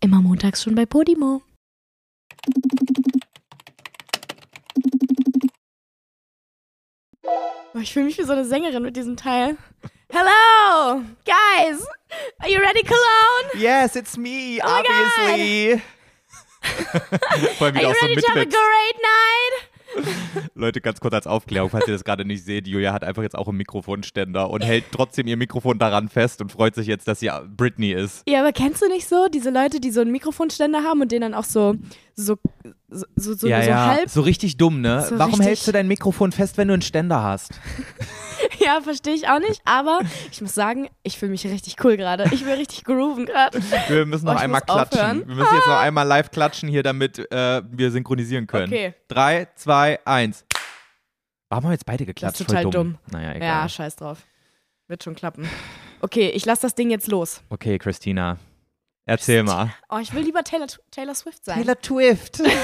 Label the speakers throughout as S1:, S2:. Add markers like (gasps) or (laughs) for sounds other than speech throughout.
S1: Immer montags schon bei Podimo. Boah, Ich fühle mich wie so eine Sängerin mit diesem Teil. Hello, guys. Are you ready,
S2: (laughs)
S1: Cologne?
S2: Yes, it's me,
S1: Oh my
S2: obviously. (laughs) Vor allem
S1: Are
S2: wieder
S1: you
S2: auch so
S1: ready to have a
S2: mitwächst.
S1: great night?
S2: Leute, ganz kurz als Aufklärung, falls ihr das gerade nicht seht, Julia hat einfach jetzt auch einen Mikrofonständer und hält trotzdem ihr Mikrofon daran fest und freut sich jetzt, dass sie Britney ist.
S1: Ja, aber kennst du nicht so diese Leute, die so einen Mikrofonständer haben und den dann auch so so so, so, so, so halb? (laughs)
S2: so richtig dumm, ne?
S1: So Warum richtig- hältst du
S2: dein Mikrofon fest, wenn du einen Ständer hast?
S1: Ja, verstehe ich auch nicht. Aber ich muss sagen, ich fühle mich richtig cool gerade. Ich will richtig grooven gerade.
S2: Wir müssen noch
S1: Oh, ich
S2: einmal
S1: muss
S2: klatschen.
S1: aufhören.
S2: Wir müssen jetzt noch einmal live klatschen hier, damit äh, wir synchronisieren können.
S1: Okay.
S2: Drei, zwei, eins. Warum haben wir jetzt beide geklatscht?
S1: total
S2: Voll dumm.
S1: dumm.
S2: Naja, egal.
S1: Ja, scheiß drauf. Wird schon klappen. Okay, ich lasse das Ding jetzt los.
S2: okay, Christina. Erzähl mal.
S1: Oh, ich will lieber Taylor, Taylor Swift sein.
S2: Swift.
S1: (laughs) Taylor (laughs)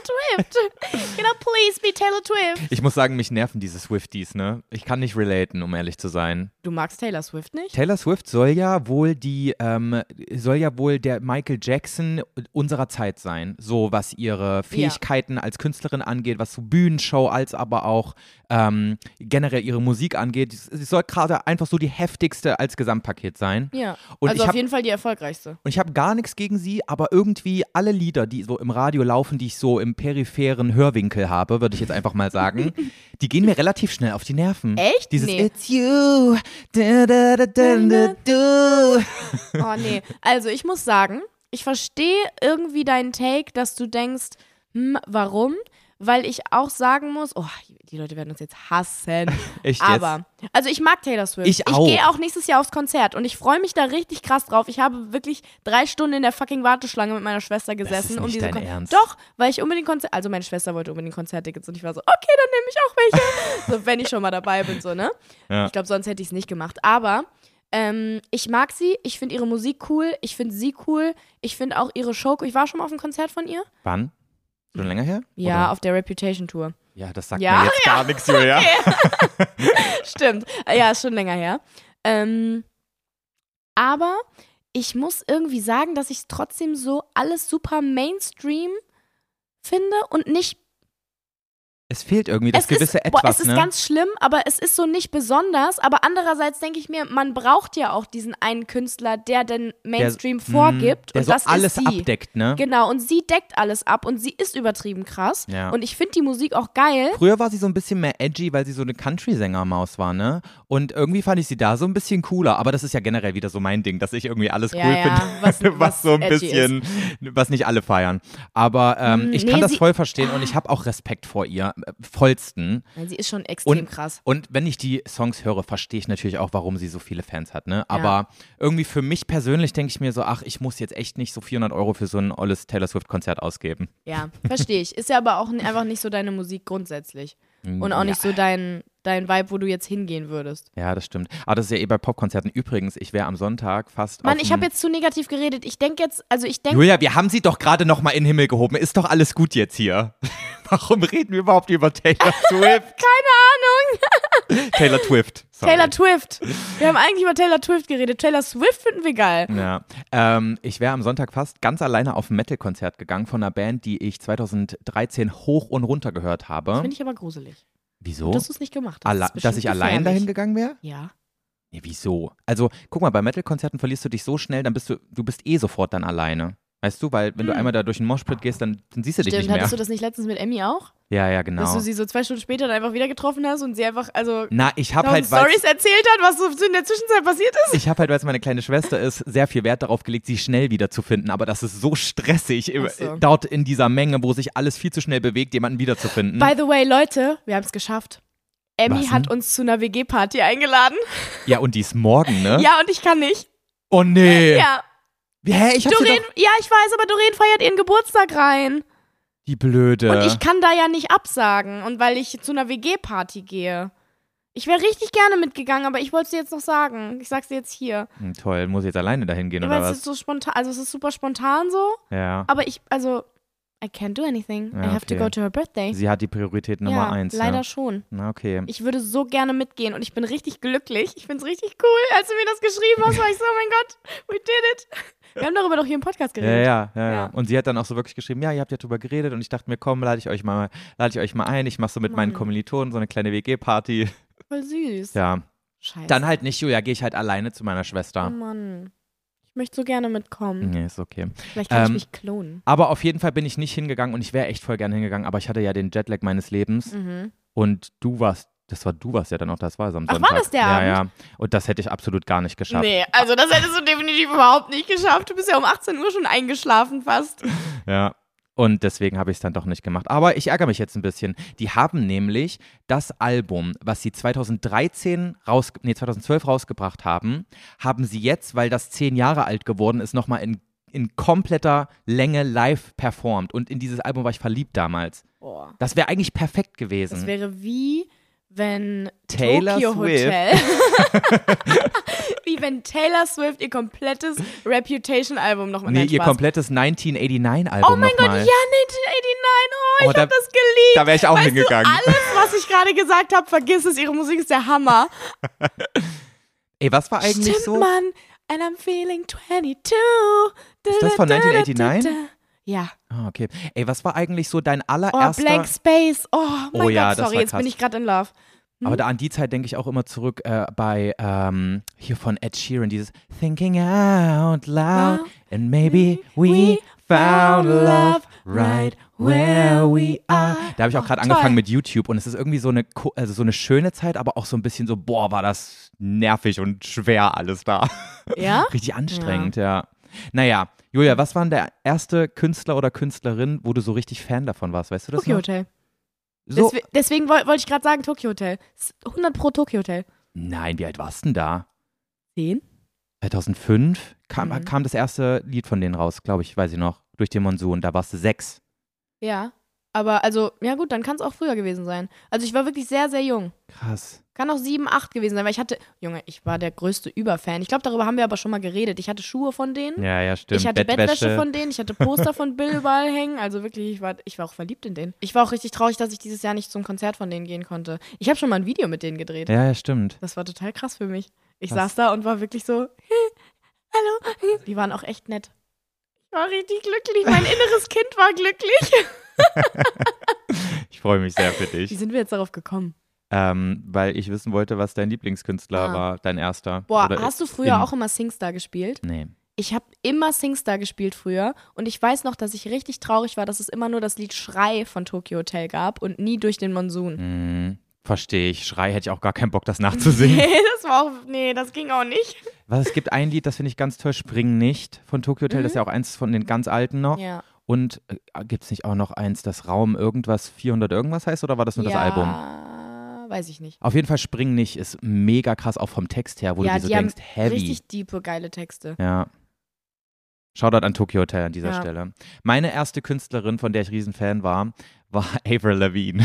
S1: Swift. Can I please be Taylor Swift?
S2: (laughs) Ich muss sagen, mich nerven diese Swifties, ne? Ich kann nicht relaten, um ehrlich zu sein.
S1: Du magst Taylor Swift nicht?
S2: Taylor Swift soll ja wohl die, ähm, soll ja wohl der Michael Jackson unserer Zeit sein. So, was ihre Fähigkeiten als Künstlerin angeht, was so Bühnenshow als aber auch ähm, generell ihre Musik angeht. Sie soll gerade einfach so die heftigste als Gesamtpaket sein.
S1: Ja.
S2: Und
S1: also
S2: ich
S1: auf
S2: hab-
S1: jeden Fall die (laughs) erfolgreichste.
S2: Und ich habe gar nichts gegen sie, aber irgendwie alle Lieder, die so im Radio laufen, die ich so im peripheren Hörwinkel habe, würde ich jetzt einfach
S1: (laughs)
S2: mal sagen, die gehen mir relativ schnell auf die Nerven.
S1: Echt?
S2: Dieses
S1: Nee.
S2: It's you. Da, da, da, da, da, du.
S1: Oh nee. Also ich muss sagen, ich verstehe irgendwie deinen Take, dass du denkst, hm, warum? Weil ich auch sagen muss, oh, die Leute werden uns jetzt hassen.
S2: Echt jetzt?
S1: Aber, also ich mag Taylor Swift.
S2: Ich auch.
S1: Ich gehe auch nächstes Jahr aufs Konzert und ich freue mich da richtig krass drauf. Ich habe wirklich drei Stunden in der fucking Warteschlange mit meiner Schwester gesessen.
S2: ist
S1: um
S2: nicht
S1: diese
S2: dein
S1: Kon-
S2: Ernst.
S1: Doch, weil ich unbedingt Konzert, also meine Schwester wollte unbedingt Konzerttickets und ich war so, okay, dann nehme
S2: (laughs)
S1: ich auch welche. so, wenn ich schon mal dabei bin, so, ne?
S2: Ja.
S1: Ich glaube, sonst hätte ich es nicht gemacht. Aber ähm, ich mag sie, ich finde ihre Musik cool, ich finde sie cool, ich finde auch ihre Show cool. Ich war schon mal auf einem Konzert von ihr.
S2: Wann? Schon länger her?
S1: Ja,
S2: Oder?
S1: auf der Reputation Tour.
S2: Ja, das sagt
S1: Ja,
S2: mir jetzt gar
S1: (laughs)
S2: nichts, Julia.
S1: Stimmt. Äh, Ja, ist schon länger her. Ähm, aber ich muss irgendwie sagen, dass ich es trotzdem so alles super Mainstream finde und nicht.
S2: Es fehlt irgendwie das
S1: es
S2: gewisse
S1: ist,
S2: Etwas,
S1: boah, es ist
S2: ne?
S1: ganz schlimm, aber es ist so nicht besonders. Aber andererseits denke ich mir, man braucht ja auch diesen einen Künstler, der den Mainstream
S2: Hm,
S1: vorgibt.
S2: Der
S1: und
S2: so
S1: das
S2: alles
S1: ist sie.
S2: abdeckt, ne?
S1: Genau, und sie deckt alles ab und sie ist übertrieben krass.
S2: Ja.
S1: Und ich finde die Musik auch geil.
S2: Früher war sie so ein bisschen mehr edgy, weil sie so eine Country-Sänger-Maus war, ne? Und irgendwie fand ich sie da so ein bisschen cooler. Aber das ist ja generell wieder so mein Ding, dass ich irgendwie alles
S1: Ja,
S2: cool
S1: ja,
S2: finde,
S1: was-
S2: (laughs) was,
S1: was
S2: so ein
S1: edgy
S2: bisschen, was nicht alle feiern. Aber ähm,
S1: Hm,
S2: ich
S1: nee,
S2: kann das
S1: sie-
S2: voll verstehen und ich habe auch Respekt vor ihr, äh, vollsten.
S1: Nein, Sie ist schon extrem
S2: Und,
S1: krass.
S2: und wenn ich die Songs höre, verstehe ich natürlich auch, warum sie so viele Fans hat. Ne? Aber
S1: Ja.
S2: irgendwie für mich persönlich denke ich mir so, ach, ich muss jetzt echt nicht so 400 Euro für so ein olles Taylor Swift-Konzert ausgeben.
S1: Ja, verstehe ich. Ist ja aber auch n- einfach nicht so deine Musik grundsätzlich. Und auch
S2: Hm, ja.
S1: nicht so dein, dein Vibe, wo du jetzt hingehen würdest.
S2: Ja, das stimmt. Aber das ist ja eh bei Popkonzerten. Übrigens, ich wäre am Sonntag fast
S1: Mann,
S2: auf
S1: ich
S2: dem-
S1: habe jetzt zu negativ geredet. Ich denke jetzt, also ich denke,
S2: Julia, wir haben sie doch gerade noch mal in den Himmel gehoben. Ist doch alles gut jetzt hier. (laughs) Warum reden wir überhaupt über Taylor
S1: (laughs)
S2: Swift? (laughs) Taylor Swift. Sorry.
S1: Taylor Swift. Wir haben eigentlich über Taylor Swift geredet. Taylor Swift finden wir geil.
S2: Ja. Ähm, ich wäre am Sonntag fast ganz alleine auf ein Metal-Konzert gegangen von einer Band, die ich 2013 hoch und runter gehört habe.
S1: Finde ich aber gruselig.
S2: Wieso?
S1: Dass du es nicht gemacht hast.
S2: Alle
S1: ist bestimmt
S2: dass ich allein
S1: gefährlich.
S2: dahin gegangen wäre?
S1: Ja.
S2: Nee, wieso? Also, guck mal, bei Metal-Konzerten verlierst du dich so schnell, dann bist du, du bist eh sofort dann alleine. Weißt du, weil wenn du einmal da durch den Moshpit gehst, dann, dann siehst du dich
S1: Hm. Stimmt,
S2: nicht mehr.
S1: hattest du das nicht letztens mit Emmy auch?
S2: Ja, ja, genau.
S1: Dass du sie so zwei Stunden später dann einfach wieder getroffen hast und sie einfach, also,
S2: Na, ich habe
S1: tausend
S2: halt, weil's-
S1: Stories erzählt hat, was so in der Zwischenzeit passiert ist.
S2: ich habe halt, weil es meine kleine Schwester ist, sehr viel Wert darauf gelegt, sie schnell wiederzufinden. Aber das ist so stressig, im-
S1: Ach so.
S2: dort in dieser Menge, wo sich alles viel zu schnell bewegt, jemanden wiederzufinden.
S1: By the way, Leute, wir haben es geschafft. Emmy
S2: Hm. Was
S1: hat
S2: denn?
S1: uns zu einer WG-Party eingeladen.
S2: ja, und die ist morgen, ne?
S1: Ja, und ich kann nicht.
S2: Oh nee.
S1: Ja.
S2: Hä, ich hab sie
S1: Doreen,
S2: doch,
S1: ja, ich weiß, aber Doreen feiert ihren Geburtstag rein.
S2: Die Blöde.
S1: Und ich kann da ja nicht absagen. Und weil ich zu einer WG-Party gehe. Ich wäre richtig gerne mitgegangen, aber ich wollte es dir jetzt noch sagen. Ich sag's dir jetzt hier.
S2: Hm, Toll, muss ich jetzt alleine dahin gehen
S1: Ja,
S2: oder
S1: Weil es ist
S2: was?
S1: so spontan, also es ist super spontan so,
S2: Ja.
S1: aber ich, also, I can't do anything.
S2: Ja,
S1: I have to
S2: okay.
S1: go to her birthday.
S2: Sie hat die Priorität Nummer
S1: ja,
S2: eins.
S1: leider
S2: ja.
S1: schon.
S2: Na, okay.
S1: Ich würde so gerne mitgehen und ich bin richtig glücklich. Ich finde es richtig cool. Als du mir das geschrieben hast, war ich so, oh mein Gott, we did it. Wir haben darüber doch hier im Podcast
S2: Ja,
S1: geredet.
S2: ja, ja,
S1: Ja.
S2: ja. Und sie hat dann auch so wirklich geschrieben, ja, ihr habt ja drüber geredet und ich dachte mir, komm, lade ich euch mal, lade ich euch mal ein. Ich mache so mit meinen
S1: Mann.
S2: Kommilitonen so eine kleine WG-Party.
S1: Voll süß.
S2: Ja.
S1: Scheiße.
S2: Dann halt nicht, Julia, gehe ich halt alleine zu meiner
S1: Oh
S2: Schwester.
S1: Mann. Ich möchte so gerne mitkommen.
S2: Nee, ist okay.
S1: Vielleicht kann ich
S2: Hm. Ähm,
S1: mich klonen.
S2: Aber auf jeden Fall bin ich nicht hingegangen und ich wäre echt voll gerne hingegangen, aber ich hatte ja den Jetlag meines Lebens
S1: Mhm.
S2: und du warst, das war du warst ja dann auch, das war es am
S1: Ach, war
S2: Sonntag.
S1: das der
S2: ja,
S1: Abend?
S2: ja. Und das hätte ich absolut gar nicht geschafft.
S1: Nee, also das hättest du definitiv überhaupt nicht geschafft. Du bist ja um 18 Uhr schon eingeschlafen fast.
S2: Ja. Und deswegen habe ich es dann doch nicht gemacht. Aber ich ärgere mich jetzt ein bisschen. Die haben nämlich das Album, was sie 2013 raus, nee, 2012 rausgebracht haben, haben sie jetzt, weil das zehn Jahre alt geworden ist, nochmal in, in kompletter Länge live performt. Und in dieses Album war ich verliebt damals.
S1: Boah.
S2: Das wäre eigentlich perfekt
S1: Das
S2: gewesen.
S1: wäre wie wenn
S2: Taylor
S1: Tokyo
S2: Swift. (laughs)
S1: Hotel. wie wenn Taylor Swift ihr komplettes Reputation-Album nochmal
S2: Nee,
S1: Nein,
S2: ihr
S1: Spaß.
S2: komplettes 1989-Album.
S1: Oh mein Gott, ja,
S2: nochmal.
S1: 1989. Oh, ich
S2: Oh, da-
S1: hab das geliebt.
S2: da wär ich auch
S1: weißt
S2: hingegangen.
S1: Du, alles, was ich gerade gesagt habe, vergiss es. Ihre Musik ist der Hammer.
S2: Ey, was war eigentlich
S1: Stimmt,
S2: so?
S1: Mann. And I'm feeling 22.
S2: Ist das von 1989?
S1: Ja.
S2: Ah, okay. Ey, was war eigentlich so dein
S1: Oh,
S2: allererster.
S1: Blank Space. Oh, mein
S2: Oh
S1: Gott,
S2: ja, das war
S1: sorry, jetzt bin
S2: krass.
S1: ich gerade in Love.
S2: Aber da an die Zeit denke ich auch immer zurück äh, bei ähm, hier von Ed Sheeran, dieses Thinking out loud and maybe Mhm. we found love right where we are. Da habe ich auch
S1: Oh,
S2: gerade
S1: toll.
S2: angefangen mit YouTube und es ist irgendwie so eine, ko- also so eine schöne Zeit, aber auch so ein bisschen so, boah, war das nervig und schwer alles da.
S1: Ja?
S2: Richtig anstrengend, ja. Naja, Julia, was war denn der erste Künstler oder Künstlerin, wo du so richtig Fan davon warst? Weißt du das
S1: Tokyo
S2: noch?
S1: Hotel.
S2: So,
S1: Deswe- Deswegen woll- wollte ich gerade sagen, Tokyo Hotel. S- 100 pro Tokyo Hotel.
S2: nein, wie alt warst du denn da?
S1: 10?
S2: 2005 kam,
S1: Mhm.
S2: kam das erste Lied von denen raus, glaube ich, weiß ich noch, durch den Monsun. Da warst du sechs.
S1: Ja. Aber also, ja gut, dann kann es auch früher gewesen sein. Also ich war wirklich sehr, sehr jung.
S2: Krass.
S1: Kann auch 7, 8 gewesen sein, weil ich hatte, Junge, ich war der größte Überfan. Ich glaube, darüber haben wir aber schon mal geredet. Ich hatte Schuhe von denen.
S2: Ja, ja, stimmt.
S1: Mhm. Ich hatte Bettwäsche. von denen, ich hatte Poster von (laughs) Bill überall hängen. Also wirklich, ich war, ich war auch verliebt in denen. Ich war auch richtig traurig, dass ich dieses Jahr nicht zum Konzert von denen gehen konnte. Ich habe schon mal ein Video mit denen gedreht.
S2: Ja, ja, stimmt.
S1: Das war total krass für mich. Ich
S2: Was?
S1: saß da und war wirklich so, (laughs) hallo. Die waren auch echt nett. Ich war richtig glücklich. (laughs) Mein inneres Kind war glücklich.
S2: Ich freue mich sehr für
S1: Wie
S2: dich.
S1: sind wir jetzt darauf gekommen?
S2: ähm, weil ich wissen wollte, was dein Lieblingskünstler
S1: Ah.
S2: war, dein erster.
S1: Boah,
S2: Oder
S1: hast du früher
S2: in-
S1: auch immer Singstar gespielt?
S2: Nee.
S1: Ich habe immer Singstar gespielt früher und ich weiß noch, dass ich richtig traurig war, dass es immer nur das Lied Schrei von Tokyo Hotel gab und nie durch den Monsun.
S2: Hm, verstehe ich. Schrei hätte ich auch gar keinen Bock, das nachzusingen.
S1: Nee, das war auch. Nee, das ging auch nicht.
S2: was, es gibt ein Lied, das finde ich ganz toll, Spring nicht von Tokyo Hotel. Das ist ja auch eins von den ganz alten noch.
S1: Mhm. Ja.
S2: Und äh, gibt es nicht auch noch eins, das Raum irgendwas 400 irgendwas heißt oder war das nur das Album?
S1: Ja, Weiß ich nicht.
S2: Auf jeden Fall Spring nicht ist mega krass, auch vom Text her, wo
S1: ja,
S2: du dir so
S1: die haben
S2: denkst, heavy.
S1: richtig diepe, geile Texte.
S2: ja. Shoutout an Tokyo Hotel an dieser
S1: Ja.
S2: Stelle. Meine erste Künstlerin, von der ich Riesenfan war, war (laughs) Avril Lavigne.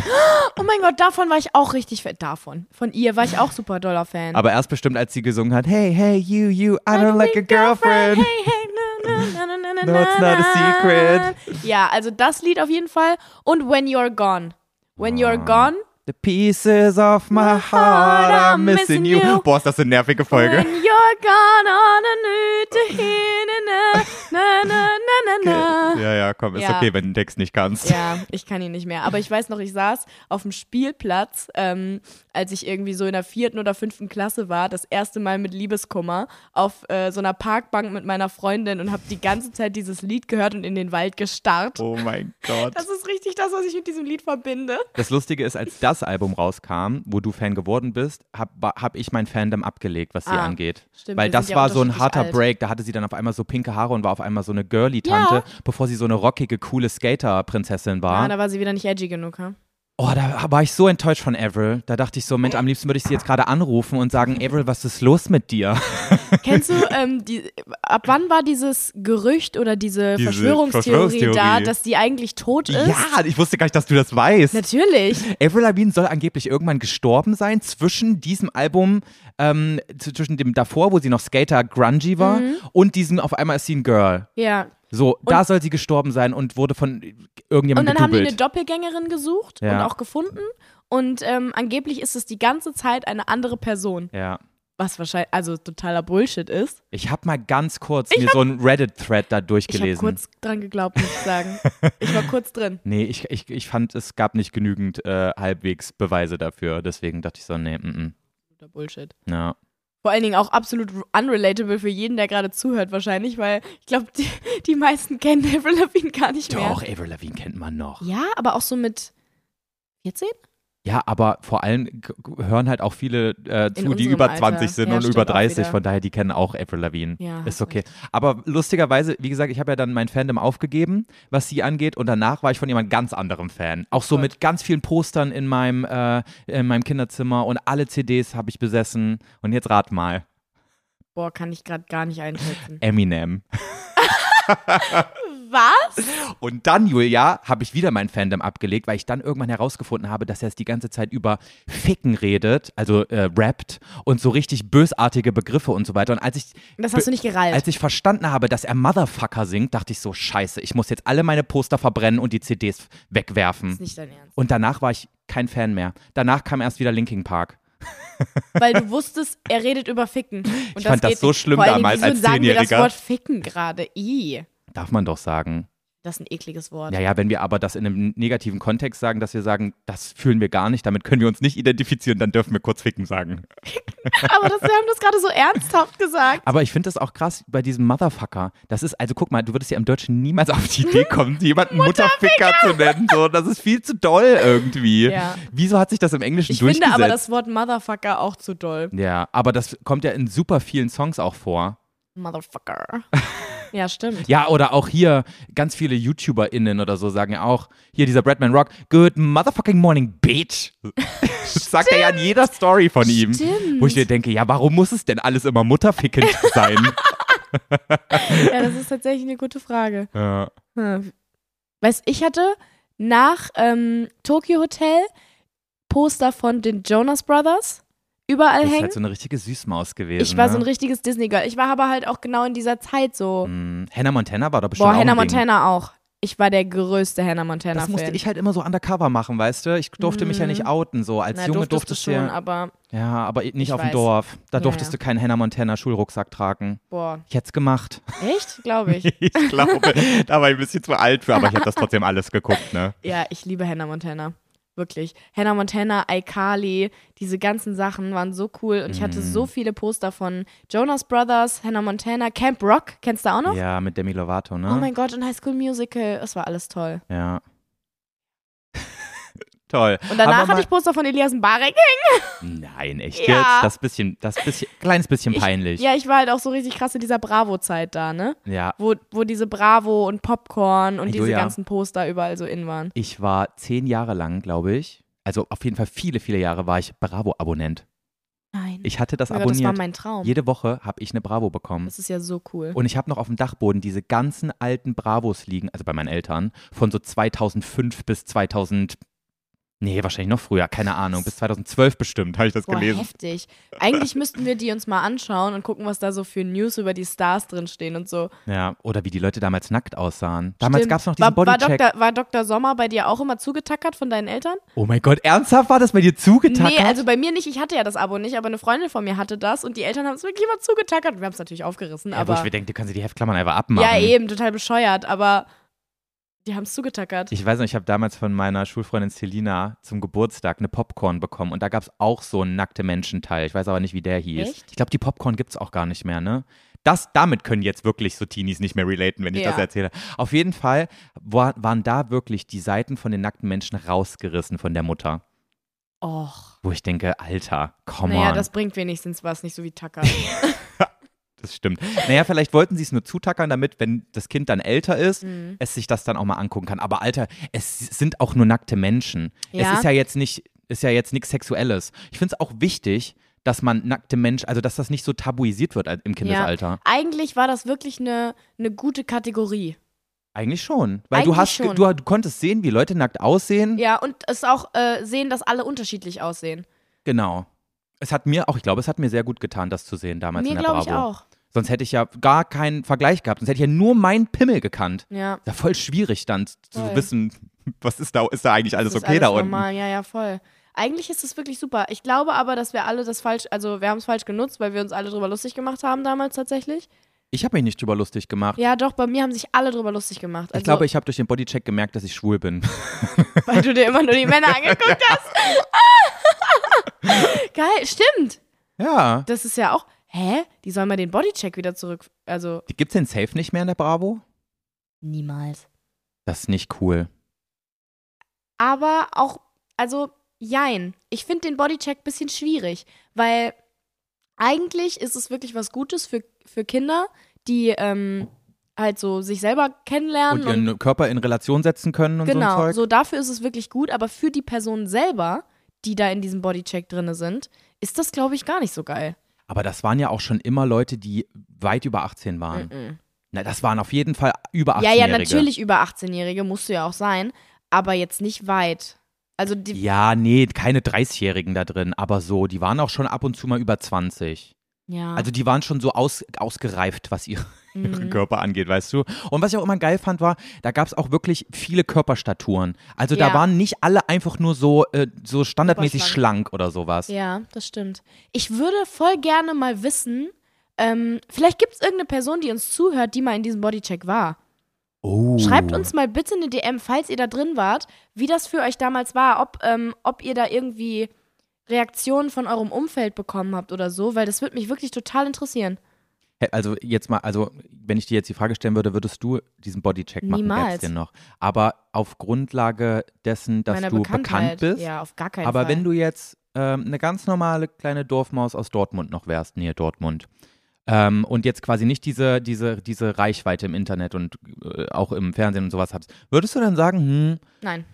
S1: Oh mein Gott, davon war ich auch richtig Fan. Davon. Von ihr war ich auch super doller Fan.
S2: Aber erst bestimmt, als sie gesungen hat, Hey, hey, you, you, I don't like a
S1: Like a
S2: girlfriend.
S1: Hey, hey, na, na, na, na, na,
S2: No, it's not a
S1: secret. Ja, also das Lied auf jeden Fall. Und When You're Gone. When You're
S2: Ah.
S1: Gone.
S2: The pieces of my heart are missing you. Boah, ist das eine nervige Folge.
S1: When you're gone on a nöte hin, na, na, na, na, na, na.
S2: Ja, ja, komm, ist
S1: Ja.
S2: okay, wenn du den Text nicht kannst.
S1: (laughs) Ja, ich kann ihn nicht mehr. Aber ich weiß noch, ich saß auf dem Spielplatz, ähm, als ich irgendwie so in der vierten oder fünften Klasse war, das erste Mal mit Liebeskummer, auf äh, so einer Parkbank mit meiner Freundin und habe die ganze Zeit dieses Lied gehört und in den Wald gestarrt.
S2: Oh mein Gott.
S1: Das ist richtig das, was ich mit diesem Lied verbinde.
S2: Das Lustige ist, als das Album rauskam, wo du Fan geworden bist, habe hab ich mein Fandom abgelegt, was sie
S1: Ah,
S2: angeht.
S1: stimmt,
S2: Weil
S1: wir
S2: das
S1: sind ja
S2: war so ein
S1: unterschiedlich
S2: harter
S1: alt.
S2: Break. Da hatte sie dann auf einmal so pinke Haare und war auf einmal so eine Girly-Tante,
S1: Ja.
S2: bevor sie so eine rockige, coole Skater-Prinzessin
S1: Ah,
S2: war.
S1: da war sie wieder nicht edgy genug, ha?
S2: oh, da war ich so enttäuscht von Avril. Da dachte ich so, Mensch, am liebsten würde ich sie jetzt gerade anrufen und sagen, Avril, was ist los mit dir? (laughs)
S1: Kennst du, ähm, die, ab wann war dieses Gerücht oder diese,
S2: Diese
S1: Verschwörungstheorie, da,
S2: Verschwörungstheorie.
S1: dass die eigentlich tot ist?
S2: ja, ich wusste gar nicht, dass du das weißt.
S1: Natürlich.
S2: Avril Lavigne soll angeblich irgendwann gestorben sein zwischen diesem
S1: Mhm.
S2: Album, ähm, z- zwischen dem davor, wo sie noch Skater Grungy war, und diesem auf einmal ist sie ein Girl.
S1: Ja.
S2: So, da soll sie gestorben sein und wurde von irgendjemandem
S1: Und dann haben die eine
S2: gedoubelt.
S1: Doppelgängerin gesucht
S2: Ja.
S1: und auch gefunden. Und ähm, angeblich ist es die ganze Zeit eine andere Person.
S2: ja.
S1: Was wahrscheinlich, also totaler Bullshit ist.
S2: Ich habe mal ganz kurz mir so einen Reddit-Thread
S1: Ich
S2: da
S1: habe
S2: durchgelesen.
S1: kurz dran geglaubt, muss ich
S2: (laughs)
S1: sagen. ich war kurz drin.
S2: nee, ich, ich, ich fand, es gab nicht genügend äh, halbwegs Beweise dafür. Deswegen dachte ich so, nee, mm,
S1: Totaler Bullshit.
S2: mm, ja.
S1: Vor allen Dingen auch absolut unrelatable für jeden, der gerade zuhört wahrscheinlich, weil ich glaube, die, die meisten kennen Avril Lavigne gar nicht mehr.
S2: Doch, Avril Lavigne kennt man noch.
S1: Ja, aber auch so mit 14?
S2: Ja, aber vor allem g- g- hören halt auch viele äh, zu, die
S1: unserem
S2: über
S1: Alter.
S2: 20 sind
S1: Ja,
S2: und
S1: stimmt
S2: über
S1: auch
S2: 30.
S1: wieder.
S2: Von daher, die kennen auch Avril Lavigne.
S1: Ja,
S2: Ist
S1: hast
S2: okay. Aber lustigerweise, wie gesagt, ich habe ja dann mein Fandom aufgegeben, was sie angeht. Und danach war ich von jemand ganz anderem Fan. Auch so
S1: Gott.
S2: mit ganz vielen Postern in meinem, äh, in meinem Kinderzimmer und alle CDs habe ich besessen. Und jetzt rat mal,
S1: Boah, kann ich gerade gar nicht einschätzen.
S2: Eminem.
S1: Was?
S2: Und dann, Julia, habe ich wieder mein Fandom abgelegt, weil ich dann irgendwann herausgefunden habe, dass er es die ganze Zeit über Ficken redet, also äh, rappt und so richtig bösartige Begriffe und so weiter. Und als ich,
S1: Das hast du nicht gerallt.
S2: als ich verstanden habe, dass er Motherfucker singt, dachte ich so, scheiße, ich muss jetzt alle meine Poster verbrennen und die CDs
S1: ist
S2: wegwerfen.
S1: nicht dein Ernst.
S2: Und danach war ich kein Fan mehr. Danach kam erst wieder Linkin Park.
S1: Weil du wusstest, er redet über Ficken. Und ich
S2: fand das so schlimm
S1: Vor allen
S2: damals
S1: Dingen,
S2: als
S1: wieso sagen wir das
S2: Zehnjähriger.
S1: Wort Ficken gerade. I.
S2: Darf man doch sagen.
S1: Das ist ein ekliges Wort.
S2: Naja, wenn wir aber das in einem negativen Kontext sagen, dass wir sagen, das fühlen wir gar nicht, damit können wir uns nicht identifizieren, dann dürfen wir kurz Ficken sagen.
S1: Aber das, wir haben das gerade so ernsthaft
S2: (laughs)
S1: gesagt.
S2: Aber ich finde das auch krass bei diesem Motherfucker. Das ist, also guck mal, du würdest ja im Deutschen niemals auf die Idee kommen, jemanden Mutterficker zu nennen. So, das ist viel zu doll irgendwie.
S1: Ja.
S2: Wieso hat sich das im Englischen
S1: Ich
S2: durchgesetzt?
S1: finde aber das Wort Motherfucker auch zu doll.
S2: ja, aber das kommt ja in super vielen Songs auch vor.
S1: Motherfucker. (laughs) Ja, stimmt.
S2: Ja, oder auch hier ganz viele YouTuberInnen oder so sagen ja auch, hier dieser Bradman Rock, good motherfucking morning, bitch. (laughs) Sagt er ja in jeder Story von ihm.
S1: Stimmt.
S2: Wo ich mir denke, ja, warum muss es denn alles immer mutterfickend
S1: (laughs)
S2: sein?
S1: Ja, das ist tatsächlich eine gute Frage.
S2: ja.
S1: Hm. Weißt ich hatte nach ähm, Tokyo Hotel Poster von den Jonas Brothers überall
S2: Das ist
S1: hängen.
S2: halt so eine richtige Süßmaus gewesen.
S1: ich war so ein
S2: ne?
S1: richtiges Disney-Girl. Ich war aber halt auch genau in dieser Zeit so.
S2: Mm, Hannah Montana war da bestimmt
S1: Boah,
S2: auch
S1: Hannah
S2: ein Ding.
S1: Montana auch. Ich war der größte Hannah Montana-Fan.
S2: Das musste ich halt immer so undercover machen, weißt du? Ich durfte mich ja nicht outen, so als
S1: Mhm. Na,
S2: Junge
S1: durftest
S2: durftest
S1: du
S2: du
S1: schon,
S2: ja,
S1: aber
S2: ja, aber nicht
S1: Ich
S2: auf dem
S1: weiß.
S2: Dorf. Da
S1: Ja,
S2: durftest
S1: ja.
S2: du keinen Hannah Montana Schulrucksack tragen.
S1: boah,
S2: Ich hätte es gemacht.
S1: echt, glaube ich.
S2: (laughs) Ich glaube, da war ich ein bisschen zu alt für, aber ich habe das trotzdem alles geguckt, ne?
S1: ja, ich liebe Hannah Montana. Wirklich. Hannah Montana, iCarly, diese ganzen Sachen waren so cool. Und ich hatte so
S2: Mhm.
S1: viele Poster von Jonas Brothers, Hannah Montana, Camp Rock, kennst du auch (laughs) noch?
S2: Ja, mit Demi Lovato, ne?
S1: Oh mein Gott, und High School Musical, es war alles toll.
S2: ja. (laughs) Toll.
S1: Und danach
S2: Aber mal-
S1: hatte ich Poster von Elias Mbarek.
S2: Nein, echt
S1: Ja.
S2: jetzt? Das bisschen, das bisschen, kleines bisschen
S1: Ich-
S2: peinlich.
S1: Ja, ich war halt auch so richtig krass in dieser Bravo-Zeit da, ne?
S2: ja.
S1: Wo, wo diese Bravo und Popcorn und
S2: Ey,
S1: diese
S2: Julia.
S1: ganzen Poster überall so in waren.
S2: Ich war zehn Jahre lang, glaube ich, also auf jeden Fall viele, viele Jahre war ich Bravo-Abonnent.
S1: Nein.
S2: Ich hatte das
S1: oh mein Gott, das war
S2: abonniert.
S1: mein Traum.
S2: Jede Woche habe ich eine Bravo bekommen.
S1: das ist ja so cool.
S2: Und ich habe noch auf dem Dachboden diese ganzen alten Bravos liegen, also bei meinen Eltern, von so 2005 bis 2000, nee, wahrscheinlich noch früher, keine Ahnung, bis 2012 bestimmt, habe ich das
S1: Boah,
S2: gelesen.
S1: heftig. Eigentlich müssten wir die uns mal anschauen und gucken, was da so für News über die Stars drinstehen und so.
S2: Ja, oder wie die Leute damals nackt aussahen. Damals
S1: Stimmt.
S2: gab es noch diesen
S1: war, war,
S2: Bodycheck.
S1: Dr., war Dr. Sommer bei dir auch immer zugetackert von deinen Eltern?
S2: oh mein Gott, ernsthaft war das bei dir zugetackert?
S1: Nee, also bei mir nicht. Ich hatte ja das Abo nicht, aber eine Freundin von mir hatte das und die Eltern haben es wirklich immer zugetackert. Wir haben es natürlich aufgerissen,
S2: ja, wo
S1: aber.
S2: ich mir denke, du kannst dir die Heftklammern einfach abmachen.
S1: ja, eben, total bescheuert, aber die haben es zugetackert.
S2: Ich weiß noch, ich habe damals von meiner Schulfreundin Selina zum Geburtstag eine Popcorn bekommen und da gab es auch so einen nackte Menschenteil. Ich weiß aber nicht, wie der hieß.
S1: Echt?
S2: Ich glaube, die Popcorn gibt es auch gar nicht mehr, ne? Das, damit können jetzt wirklich so Teenies nicht mehr relaten, wenn ich
S1: Ja.
S2: das erzähle. Auf jeden Fall war, waren da wirklich die Seiten von den nackten Menschen rausgerissen von der Mutter.
S1: Och.
S2: Wo ich denke, Alter, come
S1: Naja,
S2: on.
S1: das bringt wenigstens was, nicht so wie
S2: (laughs)
S1: Tacker.
S2: das stimmt. Naja, vielleicht wollten sie es nur zutackern, damit, wenn das Kind dann älter ist,
S1: Mhm.
S2: es sich das dann auch mal angucken kann. Aber Alter, es sind auch nur nackte Menschen.
S1: Ja.
S2: Es ist ja jetzt nicht, ist ja jetzt nichts Sexuelles. Ich finde es auch wichtig, dass man nackte Menschen, also dass das nicht so tabuisiert wird al- im Kindesalter.
S1: Eigentlich war das wirklich eine, eine gute Kategorie.
S2: Eigentlich schon. Weil du
S1: Eigentlich
S2: hast,
S1: schon.
S2: Du, du konntest sehen, wie Leute nackt aussehen.
S1: Ja, und es auch äh, sehen, dass alle unterschiedlich aussehen.
S2: Genau. Es hat mir auch, ich glaube, es hat mir sehr gut getan, das zu sehen damals
S1: Mir
S2: in der
S1: glaube
S2: Bravo.
S1: ich auch.
S2: Sonst hätte ich ja gar keinen Vergleich gehabt. Sonst hätte ich ja nur meinen Pimmel gekannt.
S1: Ja.
S2: Ja, voll schwierig dann zu
S1: Voll.
S2: wissen, was ist da, ist da eigentlich alles
S1: Das ist
S2: okay da Also unten.
S1: normal. Ja, ja, voll. Eigentlich ist es wirklich super. Ich glaube aber, dass wir alle das falsch, also wir haben es falsch genutzt, weil wir uns alle drüber lustig gemacht haben damals tatsächlich.
S2: Ich habe mich nicht drüber lustig gemacht.
S1: Ja, doch, bei mir haben sich alle drüber lustig gemacht. Also,
S2: ich glaube, ich habe durch den Bodycheck gemerkt, dass ich schwul bin. (laughs)
S1: (laughs) weil du dir immer nur die Männer angeguckt hast. (laughs) Geil, stimmt.
S2: ja.
S1: Das ist ja auch. Hä? Die sollen mal den Bodycheck wieder zurück. Also,
S2: Die gibt's den Safe nicht mehr in der Bravo?
S1: niemals.
S2: Das ist nicht cool.
S1: Aber auch, also, jein. Ich finde den Bodycheck ein bisschen schwierig, weil eigentlich ist es wirklich was Gutes für, für Kinder, die ähm, halt so sich selber kennenlernen.
S2: Und ihren Körper in Relation setzen können und
S1: genau,
S2: so ein Zeug.
S1: so dafür ist es wirklich gut, aber für die Personen selber, die da in diesem Bodycheck drinne sind, ist das, glaube ich, gar nicht so geil.
S2: Aber das waren ja auch schon immer Leute, die weit über 18 waren.
S1: Mhm.
S2: Na, das waren auf jeden Fall über 18
S1: Ja, ja, natürlich über 18-Jährige, musst du ja auch sein, aber jetzt nicht weit. Also die,
S2: Ja, nee, keine 30-Jährigen da drin, aber so, die waren auch schon ab und zu mal über 20.
S1: ja.
S2: Also die waren schon so aus, ausgereift, was ihre, ihre
S1: Mhm.
S2: Körper angeht, weißt du. Und was ich auch immer geil fand, war, da gab es auch wirklich viele Körperstaturen. Also da
S1: Ja.
S2: waren nicht alle einfach nur so, äh, so standardmäßig
S1: Superschlank.
S2: schlank oder sowas.
S1: Ja, das stimmt. Ich würde voll gerne mal wissen, ähm, vielleicht gibt es irgendeine Person, die uns zuhört, die mal in diesem Bodycheck war.
S2: Oh.
S1: Schreibt uns mal bitte eine DM, falls ihr da drin wart, wie das für euch damals war, ob, ähm, ob ihr da irgendwie Reaktionen von eurem Umfeld bekommen habt oder so, weil das würde mich wirklich total interessieren.
S2: Hä, Also jetzt mal, also wenn ich dir jetzt die Frage stellen würde, würdest du diesen Bodycheck machen?
S1: Niemals.
S2: Gäb's den noch. Aber auf Grundlage dessen, dass
S1: Meiner
S2: du
S1: Bekanntheit.
S2: bekannt bist.
S1: Ja, auf gar keinen
S2: aber
S1: Fall.
S2: wenn du jetzt ähm, eine ganz normale kleine Dorfmaus aus Dortmund noch wärst, Nähe Dortmund, ähm, und jetzt quasi nicht diese, diese, diese Reichweite im Internet und äh, auch im Fernsehen und sowas hast, würdest du dann sagen, hm,
S1: Nein.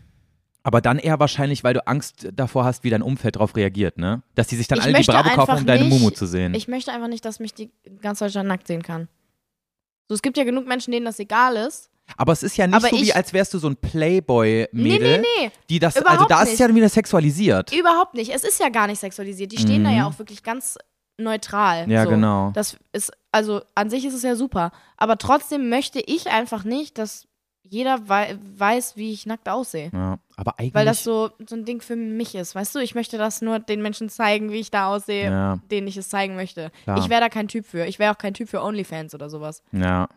S2: aber dann eher wahrscheinlich, weil du Angst davor hast, wie dein Umfeld darauf reagiert, ne? Dass die sich dann
S1: Ich
S2: alle die
S1: möchte
S2: Bravo kaufen,
S1: einfach
S2: um deine
S1: nicht-
S2: Mumu zu sehen.
S1: Ich möchte einfach nicht, dass mich die ganz Deutschland nackt sehen kann. So, es gibt ja genug Menschen, denen das egal ist.
S2: aber es ist ja nicht
S1: Aber
S2: so, wie
S1: ich-
S2: als wärst du so ein Playboy-Mädel.
S1: Nee, nee, nee.
S2: Die das, also
S1: Überhaupt
S2: da ist es
S1: nicht.
S2: ja dann wieder sexualisiert.
S1: Überhaupt nicht. Es ist ja gar nicht sexualisiert. Die stehen da
S2: Mhm.
S1: ja auch wirklich ganz neutral.
S2: Ja,
S1: so.
S2: genau.
S1: Das ist, also an sich ist es ja super. Aber trotzdem möchte ich einfach nicht, dass jeder wei weiß, wie ich nackt aussehe.
S2: Ja, aber eigentlich.
S1: Weil das so, so ein Ding für mich ist, weißt du? Ich möchte das nur den Menschen zeigen, wie ich da aussehe,
S2: ja,
S1: denen ich es zeigen möchte.
S2: Klar.
S1: Ich wäre da kein Typ für. Ich wäre auch kein Typ für Onlyfans oder sowas.
S2: ja.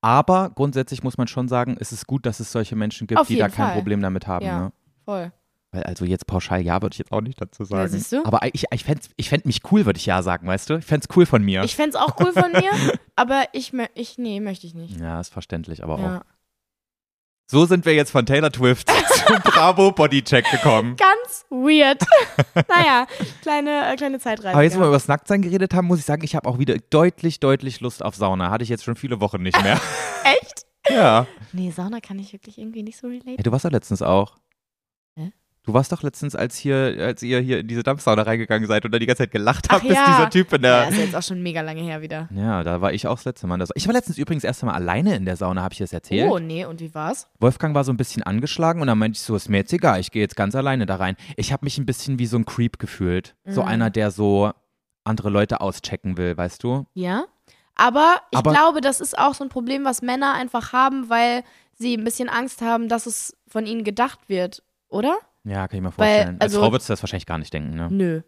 S2: Aber grundsätzlich muss man schon sagen, es ist gut, dass es solche Menschen gibt,
S1: Auf
S2: die da
S1: jeden
S2: kein
S1: Fall.
S2: Problem damit haben.
S1: Ja.
S2: Ne?
S1: Voll.
S2: Weil also jetzt pauschal ja würde ich jetzt auch nicht dazu sagen.
S1: siehst du?
S2: Aber ich, ich fände ich fänd mich cool, würde ich ja sagen, weißt du? Ich fände es cool von mir.
S1: Ich fände es auch cool von
S2: (laughs)
S1: mir, aber ich, mö- ich nee, möchte ich nicht.
S2: ja, ist verständlich, aber auch.
S1: Ja.
S2: So sind wir jetzt von Taylor
S1: (laughs)
S2: Swift zum Bravo Bodycheck gekommen.
S1: Ganz weird. (laughs) naja, kleine, äh, kleine Zeitreise.
S2: Aber jetzt, wo wir
S1: gehabt.
S2: über das Nacktsein geredet haben, muss ich sagen, ich habe auch wieder deutlich, deutlich Lust auf Sauna. Hatte ich jetzt schon viele Wochen nicht
S1: (laughs)
S2: mehr.
S1: Echt?
S2: ja.
S1: Nee, Sauna kann ich wirklich irgendwie nicht so relaten.
S2: Hey, du warst doch letztens auch.
S1: Hä?
S2: Du warst doch letztens, als hier, als ihr hier in diese Dampfsauna reingegangen seid und da die ganze Zeit gelacht
S1: Ach
S2: habt, bis
S1: ja.
S2: dieser Typ in
S1: Ja,
S2: der.
S1: ist jetzt auch schon mega lange her wieder.
S2: Ja, da war ich auch das letzte Mal in der Sauna. Ich war letztens übrigens erst einmal alleine in der Sauna, habe ich das erzählt.
S1: Oh, nee, und wie war's?
S2: Wolfgang war so ein bisschen angeschlagen und dann meinte ich so, ist mir jetzt egal, ich gehe jetzt ganz alleine da rein. Ich habe mich ein bisschen wie so ein Creep gefühlt. So
S1: Mhm.
S2: einer, der so andere Leute auschecken will, weißt du?
S1: Ja? Aber ich
S2: Aber-
S1: glaube, das ist auch so ein Problem, was Männer einfach haben, weil sie ein bisschen Angst haben, dass es von ihnen gedacht wird, oder?
S2: Ja, kann ich mir
S1: Weil,
S2: vorstellen.
S1: also-
S2: Als Frau würdest du das wahrscheinlich gar nicht denken, ne?
S1: Nö.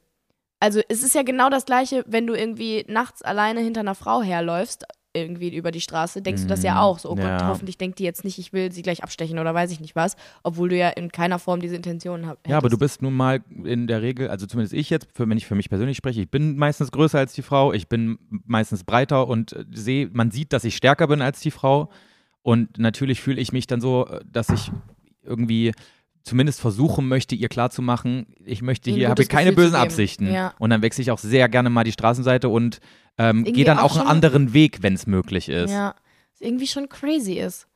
S1: Also es ist ja genau das gleiche, wenn du irgendwie nachts alleine hinter einer Frau herläufst, irgendwie über die Straße, denkst du das
S2: Mm,
S1: ja auch. So, oh
S2: ja.
S1: Gott, hoffentlich denkt die jetzt nicht, ich will sie gleich abstechen oder weiß ich nicht was, obwohl du ja in keiner Form diese Intention hast.
S2: Ja, aber du bist nun mal in der Regel, also zumindest ich jetzt, für, wenn ich für mich persönlich spreche, ich bin meistens größer als die Frau, ich bin meistens breiter und äh, sehe, man sieht, dass ich stärker bin als die Frau. Und natürlich fühle ich mich dann so, äh, dass ich irgendwie zumindest versuchen möchte, ihr klarzumachen, ich möchte
S1: Ihr ein
S2: hier, habe
S1: gutes
S2: hier keine
S1: Gefühl zu
S2: bösen
S1: geben.
S2: Absichten.
S1: Ja.
S2: Und dann wechsle ich auch sehr gerne mal die Straßenseite und ähm,
S1: Irgendwie
S2: gehe dann
S1: auch
S2: auch einen
S1: schon-
S2: anderen Weg, wenn es möglich ist. Ja,
S1: Ja, was irgendwie schon crazy ist.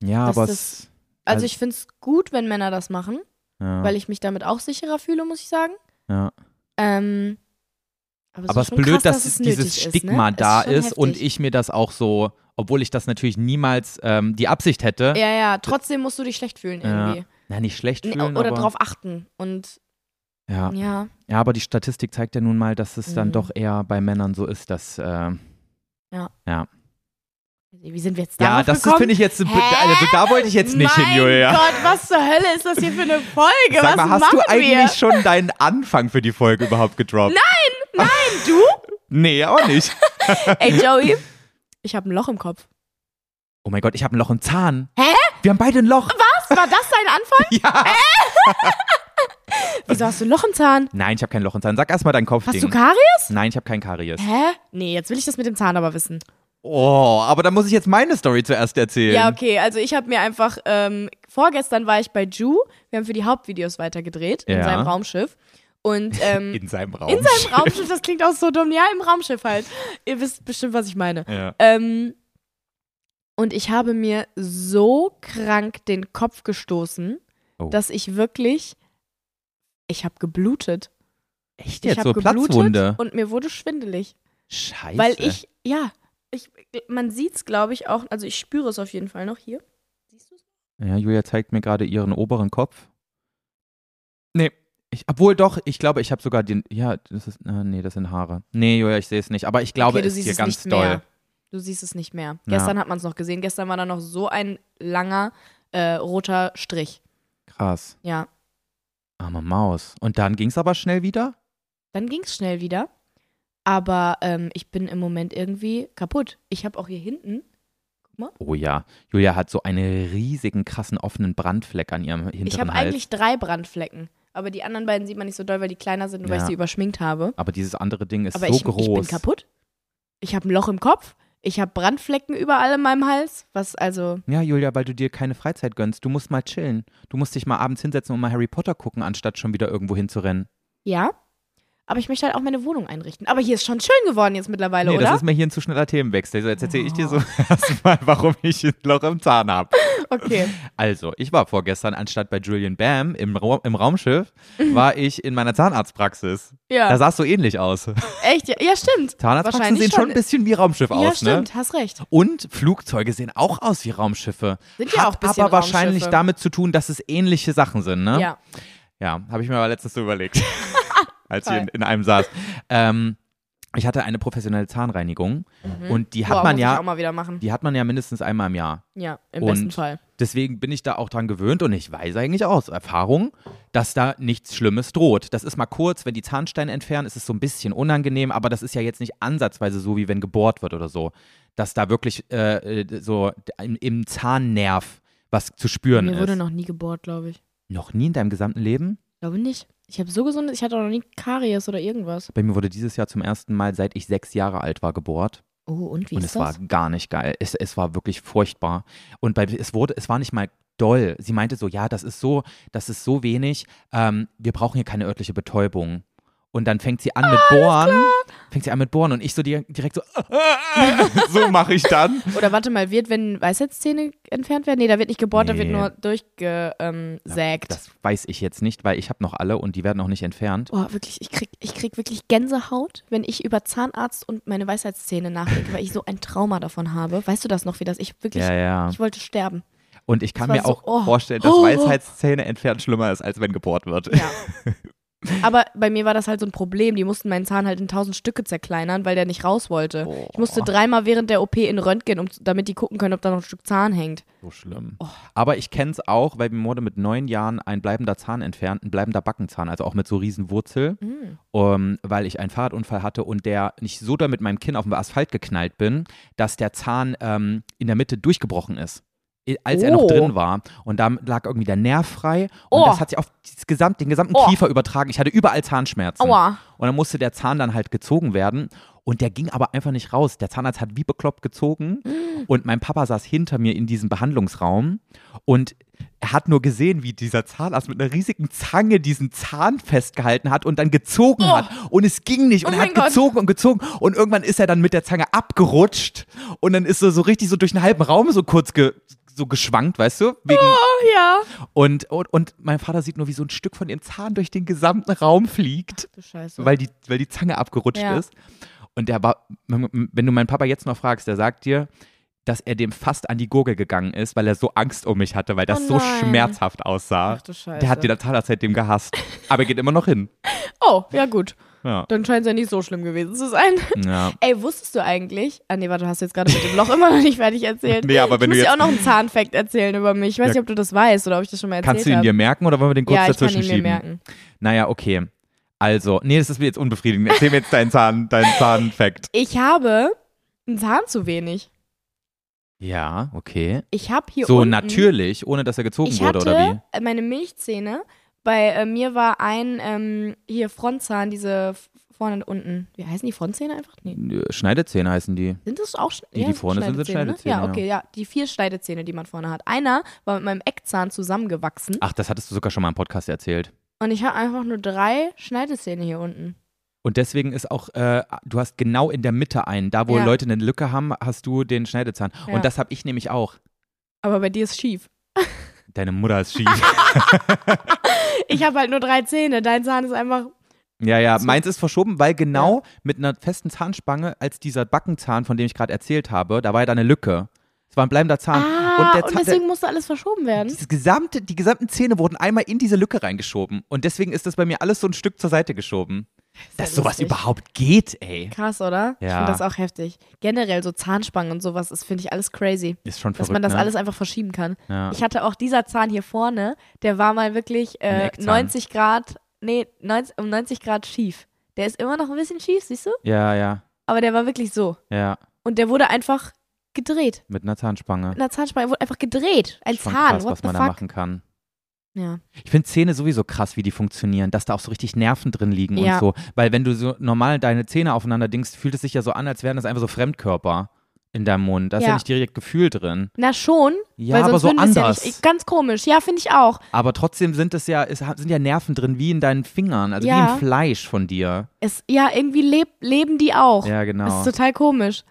S1: dass
S2: aber
S1: das-
S2: es.
S1: Also,
S2: Also-
S1: ich finde es gut, wenn Männer das machen,
S2: Ja,
S1: weil ich mich damit auch sicherer fühle, muss ich sagen.
S2: ja.
S1: Ähm, aber,
S2: Aber
S1: ist
S2: es ist
S1: schon
S2: blöd,
S1: krass,
S2: dass, es
S1: es nötig
S2: dieses
S1: ist,
S2: Stigma
S1: ne?
S2: da
S1: schon
S2: ist und
S1: heftig.
S2: ich mir das auch so, obwohl ich das natürlich niemals ähm, die Absicht hätte,
S1: Ja, ja, trotzdem musst du dich schlecht fühlen
S2: Ja,
S1: irgendwie.
S2: na nicht schlecht
S1: Nee,
S2: fühlen,
S1: oder
S2: aber,
S1: drauf achten. Und
S2: ja.
S1: ja.
S2: ja, aber die Statistik zeigt ja nun mal, dass es dann
S1: Mhm.
S2: doch eher bei Männern so ist, dass äh,
S1: Ja.
S2: Ja.
S1: Wie sind wir jetzt
S2: Ja,
S1: darauf
S2: das
S1: gekommen?
S2: finde ich jetzt. be-
S1: Hä?
S2: Also, da wollte ich jetzt nicht
S1: mein
S2: hin, Julia.
S1: Gott, was zur Hölle ist das hier für eine Folge?
S2: Sag
S1: was
S2: mal, hast
S1: machen
S2: du
S1: wir?
S2: eigentlich schon deinen Anfang für die Folge überhaupt gedroppt?
S1: Nein, du?
S2: Nee, aber nicht.
S1: Ey, Joey, ich habe ein Loch im Kopf.
S2: Oh mein Gott, ich habe ein Loch im Zahn.
S1: Hä?
S2: Wir haben beide ein Loch.
S1: Was? War das dein Anfang?
S2: (laughs) Ja.
S1: (laughs) Wieso hast du ein Loch im Zahn?
S2: Nein, ich habe kein Loch im Zahn. Sag erstmal dein Kopfding.
S1: Hast du Karies?
S2: Nein, ich habe kein Karies.
S1: Hä? Nee, jetzt will ich das mit dem Zahn aber wissen.
S2: Oh, aber da muss ich jetzt meine Story zuerst erzählen.
S1: Ja, okay. Also ich habe mir einfach, ähm, vorgestern war ich bei Ju, wir haben für die Hauptvideos weitergedreht in
S2: Ja.
S1: seinem Raumschiff. Und ähm,
S2: (laughs) In seinem Raum.
S1: in seinem Raumschiff, das klingt auch so dumm. Ja, im Raumschiff halt. Ihr wisst bestimmt, was ich meine.
S2: ja.
S1: Ähm, und ich habe mir so krank den Kopf gestoßen,
S2: Oh.
S1: dass ich wirklich, ich habe geblutet.
S2: Echt
S1: Ich
S2: jetzt
S1: habe
S2: so
S1: geblutet
S2: Platzwunde.
S1: und mir wurde schwindelig.
S2: Scheiße.
S1: Weil ich, ja, ich, man sieht es, glaube ich, auch, also ich spüre es auf jeden Fall noch hier. Siehst du's?
S2: Ja, Julia zeigt mir gerade ihren oberen Kopf. Nee. Ich, obwohl doch, ich glaube, ich habe sogar den. Ja, das ist. ah, nee, das sind Haare. Nee, Julia, ich sehe es nicht. Aber ich glaube,
S1: okay, du
S2: es ist
S1: siehst
S2: hier
S1: es
S2: ganz
S1: nicht
S2: doll.
S1: mehr. Du siehst es nicht mehr.
S2: Ja.
S1: Gestern hat man es noch gesehen. Gestern war da noch so ein langer äh, roter Strich.
S2: Krass.
S1: Ja.
S2: Arme Maus. Und dann ging es aber schnell wieder?
S1: Dann ging es schnell wieder. Aber ähm, ich bin im Moment irgendwie kaputt. Ich habe auch hier hinten.
S2: Oh ja. Julia hat so einen riesigen, krassen, offenen Brandfleck an ihrem hinteren
S1: Ich habe
S2: Hals.
S1: eigentlich drei Brandflecken. Aber die anderen beiden sieht man nicht so doll, weil die kleiner sind und weil ich
S2: Ja.
S1: sie überschminkt habe.
S2: aber dieses andere Ding ist
S1: Aber
S2: so
S1: ich,
S2: groß.
S1: ich bin kaputt. Ich habe ein Loch im Kopf. Ich habe Brandflecken überall in meinem Hals. Was also.
S2: Ja, Julia, weil du dir keine Freizeit gönnst. Du musst mal chillen. Du musst dich mal abends hinsetzen und mal Harry Potter gucken, anstatt schon wieder irgendwo hinzurennen.
S1: Ja. Aber ich möchte halt auch meine Wohnung einrichten. Aber hier ist schon schön geworden jetzt mittlerweile,
S2: nee,
S1: oder? Oh.
S2: das ist mir hier ein zu schneller Themenwechsel. So, Jetzt erzähle ich dir so (laughs) erstmal, warum ich ein Loch im Zahn habe. (laughs)
S1: okay.
S2: Also, ich war vorgestern, anstatt bei Julian Bam im, Ra im Raumschiff,
S1: Mhm.
S2: war ich in meiner Zahnarztpraxis. Da
S1: Ja.
S2: sah es so ähnlich aus.
S1: Echt? Ja, ja stimmt.
S2: Zahnarztpraxen
S1: Ah. Wahrscheinlich
S2: sehen schon ein bisschen wie Raumschiff
S1: Ja,
S2: aus, ne?
S1: stimmt. Hast recht.
S2: Und Flugzeuge sehen auch aus wie Raumschiffe.
S1: Sind ja
S2: Hat
S1: auch ein bisschen
S2: aber wahrscheinlich
S1: Raumschiffe.
S2: damit zu tun, dass es ähnliche Sachen sind, ne?
S1: Ja.
S2: Ja, habe ich mir aber letztens so
S1: (laughs)
S2: überlegt, als ich
S1: Toll.
S2: in, in einem saß. Ähm, ich hatte eine professionelle Zahnreinigung und die
S1: Mhm.
S2: hat
S1: Boah,
S2: man
S1: muss Ich auch
S2: ja,
S1: mal wieder machen.
S2: die hat man ja mindestens einmal im Jahr.
S1: Ja, im
S2: Und-
S1: besten Fall.
S2: Deswegen bin ich da auch dran gewöhnt und ich weiß eigentlich auch aus Erfahrung, dass da nichts Schlimmes droht. Das ist mal kurz, wenn die Zahnsteine entfernen, ist es so ein bisschen unangenehm, aber das ist ja jetzt nicht ansatzweise so, wie wenn gebohrt wird oder so. Dass da wirklich äh, äh, so im, im Zahnnerv was zu spüren
S1: Mir
S2: ist.
S1: wurde noch nie gebohrt, glaube ich.
S2: noch nie in deinem gesamten Leben?
S1: Glaube nicht. Ich habe so gesund, ich hatte auch noch nie Karies oder irgendwas.
S2: Bei mir wurde dieses Jahr zum ersten Mal, seit ich sechs Jahre alt war, gebohrt.
S1: Oh, und wie
S2: und
S1: ist
S2: es
S1: das?
S2: war gar nicht geil. Es, es war wirklich furchtbar. Und bei, es wurde, es war nicht mal doll. Sie meinte so, ja, das ist so, das ist so wenig. Ähm, wir brauchen hier keine örtliche Betäubung. Und dann fängt sie an mit Bohren. Fängt sie an mit Bohren und ich so dir-
S1: (laughs)
S2: direkt so, (laughs) so mache ich dann.
S1: Oder warte mal, wird, wenn Weisheitszähne entfernt werden? Nee, da wird nicht gebohrt, da wird
S2: Nee.
S1: nur durchgesägt. Ähm, sägt.
S2: Das weiß ich jetzt nicht, weil ich habe noch alle und die werden auch nicht entfernt.
S1: Boah, wirklich, ich krieg, ich krieg wirklich Gänsehaut, wenn ich über Zahnarzt und meine Weisheitszähne nachdenke, weil ich so ein Trauma davon habe. Weißt du das noch, wie das? Ich wirklich,
S2: Ja, ja.
S1: ich wollte sterben.
S2: Und ich kann
S1: war
S2: mir
S1: so,
S2: auch
S1: oh.
S2: vorstellen, dass
S1: Oh.
S2: Weisheitszähne entfernt schlimmer ist, als wenn gebohrt wird.
S1: Ja. Aber bei mir war das halt so ein Problem. Die mussten meinen Zahn halt in tausend Stücke zerkleinern, weil der nicht raus wollte.
S2: Boah.
S1: Ich musste dreimal während der OP in Röntgen, um, damit die gucken können, ob da noch ein Stück Zahn hängt.
S2: So schlimm.
S1: Oh.
S2: Aber ich kenne es auch, weil mir wurde mit neun Jahren ein bleibender Zahn entfernt, ein bleibender Backenzahn, also auch mit so riesen Wurzel,
S1: Mm.
S2: ähm, weil ich einen Fahrradunfall hatte und der nicht so doll mit meinem Kinn auf dem Asphalt geknallt bin, dass der Zahn ähm, in der Mitte durchgebrochen ist. I- Als er noch
S1: Oh.
S2: drin war. Und da lag irgendwie der Nerv frei. Und
S1: Oh.
S2: das hat sich auf das gesamt, den gesamten
S1: Oh.
S2: Kiefer übertragen. Ich hatte überall Zahnschmerzen.
S1: Aua.
S2: Und dann musste der Zahn dann halt gezogen werden. Und der ging aber einfach nicht raus. Der Zahnarzt hat wie bekloppt gezogen.
S1: Mm.
S2: Und mein Papa saß hinter mir in diesem Behandlungsraum. Und er hat nur gesehen, wie dieser Zahnarzt mit einer riesigen Zange diesen Zahn festgehalten hat und dann gezogen hat. Und es ging nicht. Und
S1: Oh
S2: er
S1: mein
S2: hat
S1: Gott.
S2: gezogen und gezogen. Und irgendwann ist er dann mit der Zange abgerutscht. Und dann ist er so richtig so durch einen halben Raum so kurz ge so geschwankt, weißt du? Wegen,
S1: Oh ja.
S2: und, und, und mein Vater sieht nur, wie so ein Stück von dem Zahn durch den gesamten Raum fliegt
S1: Du Scheiße.
S2: weil die, weil die Zange abgerutscht
S1: Ja.
S2: ist. Und der war, wenn du meinen Papa jetzt noch fragst, der sagt dir, dass er dem fast an die Gurgel gegangen ist, weil er so Angst um mich hatte, weil das
S1: Oh
S2: so
S1: nein.
S2: schmerzhaft aussah.
S1: Ach du Scheiße.
S2: der hat den Taler seitdem gehasst. Aber er geht immer noch hin.
S1: oh, ja gut.
S2: Ja.
S1: Dann scheint es ja nicht so schlimm gewesen zu sein.
S2: ja.
S1: (laughs) Ey, wusstest du eigentlich? Ah, nee, warte, du hast jetzt gerade mit dem Loch immer noch nicht fertig erzählt.
S2: Nee, aber wenn
S1: ich
S2: du
S1: muss dir
S2: jetzt-
S1: auch noch einen Zahnfact erzählen über mich. Ich weiß
S2: Ja.
S1: nicht, ob du das weißt oder ob ich das schon mal erzählt
S2: Kannst du ihn
S1: habe.
S2: dir merken oder wollen wir den kurz
S1: ja, ich kann
S2: dazwischen
S1: ihn mir
S2: schieben?
S1: merken.
S2: Naja, okay. Also, nee, das ist mir jetzt unbefriedigend. Erzähl mir jetzt deinen Zahn, deinen Zahnfakt.
S1: Ich habe einen Zahn zu wenig.
S2: Ja, okay.
S1: Ich habe hier
S2: So
S1: unten,
S2: natürlich, ohne dass er gezogen
S1: ich
S2: wurde,
S1: hatte
S2: oder wie?
S1: äh, meine Milchzähne. Bei äh, mir war ein ähm, hier Frontzahn, diese f- vorne und unten. Wie heißen die Frontzähne einfach? Nee.
S2: Nö, Schneidezähne heißen die.
S1: Sind das auch Sch
S2: Die, die vorne sind, sind Schneidezähne,
S1: ne?
S2: genau. ja.
S1: Ja, okay, ja. Die vier Schneidezähne, die man vorne hat. Einer war mit meinem Eckzahn zusammengewachsen
S2: Ach, das hattest du sogar schon mal im Podcast erzählt.
S1: und ich habe einfach nur drei Schneidezähne hier unten.
S2: Und deswegen ist auch, äh, du hast genau in der Mitte einen, da wo
S1: Ja.
S2: Leute eine Lücke haben, hast du den Schneidezahn.
S1: Ja.
S2: Und das habe ich nämlich auch.
S1: Aber bei dir ist schief.
S2: Deine Mutter
S1: (laughs)
S2: ist schief.
S1: Ich habe halt nur drei Zähne. Dein Zahn ist einfach.
S2: ja, ja, meins ist verschoben, weil genau mit einer festen Zahnspange, als dieser Backenzahn, von dem ich gerade erzählt habe, da war ja da eine Lücke. Es war ein bleibender Zahn.
S1: Ah,
S2: der
S1: und,
S2: Zahn-
S1: deswegen musste alles verschoben werden.
S2: Das gesamte, die gesamten Zähne wurden einmal in diese Lücke reingeschoben. Und deswegen ist das bei mir alles so ein Stück zur Seite geschoben. Dass
S1: ja
S2: sowas
S1: lustig.
S2: überhaupt geht, ey.
S1: Krass, oder? Ich
S2: Ja.
S1: finde das auch heftig. Generell so Zahnspangen und sowas, das finde ich alles crazy.
S2: Ist schon verrückt.
S1: Dass man das
S2: ne?
S1: alles einfach verschieben kann.
S2: Ja.
S1: Ich hatte auch dieser Zahn hier vorne, der war mal wirklich
S2: Ein
S1: äh,
S2: Eckzahn.
S1: 90 Grad, nee, 90, um 90 Grad schief. Der ist immer noch ein bisschen schief, siehst du?
S2: ja, ja,
S1: Aber der war wirklich so.
S2: ja.
S1: Und der wurde einfach gedreht.
S2: Mit einer Zahnspange.
S1: Mit einer Zahnspange wurde einfach gedreht. Ein
S2: Schon
S1: Zahn.
S2: krass,
S1: What
S2: was
S1: the
S2: man da
S1: fuck?
S2: machen kann.
S1: Ja.
S2: Ich finde Zähne sowieso krass, wie die funktionieren, dass da auch so richtig Nerven drin liegen
S1: Ja.
S2: und so. Weil wenn du so normal deine Zähne aufeinander dingst, fühlt es sich ja so an, als wären das einfach so Fremdkörper in deinem Mund. Da ist ja,
S1: Ja.
S2: nicht direkt Gefühl drin.
S1: Na schon.
S2: Ja,
S1: weil sonst
S2: aber so
S1: würden wir's Ja
S2: anders.
S1: nicht, Ich- ganz komisch. Ja, finde ich auch.
S2: aber trotzdem sind es ja, es ha- sind ja Nerven drin, wie in deinen Fingern, also wie
S1: Ja.
S2: im Fleisch von dir.
S1: Es, ja, irgendwie leb, leben die auch.
S2: Ja, genau.
S1: Das ist total komisch.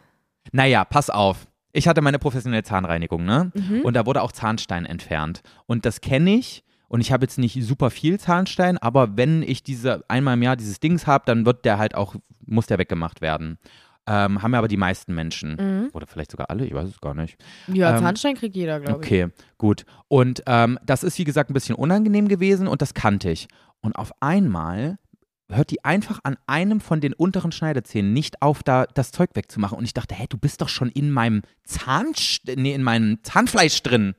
S2: Naja, pass auf. Ich hatte meine professionelle Zahnreinigung, ne? Und da wurde auch Zahnstein entfernt. Und das kenne ich. Und ich habe jetzt nicht super viel Zahnstein, aber wenn ich diese einmal im Jahr dieses Dings habe, dann wird der halt auch, muss der weggemacht werden. Ähm, haben ja aber die meisten Menschen.
S1: Mhm.
S2: Oder vielleicht sogar alle, ich weiß es gar nicht.
S1: Ja,
S2: Ähm,
S1: Zahnstein kriegt jeder, glaube ich.
S2: Okay, gut. Und ähm, das ist, wie gesagt, ein bisschen unangenehm gewesen und das kannte ich. Und auf einmal hört die einfach an einem von den unteren Schneidezähnen nicht auf, da das Zeug wegzumachen. Und ich dachte, hey, du bist doch schon in meinem Zahn, nee, in meinem Zahnfleisch drin.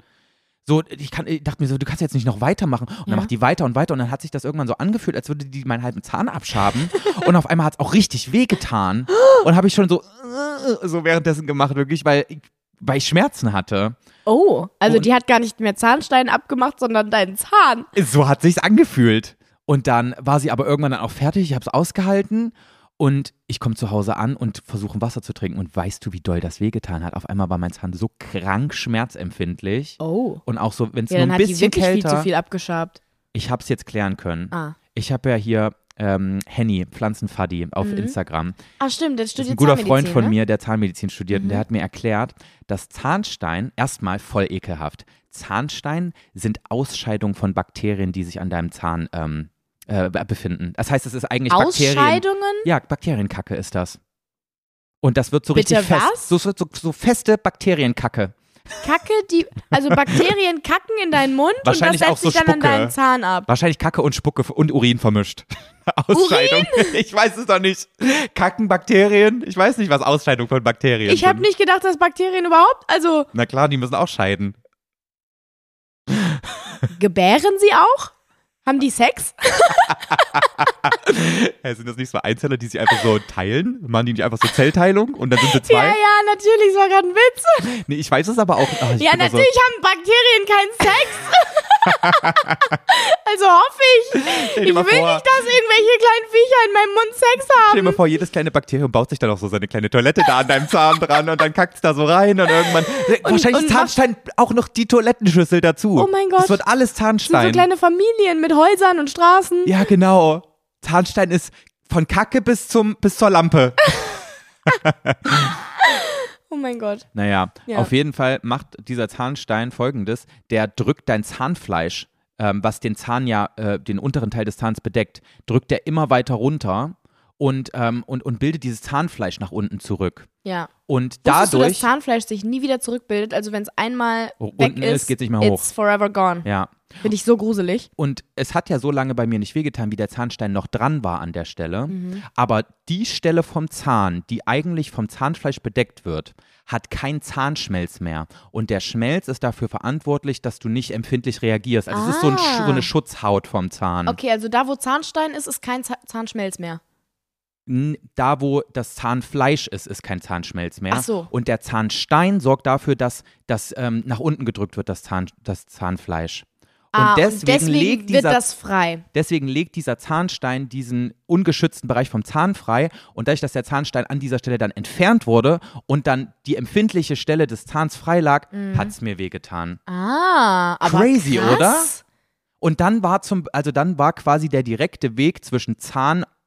S2: So, ich, kann, ich dachte mir so, du kannst jetzt nicht noch weitermachen. Und dann
S1: Ja.
S2: macht die weiter und weiter. Und dann hat sich das irgendwann so angefühlt, als würde die meinen halben Zahn abschaben. und auf einmal hat es auch richtig
S1: (gasps)
S2: wehgetan. Und habe ich schon so, äh, so währenddessen gemacht, wirklich, weil ich, weil ich Schmerzen hatte.
S1: Oh, also
S2: Und-
S1: die hat gar nicht mehr Zahnstein abgemacht, sondern deinen Zahn.
S2: So hat sich's angefühlt. Und dann war sie aber irgendwann dann auch fertig. Ich hab's ausgehalten und ich komme zu Hause an und versuche Wasser zu trinken. Und weißt du, wie doll das wehgetan hat? Auf einmal war mein Zahn so krank schmerzempfindlich.
S1: Oh.
S2: Und auch so, wenn es
S1: Ja,
S2: nur
S1: dann
S2: ein
S1: hat die
S2: bisschen
S1: wirklich viel
S2: kälter.
S1: zu viel abgeschabt.
S2: Ich hab's jetzt klären können.
S1: Ah.
S2: Ich habe ja hier ähm, Henny, Pflanzenfaddy, auf Instagram.
S1: Ah, stimmt, das
S2: Das ist
S1: studiert
S2: ein guter Freund
S1: Zahnmedizin,
S2: von
S1: ne? Mhm.
S2: mir, der Zahnmedizin studiert, und der hat mir erklärt, dass Zahnstein erstmal voll ekelhaft. Zahnstein sind Ausscheidungen von Bakterien, die sich an deinem Zahn ähm, äh, befinden. Das heißt, es ist eigentlich Bakterien.
S1: Ausscheidungen?
S2: Ja, Bakterienkacke ist das. Und das wird so
S1: Bitte
S2: richtig fest.
S1: was?
S2: So, so, so- so feste Bakterienkacke.
S1: Kacke, die. Also Bakterien kacken in deinen Mund
S2: Wahrscheinlich
S1: und
S2: auch
S1: das setzt
S2: so
S1: sich dann
S2: Spucke.
S1: an deinen Zahn ab.
S2: Wahrscheinlich Kacke und Spucke und Urin vermischt. (laughs) Ausscheidung. Ich weiß es doch nicht. Kacken, Bakterien. Ich weiß nicht, was Ausscheidung von Bakterien
S1: Ich habe
S2: sind.
S1: nicht gedacht, dass Bakterien überhaupt. Also,
S2: Na klar, die müssen auch scheiden.
S1: gebären sie auch? Haben die Sex? (laughs)
S2: Hä, sind das nicht so Einzeller, die sich einfach so teilen? Machen die nicht einfach so Zellteilung und dann sind sie
S1: Ja,
S2: zwei?
S1: ja, natürlich, es war gerade ein Witz.
S2: Nee, ich weiß es aber auch. Ah, ich
S1: ja,
S2: bin da so-
S1: natürlich haben Bakterien keinen Sex. (laughs) also hoffe ich.
S2: Stell dir
S1: Ich will
S2: mal
S1: nicht, dass
S2: vor,
S1: irgendwelche kleinen Viecher in meinem Mund Sex
S2: stell dir mal
S1: haben.
S2: vor, jedes kleine Bakterium baut sich dann auch so seine kleine Toilette da an deinem Zahn dran und dann kackt es da so rein und irgendwann. wahrscheinlich
S1: und
S2: Zahnstein auch noch die Toilettenschüssel dazu.
S1: Oh mein Gott.
S2: Das wird alles
S1: Das sind
S2: Zahnstein.
S1: so kleine Familien mit Häusern und Straßen.
S2: ja, genau. Zahnstein ist von Kacke bis, zum, bis zur Lampe.
S1: Oh mein Gott.
S2: Naja,
S1: Ja.
S2: auf jeden Fall macht dieser Zahnstein folgendes: der drückt dein Zahnfleisch, ähm, was den Zahn ja, äh, den unteren Teil des Zahns bedeckt, drückt er immer weiter runter und, ähm, und, und bildet dieses Zahnfleisch nach unten zurück.
S1: Ja.
S2: Und
S1: Wusstest du, dass
S2: dadurch.
S1: Zahnfleisch sich nie wieder zurückbildet? Also wenn es einmal
S2: Oh,
S1: weg
S2: unten ist,
S1: ist,
S2: geht's nicht mehr hoch.
S1: It's forever gone.
S2: ja,
S1: Finde ich so gruselig.
S2: Und es hat ja so lange bei mir nicht wehgetan, wie der Zahnstein noch dran war an der Stelle.
S1: Mhm.
S2: Aber die Stelle vom Zahn, die eigentlich vom Zahnfleisch bedeckt wird, hat keinen Zahnschmelz mehr. Und der Schmelz ist dafür verantwortlich, dass du nicht empfindlich reagierst. Also es ist so, ein, Sch-
S1: Ah.
S2: so eine Schutzhaut vom Zahn.
S1: Okay, also da, wo Zahnstein ist, ist kein Za- Zahnschmelz mehr.
S2: N- Da, wo das Zahnfleisch ist, ist kein Zahnschmelz mehr.
S1: Ach so.
S2: Und der Zahnstein sorgt dafür, dass das ähm, nach unten gedrückt wird, das, Zahn, das Zahnfleisch. Und,
S1: ah,
S2: deswegen
S1: und deswegen
S2: legt
S1: wird
S2: dieser
S1: das frei.
S2: Deswegen legt dieser Zahnstein diesen ungeschützten Bereich vom Zahn frei. Und dadurch, dass der Zahnstein an dieser Stelle dann entfernt wurde und dann die empfindliche Stelle des Zahns frei lag, hat es mir wehgetan.
S1: Ah, aber
S2: Crazy,
S1: krass.
S2: oder? Und dann war zum, also dann war quasi der direkte Weg zwischen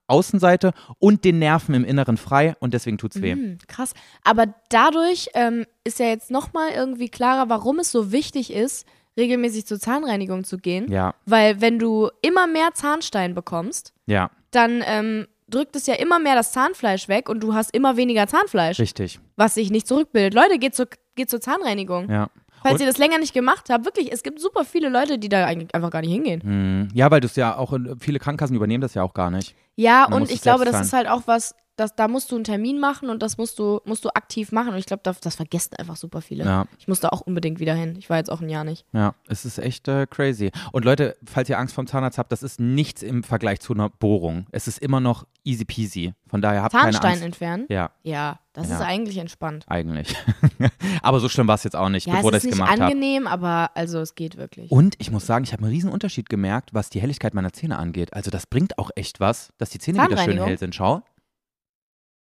S2: Zahnaußenseite und den Nerven im Inneren frei und deswegen tut's weh.
S1: Hm, krass. Aber dadurch ähm, ist ja jetzt nochmal irgendwie klarer, warum es so wichtig ist, regelmäßig zur Zahnreinigung zu gehen.
S2: Ja,
S1: Weil wenn du immer mehr Zahnstein bekommst,
S2: ja,
S1: dann ähm, drückt es ja immer mehr das Zahnfleisch weg und du hast immer weniger Zahnfleisch,
S2: richtig.
S1: was sich nicht zurückbildet. Leute, geht zur, geht zur Zahnreinigung.
S2: Ja.
S1: Falls
S2: Und-
S1: ihr das länger nicht gemacht habt, wirklich, es gibt super viele Leute, die da eigentlich einfach gar nicht hingehen.
S2: Hm. Ja, weil du es ja auch, in- viele Krankenkassen übernehmen das ja auch gar nicht.
S1: Ja,
S2: Man muss
S1: und
S2: es
S1: ich glaube,
S2: selbst
S1: das ist halt auch was, das, da musst du einen Termin machen und das musst du, musst du aktiv machen. Und ich glaube, das, das vergessen einfach super viele.
S2: Ja.
S1: Ich muss da auch unbedingt wieder hin. Ich war jetzt auch ein Jahr nicht.
S2: Ja, es ist echt äh, crazy. Und Leute, falls ihr Angst vom Zahnarzt habt, das ist nichts im Vergleich zu einer Bohrung. Es ist immer noch easy peasy. Von daher habt keine
S1: Zahnstein
S2: Angst.
S1: entfernen?
S2: Ja,
S1: Ja, das
S2: Ja.
S1: ist eigentlich entspannt.
S2: eigentlich. (laughs) Aber so schlimm war es jetzt auch nicht,
S1: Ja,
S2: bevor
S1: es
S2: das
S1: ist nicht
S2: gemacht habe.
S1: angenehm, aber also es geht wirklich.
S2: Und ich muss sagen, ich habe einen riesen Unterschied gemerkt, was die Helligkeit meiner Zähne angeht. Also das bringt auch echt was, dass die Zähne wieder schön
S1: Zahnreinigung?
S2: hell sind. Schau.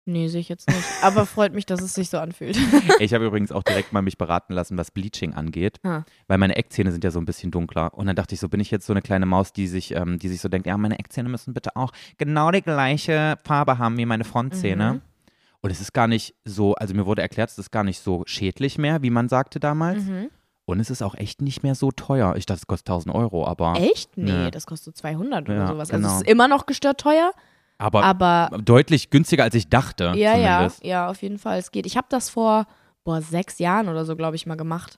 S1: Nee, sehe ich jetzt nicht. Aber freut mich, dass es sich so
S2: (laughs)
S1: anfühlt.
S2: Ich habe übrigens auch direkt mal mich beraten lassen, was Bleaching angeht,
S1: Ah.
S2: weil meine Eckzähne sind ja so ein bisschen dunkler. Und dann dachte ich, so bin ich jetzt so eine kleine Maus, die sich, ähm, die sich so denkt, ja, meine Eckzähne müssen bitte auch genau die gleiche Farbe haben wie meine Frontzähne.
S1: Mhm.
S2: Und es ist gar nicht so, also mir wurde erklärt, es ist gar nicht so schädlich mehr, wie man sagte damals.
S1: Mhm.
S2: Und es ist auch echt nicht mehr so teuer. Ich dachte, es kostet 1000 Euro, aber,
S1: Echt? Nee,
S2: Nee.
S1: das kostet 200 oder
S2: Ja,
S1: sowas. Also
S2: genau.
S1: es ist immer noch gestört teuer,
S2: aber,
S1: aber
S2: deutlich günstiger, als ich dachte.
S1: Ja, ja,
S2: zumindest.
S1: ja, auf jeden Fall. Es geht. Ich habe das vor, boah, sechs Jahren oder so, glaube ich, mal gemacht,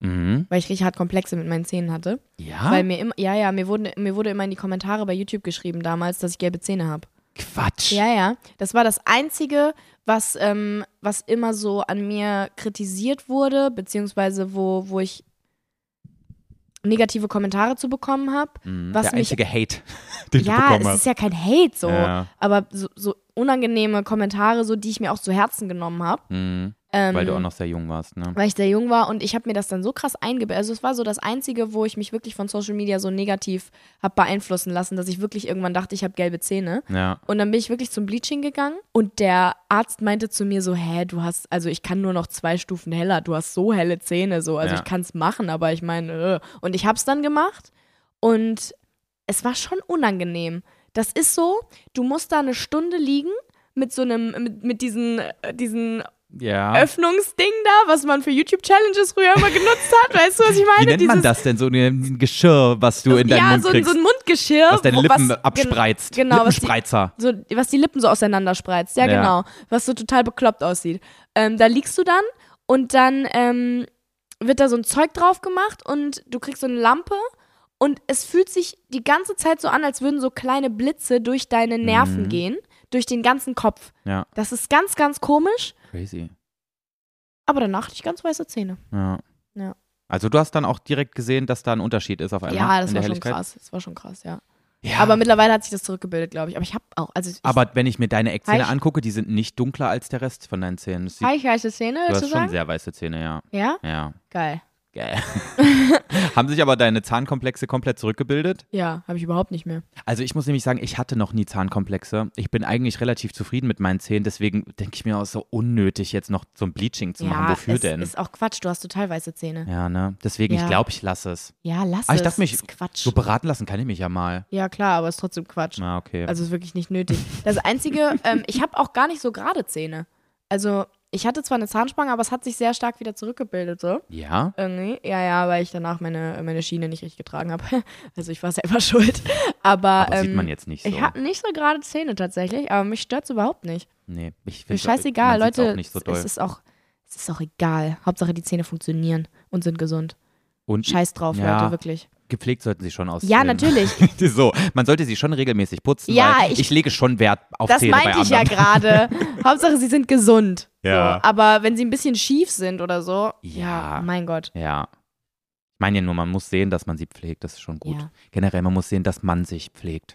S2: Mhm.
S1: weil ich richtig hart Komplexe mit meinen Zähnen hatte.
S2: Ja?
S1: Weil mir immer, ja, ja, mir, wurden, mir wurde immer in die Kommentare bei YouTube geschrieben damals, dass ich gelbe Zähne habe.
S2: Quatsch.
S1: Ja, ja. Das war das Einzige, was, ähm, was immer so an mir kritisiert wurde, beziehungsweise wo, wo ich negative Kommentare zu bekommen habe.
S2: Mhm.
S1: Was
S2: Der
S1: mich-
S2: einzige Hate, (laughs) den du
S1: Ja,
S2: bekommen
S1: es
S2: hast.
S1: ist ja kein Hate so,
S2: Ja.
S1: aber so, so unangenehme Kommentare, so die ich mir auch zu Herzen genommen habe.
S2: Mhm.
S1: Ähm,
S2: Weil du auch noch sehr jung warst, ne?
S1: weil ich sehr jung war und ich habe mir das dann so krass eingebildet. Also es war so das Einzige, wo ich mich wirklich von Social Media so negativ habe beeinflussen lassen, dass ich wirklich irgendwann dachte, ich habe gelbe Zähne.
S2: Ja.
S1: Und dann bin ich wirklich zum Bleaching gegangen und der Arzt meinte zu mir so, hä, du hast, also ich kann nur noch zwei Stufen heller, du hast so helle Zähne, so, also
S2: Ja.
S1: ich kann es machen, aber ich meine, äh. und ich habe es dann gemacht und es war schon unangenehm. Das ist so, du musst da eine Stunde liegen mit so einem, mit, mit diesen, äh, diesen
S2: Ja.
S1: Öffnungsding da, was man für YouTube-Challenges früher immer genutzt hat. Weißt du, was ich meine?
S2: Wie nennt man das denn? So ein Geschirr, was du in deinen
S1: ja,
S2: Mund
S1: so, ein-
S2: kriegst,
S1: so ein Mundgeschirr.
S2: was deine
S1: wo-
S2: Lippen
S1: gen-
S2: abspreizt.
S1: Genau, was die,
S2: Lippenspreizer.
S1: so, was die Lippen so auseinanderspreizt. Ja,
S2: Ja.
S1: genau. Was so total bekloppt aussieht. Ähm, da liegst du dann und dann ähm, wird da so ein Zeug drauf gemacht und du kriegst so eine Lampe und es fühlt sich die ganze Zeit so an, als würden so kleine Blitze durch deine Nerven
S2: Mhm.
S1: gehen, durch den ganzen Kopf.
S2: Ja.
S1: Das ist ganz, ganz komisch,
S2: Crazy.
S1: aber danach hatte ich ganz weiße Zähne.
S2: Ja.
S1: Ja.
S2: Also du hast dann auch direkt gesehen, dass da ein Unterschied ist auf einmal
S1: Ja, das
S2: ne?
S1: war
S2: in der
S1: schon
S2: Helligkeit.
S1: krass. Das war schon krass, ja.
S2: Ja,
S1: Aber mittlerweile hat sich das zurückgebildet, glaube ich. Aber ich habe auch, also ich,
S2: aber wenn ich mir deine Eckzähne
S1: Heiß-
S2: angucke, die sind nicht dunkler als der Rest von deinen Zähnen. Das sieht,
S1: ich heiße Szene,
S2: du
S1: willst du
S2: hast schon
S1: sagen?
S2: sehr weiße Zähne, ja.
S1: Ja,
S2: Ja.
S1: (laughs) geil.
S2: Geil. Haben sich aber deine Zahnkomplexe komplett zurückgebildet?
S1: Ja, habe ich überhaupt nicht mehr.
S2: Also ich muss nämlich sagen, ich hatte noch nie Zahnkomplexe. Ich bin eigentlich relativ zufrieden mit meinen Zähnen, deswegen denke ich mir auch so unnötig, jetzt noch so ein Bleaching zu machen.
S1: ja,
S2: Wofür
S1: es
S2: denn?
S1: ist auch Quatsch, du hast total weiße Zähne.
S2: ja, ne? Deswegen, ich
S1: Ja.
S2: glaube, ich lasse es.
S1: Ja, lass
S2: Aber
S1: es.
S2: Ah, ich dachte mir, ich-
S1: ist Quatsch.
S2: So beraten lassen kann ich mich ja mal.
S1: ja, klar, aber ist trotzdem Quatsch.
S2: Na, okay.
S1: Also ist wirklich nicht nötig. Das Einzige, (laughs) ähm, ich habe auch gar nicht so gerade Zähne. Also ich hatte zwar eine Zahnspange, aber es hat sich sehr stark wieder zurückgebildet, so.
S2: ja?
S1: Irgendwie. Ja, ja, weil ich danach meine, meine Schiene nicht richtig getragen habe. (laughs) Also ich war selber (laughs) schuld. Aber,
S2: Aber
S1: ähm,
S2: sieht man jetzt nicht so.
S1: Ich habe nicht so gerade Zähne tatsächlich, aber mich stört es überhaupt nicht.
S2: nee, ich
S1: Mir
S2: finde
S1: scheißegal,
S2: man sieht's
S1: Leute.
S2: Auch nicht so
S1: es- es
S2: doll.
S1: ist auch, es ist auch egal. Hauptsache die Zähne funktionieren und sind gesund.
S2: Und
S1: Scheiß drauf,
S2: Ja.
S1: Leute, wirklich.
S2: gepflegt sollten sie schon aussehen.
S1: Ja, natürlich.
S2: (laughs) so, man sollte sie schon regelmäßig putzen.
S1: Ja,
S2: weil ich,
S1: ich-
S2: lege schon Wert auf
S1: Das
S2: Zähne bei
S1: meinte ich ja
S2: anderen. (laughs)
S1: gerade. Hauptsache, sie sind gesund.
S2: Ja.
S1: So, aber wenn sie ein bisschen schief sind oder so,
S2: Ja.
S1: ja, mein Gott. (laughs)
S2: Ja. Ich meine ja nur, man muss sehen, dass man sie pflegt. Das ist schon gut.
S1: Ja.
S2: Generell, man muss sehen, dass man sich pflegt.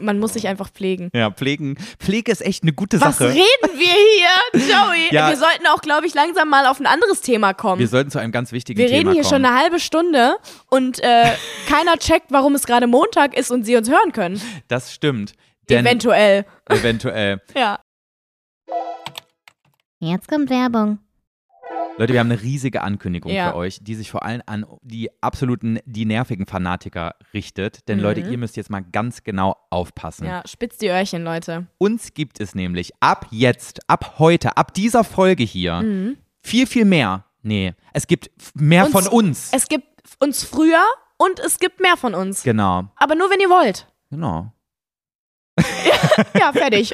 S1: Man muss sich einfach pflegen.
S2: Ja, pflegen. Pflege ist echt eine gute
S1: Was
S2: Sache.
S1: reden wir hier, Joey?
S2: Ja.
S1: Wir sollten auch, glaube ich, langsam mal auf ein anderes Thema kommen.
S2: Wir sollten zu einem ganz wichtigen
S1: Wir
S2: Thema
S1: reden hier
S2: kommen.
S1: schon eine halbe Stunde und
S2: (laughs)
S1: äh, keiner checkt, warum es gerade Montag ist und sie uns hören können.
S2: das stimmt. Denn
S1: Eventuell.
S2: eventuell.
S1: Ja.
S3: Jetzt kommt Werbung.
S2: Leute, wir haben eine riesige Ankündigung
S1: Ja.
S2: für euch, die sich vor allem an die absoluten, die nervigen Fanatiker richtet. Denn Leute, ihr müsst jetzt mal ganz genau aufpassen.
S1: Mhm. ja, spitzt die Öhrchen, Leute.
S2: Uns gibt es nämlich ab jetzt, ab heute, ab dieser Folge hier viel, viel mehr. Nee, es gibt f- mehr
S1: Mhm. Uns-
S2: von uns.
S1: Es gibt uns früher und es gibt mehr von uns.
S2: genau,
S1: Aber nur, wenn ihr wollt.
S2: genau.
S1: Ja,
S2: (laughs)
S1: fertig.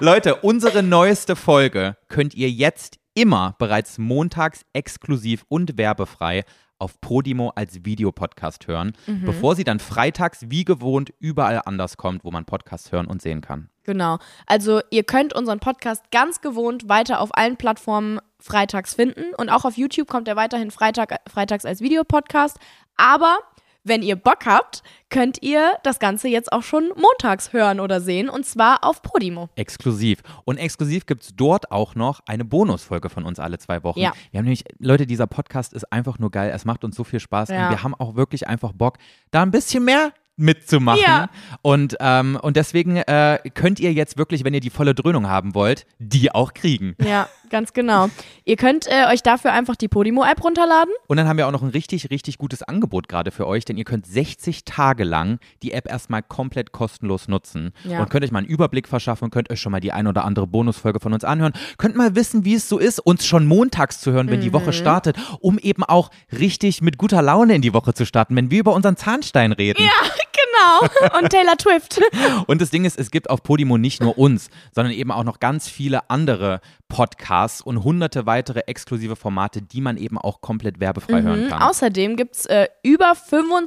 S2: Leute, unsere neueste Folge könnt ihr jetzt immer bereits montags exklusiv und werbefrei auf Podimo als Videopodcast hören, bevor sie dann freitags wie gewohnt überall anders kommt, wo man Podcasts hören und sehen kann.
S1: genau. Also, ihr könnt unseren Podcast ganz gewohnt weiter auf allen Plattformen freitags finden. Und auch auf YouTube kommt er weiterhin Freitag, freitags als Videopodcast. Aber. Wenn ihr Bock habt, könnt ihr das Ganze jetzt auch schon montags hören oder sehen und zwar auf Podimo.
S2: Exklusiv. Und exklusiv gibt es dort auch noch eine Bonusfolge von uns alle zwei Wochen.
S1: Ja.
S2: Wir haben nämlich, Leute, dieser Podcast ist einfach nur geil. Es macht uns so viel Spaß
S1: Ja.
S2: und wir haben auch wirklich einfach Bock, da ein bisschen mehr mitzumachen.
S1: Ja.
S2: Und, ähm, und deswegen äh, könnt ihr jetzt wirklich, wenn ihr die volle Dröhnung haben wollt, die auch kriegen.
S1: Ja, ganz genau. Ihr könnt äh, euch dafür einfach die Podimo-App runterladen.
S2: Und dann haben wir auch noch ein richtig, richtig gutes Angebot gerade für euch, denn ihr könnt 60 Tage lang die App erstmal komplett kostenlos nutzen
S1: Ja.
S2: und könnt euch mal einen Überblick verschaffen und könnt euch schon mal die ein oder andere Bonusfolge von uns anhören. Könnt mal wissen, wie es so ist, uns schon montags zu hören, wenn die
S1: Mhm.
S2: Woche startet, um eben auch richtig mit guter Laune in die Woche zu starten, wenn wir über unseren Zahnstein reden.
S1: Genau. (laughs) Und Taylor Swift.
S2: Und das Ding ist, es gibt auf Podimo nicht nur uns, sondern eben auch noch ganz viele andere Podcasts und hunderte weitere exklusive Formate, die man eben auch komplett werbefrei hören
S1: Mhm.
S2: kann.
S1: Außerdem gibt es äh, über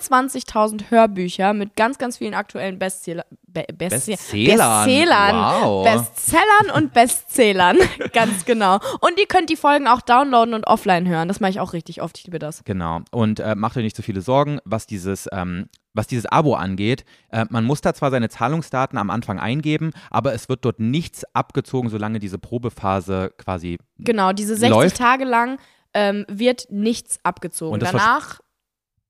S1: 25.000 Hörbücher mit ganz, ganz vielen aktuellen Bestseller, Be Bestse
S2: Bestsellern.
S1: Bestsellern.
S2: Wow.
S1: Bestsellern (laughs) und Bestzählern. ganz genau. Und ihr könnt die Folgen auch downloaden und offline hören. Das mache ich auch richtig oft. Ich liebe das.
S2: Genau. Und äh, macht euch nicht so viele Sorgen, was dieses, ähm, was dieses Abo angeht. Äh, man muss da zwar seine Zahlungsdaten am Anfang eingeben, aber es wird dort nichts abgezogen, solange diese Probephase quasi.
S1: Genau, diese 60
S2: Läuft.
S1: Tage lang ähm, wird nichts abgezogen.
S2: Und das vers-
S1: Danach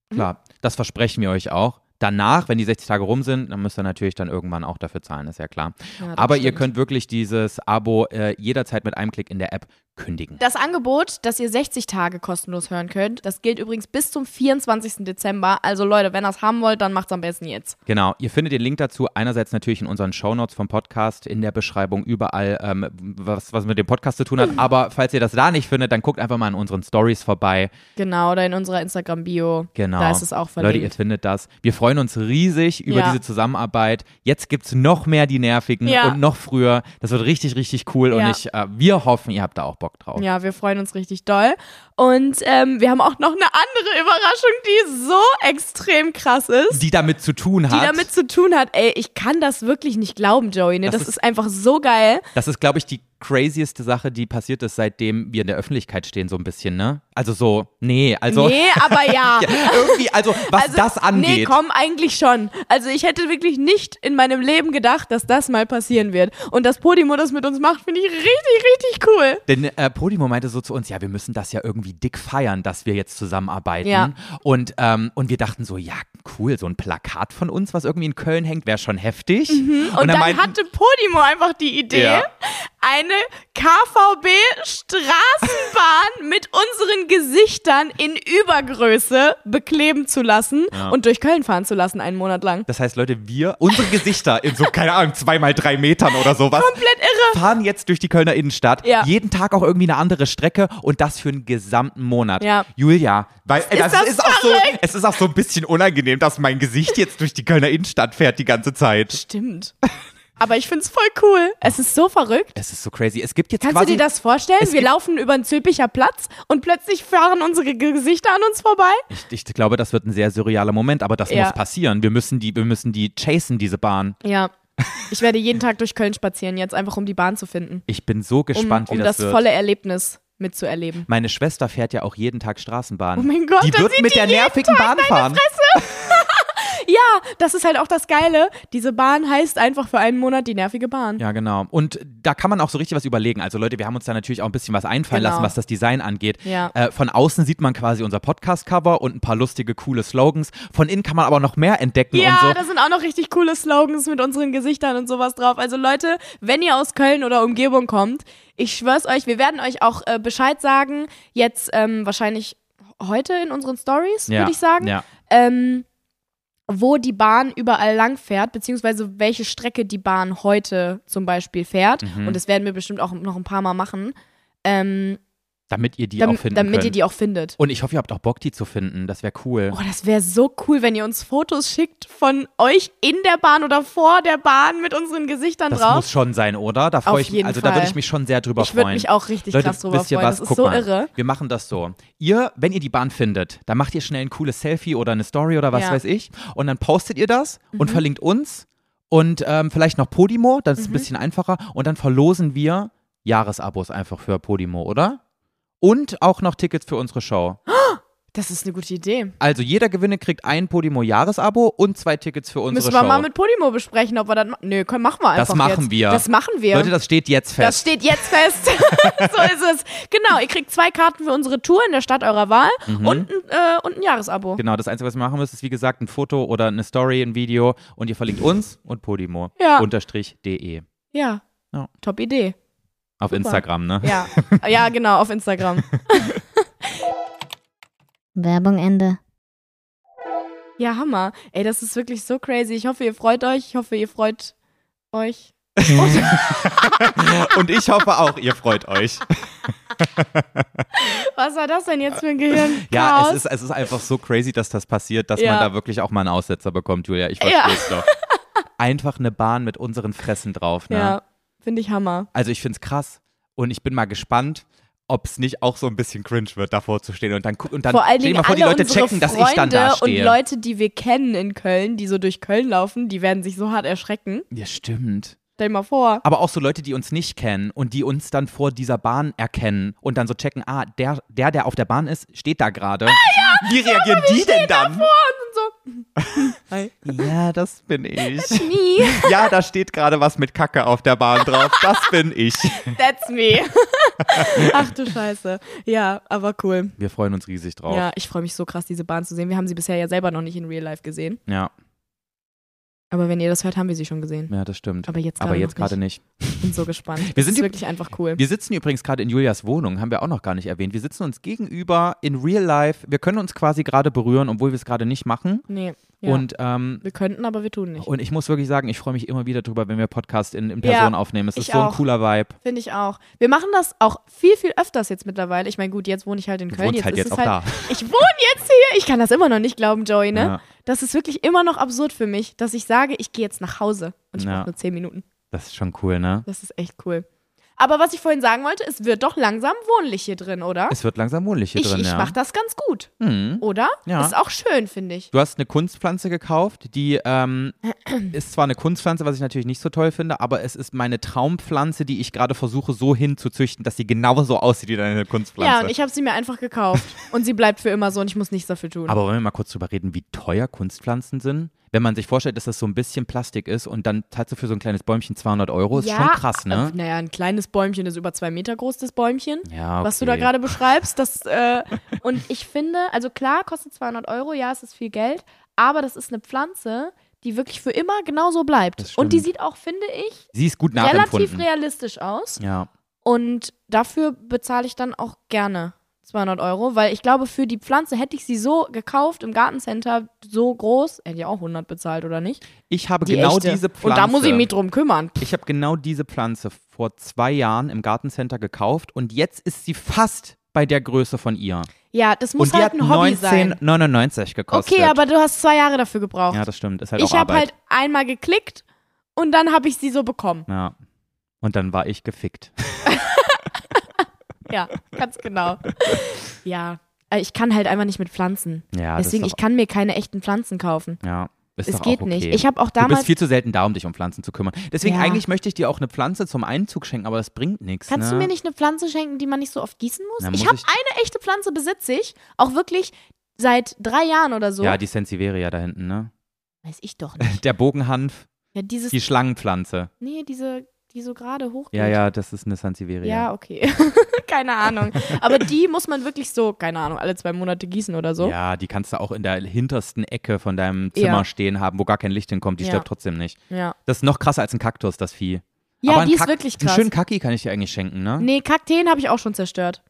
S1: Mhm.
S2: Klar, das versprechen wir euch auch. Danach, wenn die 60 Tage rum sind, dann müsst ihr natürlich dann irgendwann auch dafür zahlen, ist ja klar.
S1: Ja, das
S2: aber ihr
S1: stimmt.
S2: könnt wirklich dieses Abo äh, jederzeit mit einem Klick in der App kündigen.
S1: Das Angebot, das ihr 60 Tage kostenlos hören könnt, das gilt übrigens bis zum 24. Dezember. Also Leute, wenn ihr es haben wollt, dann macht's am besten jetzt.
S2: Genau, ihr findet den Link dazu einerseits natürlich in unseren Shownotes vom Podcast, in der Beschreibung, überall, ähm, was, was mit dem Podcast zu tun hat. Aber falls ihr das da nicht findet, dann guckt einfach mal in unseren Stories vorbei.
S1: Genau, oder in unserer Instagram-Bio.
S2: Genau.
S1: Da ist es auch verlinkt.
S2: Leute, ihr findet das. Wir freuen uns riesig über
S1: Ja.
S2: diese Zusammenarbeit. Jetzt gibt es noch mehr die Nervigen
S1: Ja.
S2: und noch früher. Das wird richtig, richtig cool und
S1: Ja.
S2: ich, äh, wir hoffen, ihr habt da auch Bock drauf.
S1: ja, wir freuen uns richtig doll. Und ähm, wir haben auch noch eine andere Überraschung, die so extrem krass ist,
S2: Die damit zu tun
S1: die
S2: hat.
S1: damit zu tun hat. Ey, ich kann das wirklich nicht glauben, Joey. Ne?
S2: Das
S1: Das,
S2: ist-
S1: ist, einfach so geil.
S2: das ist, glaube ich, die crazieste Sache, die passiert ist, seitdem wir in der Öffentlichkeit stehen, so ein bisschen, ne? Also so, nee, also.
S1: Nee, aber ja.
S2: (laughs) Ja, irgendwie, also was das
S1: Nee,
S2: angeht.
S1: komm, eigentlich schon. Also ich hätte wirklich nicht in meinem Leben gedacht, dass das mal passieren wird. Und dass Podimo das mit uns macht, finde ich richtig, richtig cool.
S2: denn äh, Podimo meinte so zu uns, ja, wir müssen das ja irgendwie dick feiern, dass wir jetzt zusammenarbeiten.
S1: Ja.
S2: Und, ähm, und wir dachten so, ja, cool, so ein Plakat von uns, was irgendwie in Köln hängt, wäre schon heftig. Und,
S1: Mhm. Und, dann,
S2: meinten-
S1: hatte Podimo einfach die Idee,
S2: Ja.
S1: eine
S2: (laughs)
S1: KVB-Straßenbahn mit unseren Gesichtern in Übergröße bekleben zu lassen und durch Köln fahren zu lassen, einen Monat lang.
S2: das heißt, Leute, wir, unsere Gesichter in so, keine Ahnung, zwei mal drei Metern oder sowas,
S1: Komplett irre.
S2: fahren jetzt durch die Kölner Innenstadt.
S1: Ja.
S2: Jeden Tag auch irgendwie eine andere Strecke und das für einen gesamten Monat.
S1: Ja.
S2: Julia, weil äh,
S1: Ist das
S2: auch so, es ist auch so ein bisschen unangenehm, dass mein Gesicht jetzt durch die Kölner Innenstadt fährt die ganze Zeit.
S1: Stimmt. Aber ich finde es voll cool. Es ist so verrückt.
S2: Es ist so crazy. Es gibt jetzt
S1: Kannst
S2: quasi
S1: du dir das vorstellen?
S2: es
S1: Wir
S2: gibt-
S1: laufen über den Zülpicher Platz und plötzlich fahren unsere Ge- Gesichter an uns vorbei.
S2: Ich, ich glaube, das wird ein sehr surrealer Moment, aber das
S1: Ja.
S2: muss passieren. Wir müssen die, wir müssen die chasen, diese Bahn.
S1: Ja. Ich werde jeden Tag durch Köln spazieren, jetzt einfach um die Bahn zu finden.
S2: Ich bin so
S1: Um,
S2: gespannt,
S1: um
S2: wie
S1: das,
S2: das, wird.
S1: volle Erlebnis mitzuerleben.
S2: Meine Schwester fährt ja auch jeden Tag Straßenbahn.
S1: Oh mein Gott,
S2: die
S1: dann
S2: wird
S1: sieht
S2: mit
S1: die
S2: der
S1: jeden
S2: nervigen Bahn fahren.
S1: Ja, das ist halt auch das Geile. Diese Bahn heißt einfach für einen Monat die nervige Bahn.
S2: Ja, genau. Und da kann man auch so richtig was überlegen. Also Leute, wir haben uns da natürlich auch ein bisschen was einfallen
S1: Genau.
S2: lassen, was das Design angeht.
S1: Ja.
S2: Äh, von außen sieht man quasi unser Podcast-Cover und ein paar lustige, coole Slogans. Von innen kann man aber noch mehr entdecken
S1: Ja,
S2: und so.
S1: da sind auch noch richtig coole Slogans mit unseren Gesichtern und sowas drauf. Also Leute, wenn ihr aus Köln oder Umgebung kommt, ich schwör's euch, wir werden euch auch äh, Bescheid sagen. Jetzt ähm, wahrscheinlich heute in unseren Stories,
S2: ja,
S1: würde ich sagen.
S2: Ja.
S1: Ähm, wo die Bahn überall lang fährt, beziehungsweise welche Strecke die Bahn heute zum Beispiel fährt.
S2: Mhm.
S1: Und das werden wir bestimmt auch noch ein paar Mal machen, ähm,
S2: Damit ihr die
S1: dam
S2: auch finden
S1: damit
S2: könnt.
S1: ihr die auch findet.
S2: und ich hoffe, ihr habt auch Bock, die zu finden. Das wäre cool.
S1: Oh, das wäre so cool, wenn ihr uns Fotos schickt von euch in der Bahn oder vor der Bahn mit unseren Gesichtern
S2: das
S1: drauf.
S2: muss schon sein, oder? Da
S1: Auf
S2: freue ich mich,
S1: jeden
S2: also da würde
S1: Fall.
S2: ich mich schon sehr drüber
S1: Ich
S2: freuen.
S1: würde mich auch richtig
S2: Leute,
S1: krass drüber
S2: wisst ihr
S1: freuen.
S2: was?
S1: Das ist
S2: Guck
S1: so
S2: mal.
S1: irre.
S2: Wir machen das so. Ihr, wenn ihr die Bahn findet, dann macht ihr schnell ein cooles Selfie oder eine Story oder was
S1: Ja. Mhm.
S2: weiß ich. Und dann postet ihr das und verlinkt uns und ähm, vielleicht noch Podimo, das ist ein bisschen einfacher. Und dann verlosen wir Jahresabos einfach für Podimo, oder? Und auch noch Tickets für unsere Show.
S1: Das ist eine gute Idee.
S2: Also jeder Gewinne kriegt ein Podimo-Jahresabo und zwei Tickets für unsere
S1: Müssen
S2: Show.
S1: wir mal mit Podimo besprechen, ob wir das. ma- Nö, komm, machen wir einfach.
S2: Das machen
S1: jetzt.
S2: wir.
S1: Das machen wir.
S2: Leute, das steht jetzt fest.
S1: Das steht jetzt fest. (laughs) so ist es. Genau, ihr kriegt zwei Karten für unsere Tour in der Stadt eurer Wahl
S2: Mhm.
S1: und, ein, äh, und ein Jahresabo.
S2: Genau, das Einzige, was ihr machen müsst, ist wie gesagt ein Foto oder eine Story, ein Video und ihr verlinkt uns und Podimo
S1: Ja.
S2: unterstrich de
S1: Ja.
S2: Ja.
S1: Top
S2: (laughs)
S1: Idee.
S2: auf Instagram, ne?
S1: Ja. ja, genau, auf Instagram.
S3: Werbung Ende.
S1: Ja, Hammer. Ey, das ist wirklich so crazy. Ich hoffe, ihr freut euch. Ich hoffe, ihr freut
S2: (laughs)
S1: euch.
S2: (laughs) Und ich hoffe auch, ihr
S1: (laughs)
S2: freut euch.
S1: Was war das denn jetzt für ein Gehirn?
S2: Ja, es ist, es ist einfach so crazy, dass das passiert, dass
S1: Ja.
S2: man da wirklich auch mal einen Aussetzer bekommt, Julia. Ich verstehe
S1: Ja.
S2: es
S1: (laughs)
S2: doch. Einfach eine Bahn mit unseren Fressen drauf, ne?
S1: Ja, finde ich Hammer.
S2: Also ich finde es krass und ich bin mal gespannt, ob es nicht auch so ein bisschen cringe wird, davor zu stehen und dann gu- und dann
S1: vor allen
S2: stell dir
S1: Dingen
S2: mal vor,
S1: alle
S2: die Leute
S1: unsere
S2: checken, dass
S1: Freunde
S2: ich dann da
S1: und
S2: stehe.
S1: Leute, die wir kennen in Köln, die so durch Köln laufen, die werden sich so hart erschrecken.
S2: ja, stimmt.
S1: Stell dir mal vor.
S2: Aber auch so Leute, die uns nicht kennen und die uns dann vor dieser Bahn erkennen und dann so checken, ah, der, der, der auf der Bahn ist, steht da
S1: Ah,
S2: gerade. Wie
S1: genau,
S2: reagieren die denn dann?
S1: (laughs) Hi.
S2: Ja, das bin ich.
S1: Nie.
S2: Ja, da steht gerade was mit Kacke auf der Bahn drauf. Das bin ich.
S1: That's me. (laughs) Ach du Scheiße. Ja, aber cool.
S2: Wir freuen uns riesig drauf.
S1: Ja, ich freue mich so krass, diese Bahn zu sehen. Wir haben sie bisher ja selber noch nicht in Real Life gesehen.
S2: ja,
S1: Aber wenn ihr das hört, haben wir sie schon gesehen.
S2: ja, das stimmt.
S1: Aber jetzt gerade
S2: Aber jetzt
S1: noch
S2: gerade
S1: nicht.
S2: nicht.
S1: Ich bin so gespannt.
S2: Wir
S1: das
S2: sind
S1: ist
S2: die-
S1: wirklich einfach cool.
S2: Wir sitzen übrigens gerade in Julias Wohnung, haben wir auch noch gar nicht erwähnt. Wir sitzen uns gegenüber in real life. Wir können uns quasi gerade berühren, obwohl wir es gerade nicht machen.
S1: Nee. Ja.
S2: Und ähm,
S1: wir könnten, aber wir tun nicht.
S2: Und ich muss wirklich sagen, ich freue mich immer wieder drüber, wenn wir Podcast in, in
S1: Ja,
S2: Person aufnehmen. Es ist
S1: ich
S2: so ein
S1: auch.
S2: cooler Vibe.
S1: Finde ich auch. Wir machen das auch viel, viel öfters jetzt mittlerweile. Ich meine, gut, jetzt wohne ich halt in
S2: Du
S1: Köln.
S2: wohnst halt
S1: ist
S2: jetzt
S1: es
S2: auch
S1: halt, Ich wohne jetzt hier. Ich kann das immer noch nicht glauben, Joey, (laughs) ne?
S2: Ja.
S1: Das ist wirklich immer noch absurd für mich, dass ich sage, ich gehe jetzt nach Hause. Und ich
S2: Ja.
S1: brauche nur 10 Minuten.
S2: Das ist schon cool, ne?
S1: Das ist echt cool. Aber was ich vorhin sagen wollte, es wird doch langsam wohnlich hier drin, oder?
S2: Es wird langsam wohnlich hier
S1: ich
S2: drin,
S1: ich
S2: ja.
S1: mach das ganz gut,
S2: Hm.
S1: oder?
S2: Ja.
S1: Ist auch schön, finde ich.
S2: Du hast eine Kunstpflanze gekauft, die
S1: (clears throat)
S2: ähm, ist zwar eine Kunstpflanze, was ich natürlich nicht so toll finde, aber es ist meine Traumpflanze, die ich gerade versuche so hinzuzüchten, dass sie genauso aussieht wie deine Kunstpflanze.
S1: Ja, und ich habe sie mir einfach gekauft. und sie bleibt für immer so und ich muss nichts dafür tun.
S2: aber wollen wir mal kurz drüber reden, wie teuer Kunstpflanzen sind? Wenn man sich vorstellt, dass das so ein bisschen Plastik ist und dann zahlst du für so ein kleines Bäumchen 200 Euro, ist
S1: ja,
S2: schon krass, ne?
S1: äh, Naja, ein kleines Bäumchen ist über zwei Meter groß, das Bäumchen.
S2: Ja, okay.
S1: was du da gerade beschreibst. Das, äh, und ich finde, also klar, kostet 200 Euro, ja, es ist viel Geld, aber das ist eine Pflanze, die wirklich für immer genauso
S2: Das
S1: bleibt.
S2: stimmt.
S1: Und die sieht auch, finde ich,
S2: Sie ist gut
S1: relativ
S2: nachempfunden.
S1: realistisch aus.
S2: ja.
S1: Und dafür bezahle ich dann auch gerne 200 Euro, weil ich glaube, für die Pflanze hätte ich sie so gekauft im Gartencenter, so groß, hätte ich auch 100 bezahlt, oder nicht?
S2: Ich habe
S1: Die
S2: genau
S1: echte.
S2: diese Pflanze.
S1: Und da muss ich mich drum kümmern.
S2: Ich habe genau diese Pflanze vor zwei Jahren im Gartencenter gekauft und jetzt ist sie fast bei der Größe von ihr.
S1: Ja, das muss
S2: und die
S1: halt
S2: hat
S1: ein Hobby sein.
S2: 19,99 gekostet.
S1: Okay, aber du hast zwei Jahre dafür gebraucht.
S2: ja, das stimmt. Ist halt
S1: ich
S2: auch
S1: habe halt
S2: Arbeit.
S1: einmal geklickt und dann habe ich sie so bekommen.
S2: Ja. Und dann war ich gefickt.
S1: Ja, (laughs) ganz genau. Ja. Äh, Ich kann halt einfach nicht mit Pflanzen.
S2: Ja, das
S1: Deswegen,
S2: ist
S1: ich
S2: doch,
S1: kann mir keine echten Pflanzen kaufen.
S2: Ja, ist
S1: es
S2: doch
S1: geht
S2: auch okay.
S1: nicht. Ich habe auch
S2: du bist
S1: damals.
S2: viel zu selten da, um dich um Pflanzen zu kümmern. Deswegen,
S1: Ja.
S2: eigentlich möchte ich dir auch eine Pflanze zum Einzug schenken, aber das bringt nichts.
S1: Kannst
S2: ne?
S1: du mir nicht eine Pflanze schenken, die man nicht so oft gießen muss?
S2: Na,
S1: ich
S2: muss
S1: habe
S2: ich-
S1: eine echte Pflanze, besitze ich. Auch wirklich seit drei Jahren oder so.
S2: Ja, die Sensivieria da hinten, ne?
S1: Weiß ich doch nicht.
S2: (laughs) Der Bogenhanf,
S1: Ja, dieses.
S2: die Schlangenpflanze.
S1: nee, diese, die so gerade hochgeht.
S2: Ja, ja, das ist eine Sansevieria.
S1: Ja, okay. (laughs) keine Ahnung. Aber die muss man wirklich so, keine Ahnung, alle zwei Monate gießen oder so.
S2: Ja, die kannst du auch in der hintersten Ecke von deinem Zimmer
S1: Ja.
S2: stehen haben, wo gar kein Licht hinkommt. Die
S1: Ja.
S2: stirbt trotzdem nicht.
S1: Ja,
S2: Das ist noch krasser als ein Kaktus, das Vieh.
S1: ja
S2: Aber ein
S1: die ist
S2: Kak-
S1: wirklich
S2: Einen
S1: krass.
S2: schönen Kaki kann ich dir eigentlich schenken, ne?
S1: Nee, Kakteen habe ich auch schon zerstört.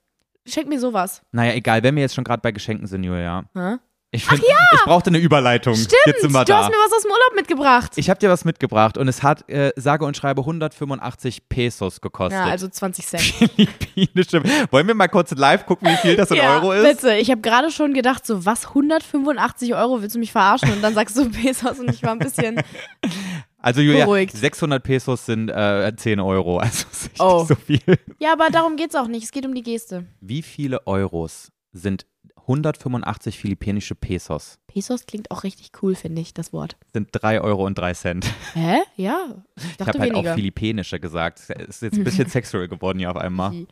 S1: Schenk mir sowas.
S2: Naja, egal, wenn wir jetzt schon gerade bei Geschenken sind, Julia.
S1: Hä?
S2: Ich, find, ich brauchte eine Überleitung. jetzt sind wir
S1: du
S2: da.
S1: hast mir was aus dem Urlaub mitgebracht.
S2: ich habe dir was mitgebracht und es hat äh, sage und schreibe 185 Pesos gekostet.
S1: ja, also 20 Cent.
S2: (laughs) Philippinische. Wollen wir mal kurz live gucken, wie viel das in
S1: ja,
S2: Euro ist?
S1: Bitte, ich habe gerade schon gedacht, so was, 185 Euro, willst du mich verarschen? Und dann sagst du (laughs) Pesos und ich war ein bisschen,
S2: Also Julia,
S1: Beruhigt.
S2: 600 Pesos sind äh, 10 Euro, also es ist nicht
S1: Oh.
S2: so viel.
S1: ja, aber darum geht's auch nicht, es geht um die Geste.
S2: Wie viele Euros sind 185 philippinische Pesos?
S1: Pesos klingt auch richtig cool, finde ich, das Wort.
S2: Sind 3 Euro und 3 Cent.
S1: Hä? Ja, ich
S2: Ich
S1: dachte
S2: habe halt
S1: weniger.
S2: auch philippinische gesagt.
S1: (laughs)
S2: Ist jetzt ein bisschen sexual geworden hier auf einmal.
S1: Hi.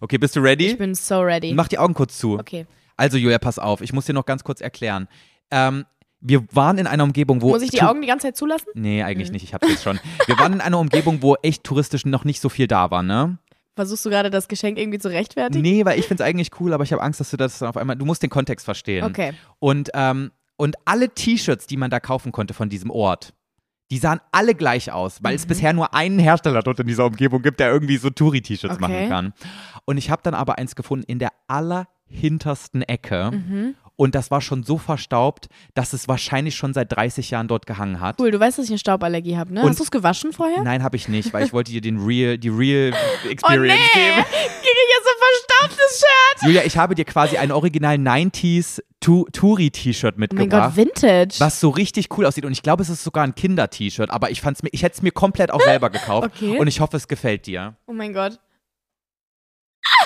S2: Okay, bist du ready?
S1: ich bin so ready.
S2: Mach die Augen kurz zu.
S1: Okay,
S2: Also Julia, pass auf, ich muss dir noch ganz kurz erklären. Ähm, wir waren in einer Umgebung, wo
S1: muss ich die
S2: tu-
S1: Augen die ganze Zeit zulassen?
S2: Nee, eigentlich nicht, ich hab's jetzt schon. Wir waren in einer Umgebung, wo echt touristisch noch nicht so viel da war, ne?
S1: Versuchst du gerade das Geschenk irgendwie zu rechtfertigen?
S2: Nee, weil ich find's eigentlich cool, aber ich habe Angst, dass du das dann auf einmal. Du musst den Kontext verstehen.
S1: Okay.
S2: Und, ähm, und alle T-Shirts, die man da kaufen konnte von diesem Ort, die sahen alle gleich aus, weil
S1: Mhm.
S2: es bisher nur einen Hersteller dort in dieser Umgebung gibt, der irgendwie so Touri-T-Shirts
S1: Okay.
S2: machen kann. Und ich habe dann aber eins gefunden in der allerhintersten Ecke.
S1: Mhm.
S2: Und das war schon so verstaubt, dass es wahrscheinlich schon seit 30 Jahren dort gehangen hat.
S1: Cool, du weißt, dass ich eine Stauballergie habe, ne?
S2: Und-
S1: Hast du es gewaschen vorher?
S2: Nein, habe ich nicht, weil ich wollte dir den real, die real
S1: (laughs) oh nee,
S2: Experience
S1: (laughs)
S2: geben.
S1: krieg ich jetzt so ein verstaubtes Shirt.
S2: Julia, ich habe dir quasi ein original 90s Tu- Touri-T-Shirt
S1: Oh mein
S2: mitgebracht.
S1: Gott, Vintage.
S2: was so richtig cool aussieht und ich glaube, es ist sogar ein Kinder-T-Shirt, aber ich fand's mir, ich hätte es mir komplett auch selber gekauft
S1: Okay.
S2: und ich hoffe, es gefällt dir.
S1: Oh mein Gott. (laughs)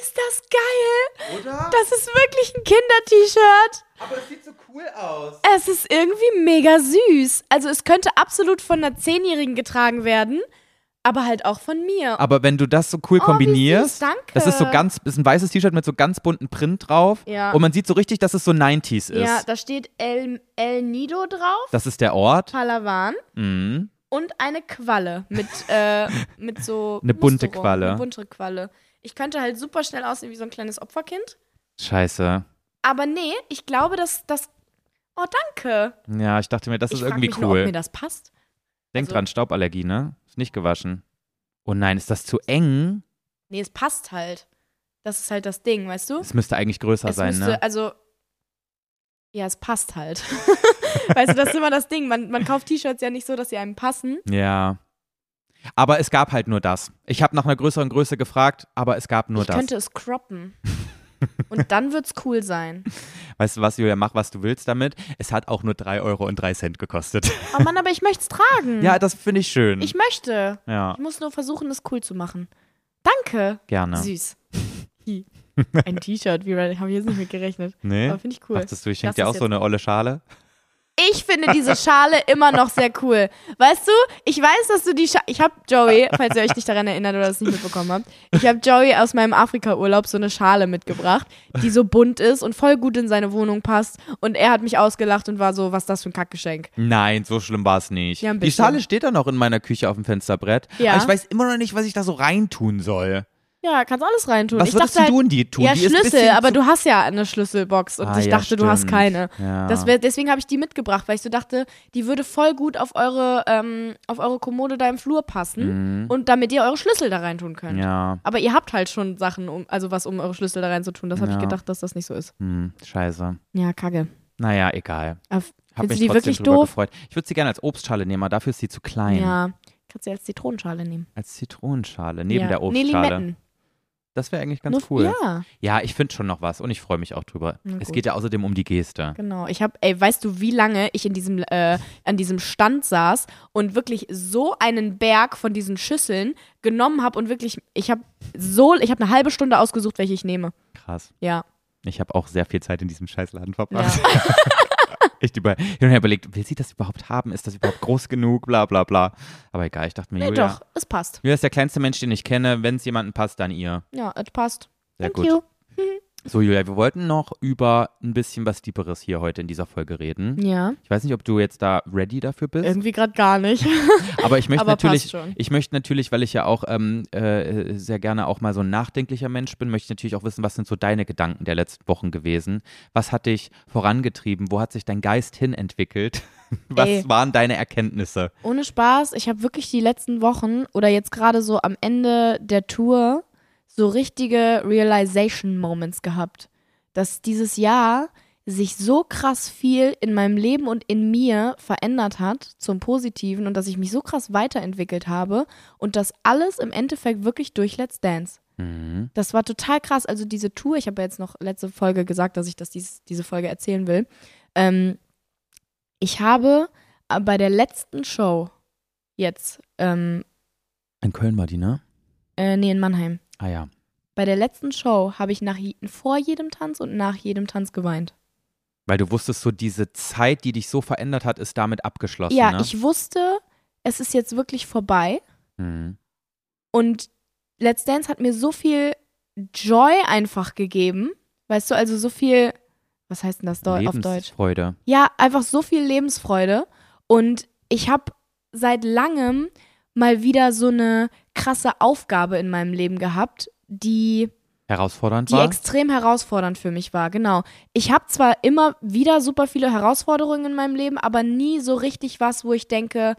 S1: Ist das geil?
S2: Oder?
S1: Das ist wirklich ein Kinder-T-Shirt.
S2: Aber es sieht so cool aus.
S1: Es ist irgendwie mega süß. Also es könnte absolut von einer Zehnjährigen getragen werden, aber halt auch von mir.
S2: Aber wenn du das so cool
S1: Oh, wie süß,
S2: kombinierst,
S1: danke.
S2: das ist so ganz, ist ein weißes T-Shirt mit so ganz bunten Print drauf
S1: Ja.
S2: und man sieht so richtig, dass es so 90s ist.
S1: ja, da steht El, El Nido drauf,
S2: das ist der Ort.
S1: Palawan
S2: Mhm.
S1: und eine Qualle
S2: (laughs)
S1: mit, äh, mit so
S2: Eine bunte Qualle.
S1: Eine bunte Qualle. Ich könnte halt super schnell aussehen wie so ein kleines Opferkind.
S2: Scheiße.
S1: Aber nee, ich glaube, dass das. Oh, danke.
S2: Ja, ich dachte mir, das
S1: ich
S2: ist
S1: frag
S2: irgendwie
S1: mich Nur, ob
S2: cool.
S1: mir das passt.
S2: Denk
S1: also-
S2: dran, Stauballergie, ne? Ist nicht gewaschen. Oh nein, ist das zu
S1: Hm?
S2: eng?
S1: Nee, es passt halt. Das ist halt das Ding, weißt du?
S2: Es müsste eigentlich größer
S1: es
S2: sein,
S1: müsste,
S2: ne?
S1: also. Ja, es passt halt. (laughs) weißt du, das ist immer das Ding. Man, man kauft T-Shirts ja nicht so, dass sie einem passen.
S2: Ja. Aber es gab halt nur das. Ich habe nach einer größeren Größe gefragt, aber es gab nur
S1: ich
S2: das.
S1: könnte es croppen. Und dann wird's cool sein.
S2: Weißt du was, Julia, mach was du willst damit. Es hat auch nur 3 Euro und 3 Cent gekostet.
S1: Oh Mann, aber ich möchte's tragen.
S2: Ja, das finde ich schön.
S1: Mhm. Ich möchte.
S2: ja,
S1: Ich muss nur versuchen, es cool zu machen. Danke.
S2: gerne. (laughs)
S1: Süß. Hi. Ein T-Shirt, wie habe ich jetzt nicht mit gerechnet.
S2: Nee?
S1: Aber finde ich cool.
S2: Dachtest du, ich
S1: Das
S2: schenke dir auch
S1: ist
S2: so eine olle Schale?
S1: Ich finde diese Schale immer noch sehr cool. Weißt du, ich weiß, dass du die Schale. Ich habe Joey, falls ihr euch nicht daran erinnert oder das nicht mitbekommen habt, ich habe Joey aus meinem Afrika-Urlaub so eine Schale mitgebracht, die so bunt ist und voll gut in seine Wohnung passt. Und er hat mich ausgelacht und war so, was ist das für ein Kackgeschenk?
S2: Nein, so schlimm war es nicht.
S1: Ja, ein
S2: Die
S1: bisschen.
S2: Schale steht da noch in meiner Küche auf dem Fensterbrett.
S1: Ja.
S2: Aber ich weiß immer noch nicht, was ich da so reintun soll.
S1: Ja, kannst alles reintun.
S2: Was
S1: ich
S2: würdest
S1: dachte
S2: du
S1: halt,
S2: in die tun?
S1: ja,
S2: die ist ein
S1: Schlüssel,
S2: bisschen
S1: aber
S2: zu-
S1: du hast ja eine Schlüsselbox und
S2: Ah,
S1: ich
S2: ja,
S1: dachte, du hast
S2: stimmt.
S1: keine.
S2: Ja.
S1: Das wär, deswegen habe ich die mitgebracht, weil ich so dachte, die würde voll gut auf eure, ähm, auf eure Kommode da im Flur passen und damit ihr eure Schlüssel da reintun könnt.
S2: Mhm. Ja,
S1: Aber ihr habt halt schon Sachen, um, also was, um eure Schlüssel da reinzutun. Das habe
S2: Ja.
S1: ich gedacht, dass das nicht so ist.
S2: hm, scheiße.
S1: Ja, kacke.
S2: Naja, egal.
S1: Aber f-
S2: Hab
S1: Findest du die
S2: mich trotzdem
S1: wirklich
S2: drüber
S1: doof?
S2: gefreut. Ich würde sie gerne als Obstschale nehmen, aber dafür ist sie zu klein.
S1: Ja. Kannst du ja als Zitronenschale nehmen.
S2: Als Zitronenschale, neben
S1: ja.
S2: der
S1: Nee,
S2: Obstschale.
S1: Limetten.
S2: Das wäre eigentlich ganz
S1: Nur-
S2: cool.
S1: Ja,
S2: Ja, ich finde schon noch was und ich freue mich auch drüber.
S1: Na
S2: Es
S1: gut.
S2: geht ja außerdem um die Geste.
S1: genau. Ich habe, ey, weißt du, wie lange ich in diesem, äh, an diesem Stand saß und wirklich so einen Berg von diesen Schüsseln genommen habe und wirklich, ich habe so, ich habe eine halbe Stunde ausgesucht, welche ich nehme.
S2: Krass.
S1: Ja.
S2: Ich habe auch sehr viel Zeit in diesem Scheißladen
S1: ja.
S2: verbracht. (laughs) Ich über, hin und her überlegt, will sie das überhaupt haben? Ist das überhaupt groß genug? Bla bla bla. Aber egal, ich dachte mir,
S1: nee,
S2: Julia,
S1: doch, es passt.
S2: Julia ist der kleinste Mensch, den ich kenne. Wenn es jemandem passt, dann ihr.
S1: Ja, es passt.
S2: Sehr
S1: Thank
S2: gut.
S1: you.
S2: So, Julia, wir wollten noch über ein bisschen was Tieferes hier heute in dieser Folge reden.
S1: Ja.
S2: Ich weiß nicht, ob du jetzt da ready dafür bist.
S1: Irgendwie gerade gar nicht.
S2: Aber ich möchte
S1: Aber passt
S2: natürlich,
S1: schon.
S2: ich möchte natürlich, weil ich ja auch ähm, äh, sehr gerne auch mal so ein nachdenklicher Mensch bin, möchte ich natürlich auch wissen, was sind so deine Gedanken der letzten Wochen gewesen? Was hat dich vorangetrieben? Wo hat sich dein Geist hin entwickelt? (laughs) Was
S1: Ey.
S2: waren deine Erkenntnisse?
S1: Ohne Spaß, ich habe wirklich die letzten Wochen oder jetzt gerade so am Ende der Tour so richtige Realization-Moments gehabt, dass dieses Jahr sich so krass viel in meinem Leben und in mir verändert hat zum Positiven und dass ich mich so krass weiterentwickelt habe und das alles im Endeffekt wirklich durch Let's Dance.
S2: Mhm.
S1: Das war total krass. Also diese Tour, ich habe ja jetzt noch letzte Folge gesagt, dass ich das dies, diese Folge erzählen will. Ähm, ich habe äh, bei der letzten Show jetzt, ähm,
S2: In Köln war die, ne?
S1: äh, nee, in Mannheim.
S2: Ah ja.
S1: Bei der letzten Show habe ich nach, je- vor jedem Tanz und nach jedem Tanz geweint.
S2: Weil du wusstest, so diese Zeit, die dich so verändert hat, ist damit abgeschlossen.
S1: ja,
S2: ne?
S1: ich wusste, es ist jetzt wirklich vorbei.
S2: Mhm.
S1: Und Let's Dance hat mir so viel Joy einfach gegeben. Weißt du, also so viel, was heißt denn das Deu auf Deutsch?
S2: Lebensfreude.
S1: Ja, einfach so viel Lebensfreude. Und ich habe seit langem mal wieder so eine krasse Aufgabe in meinem Leben gehabt, die,
S2: Herausfordernd
S1: die
S2: war.
S1: extrem herausfordernd für mich war. Genau. Ich habe zwar immer wieder super viele Herausforderungen in meinem Leben, aber nie so richtig was, wo ich denke,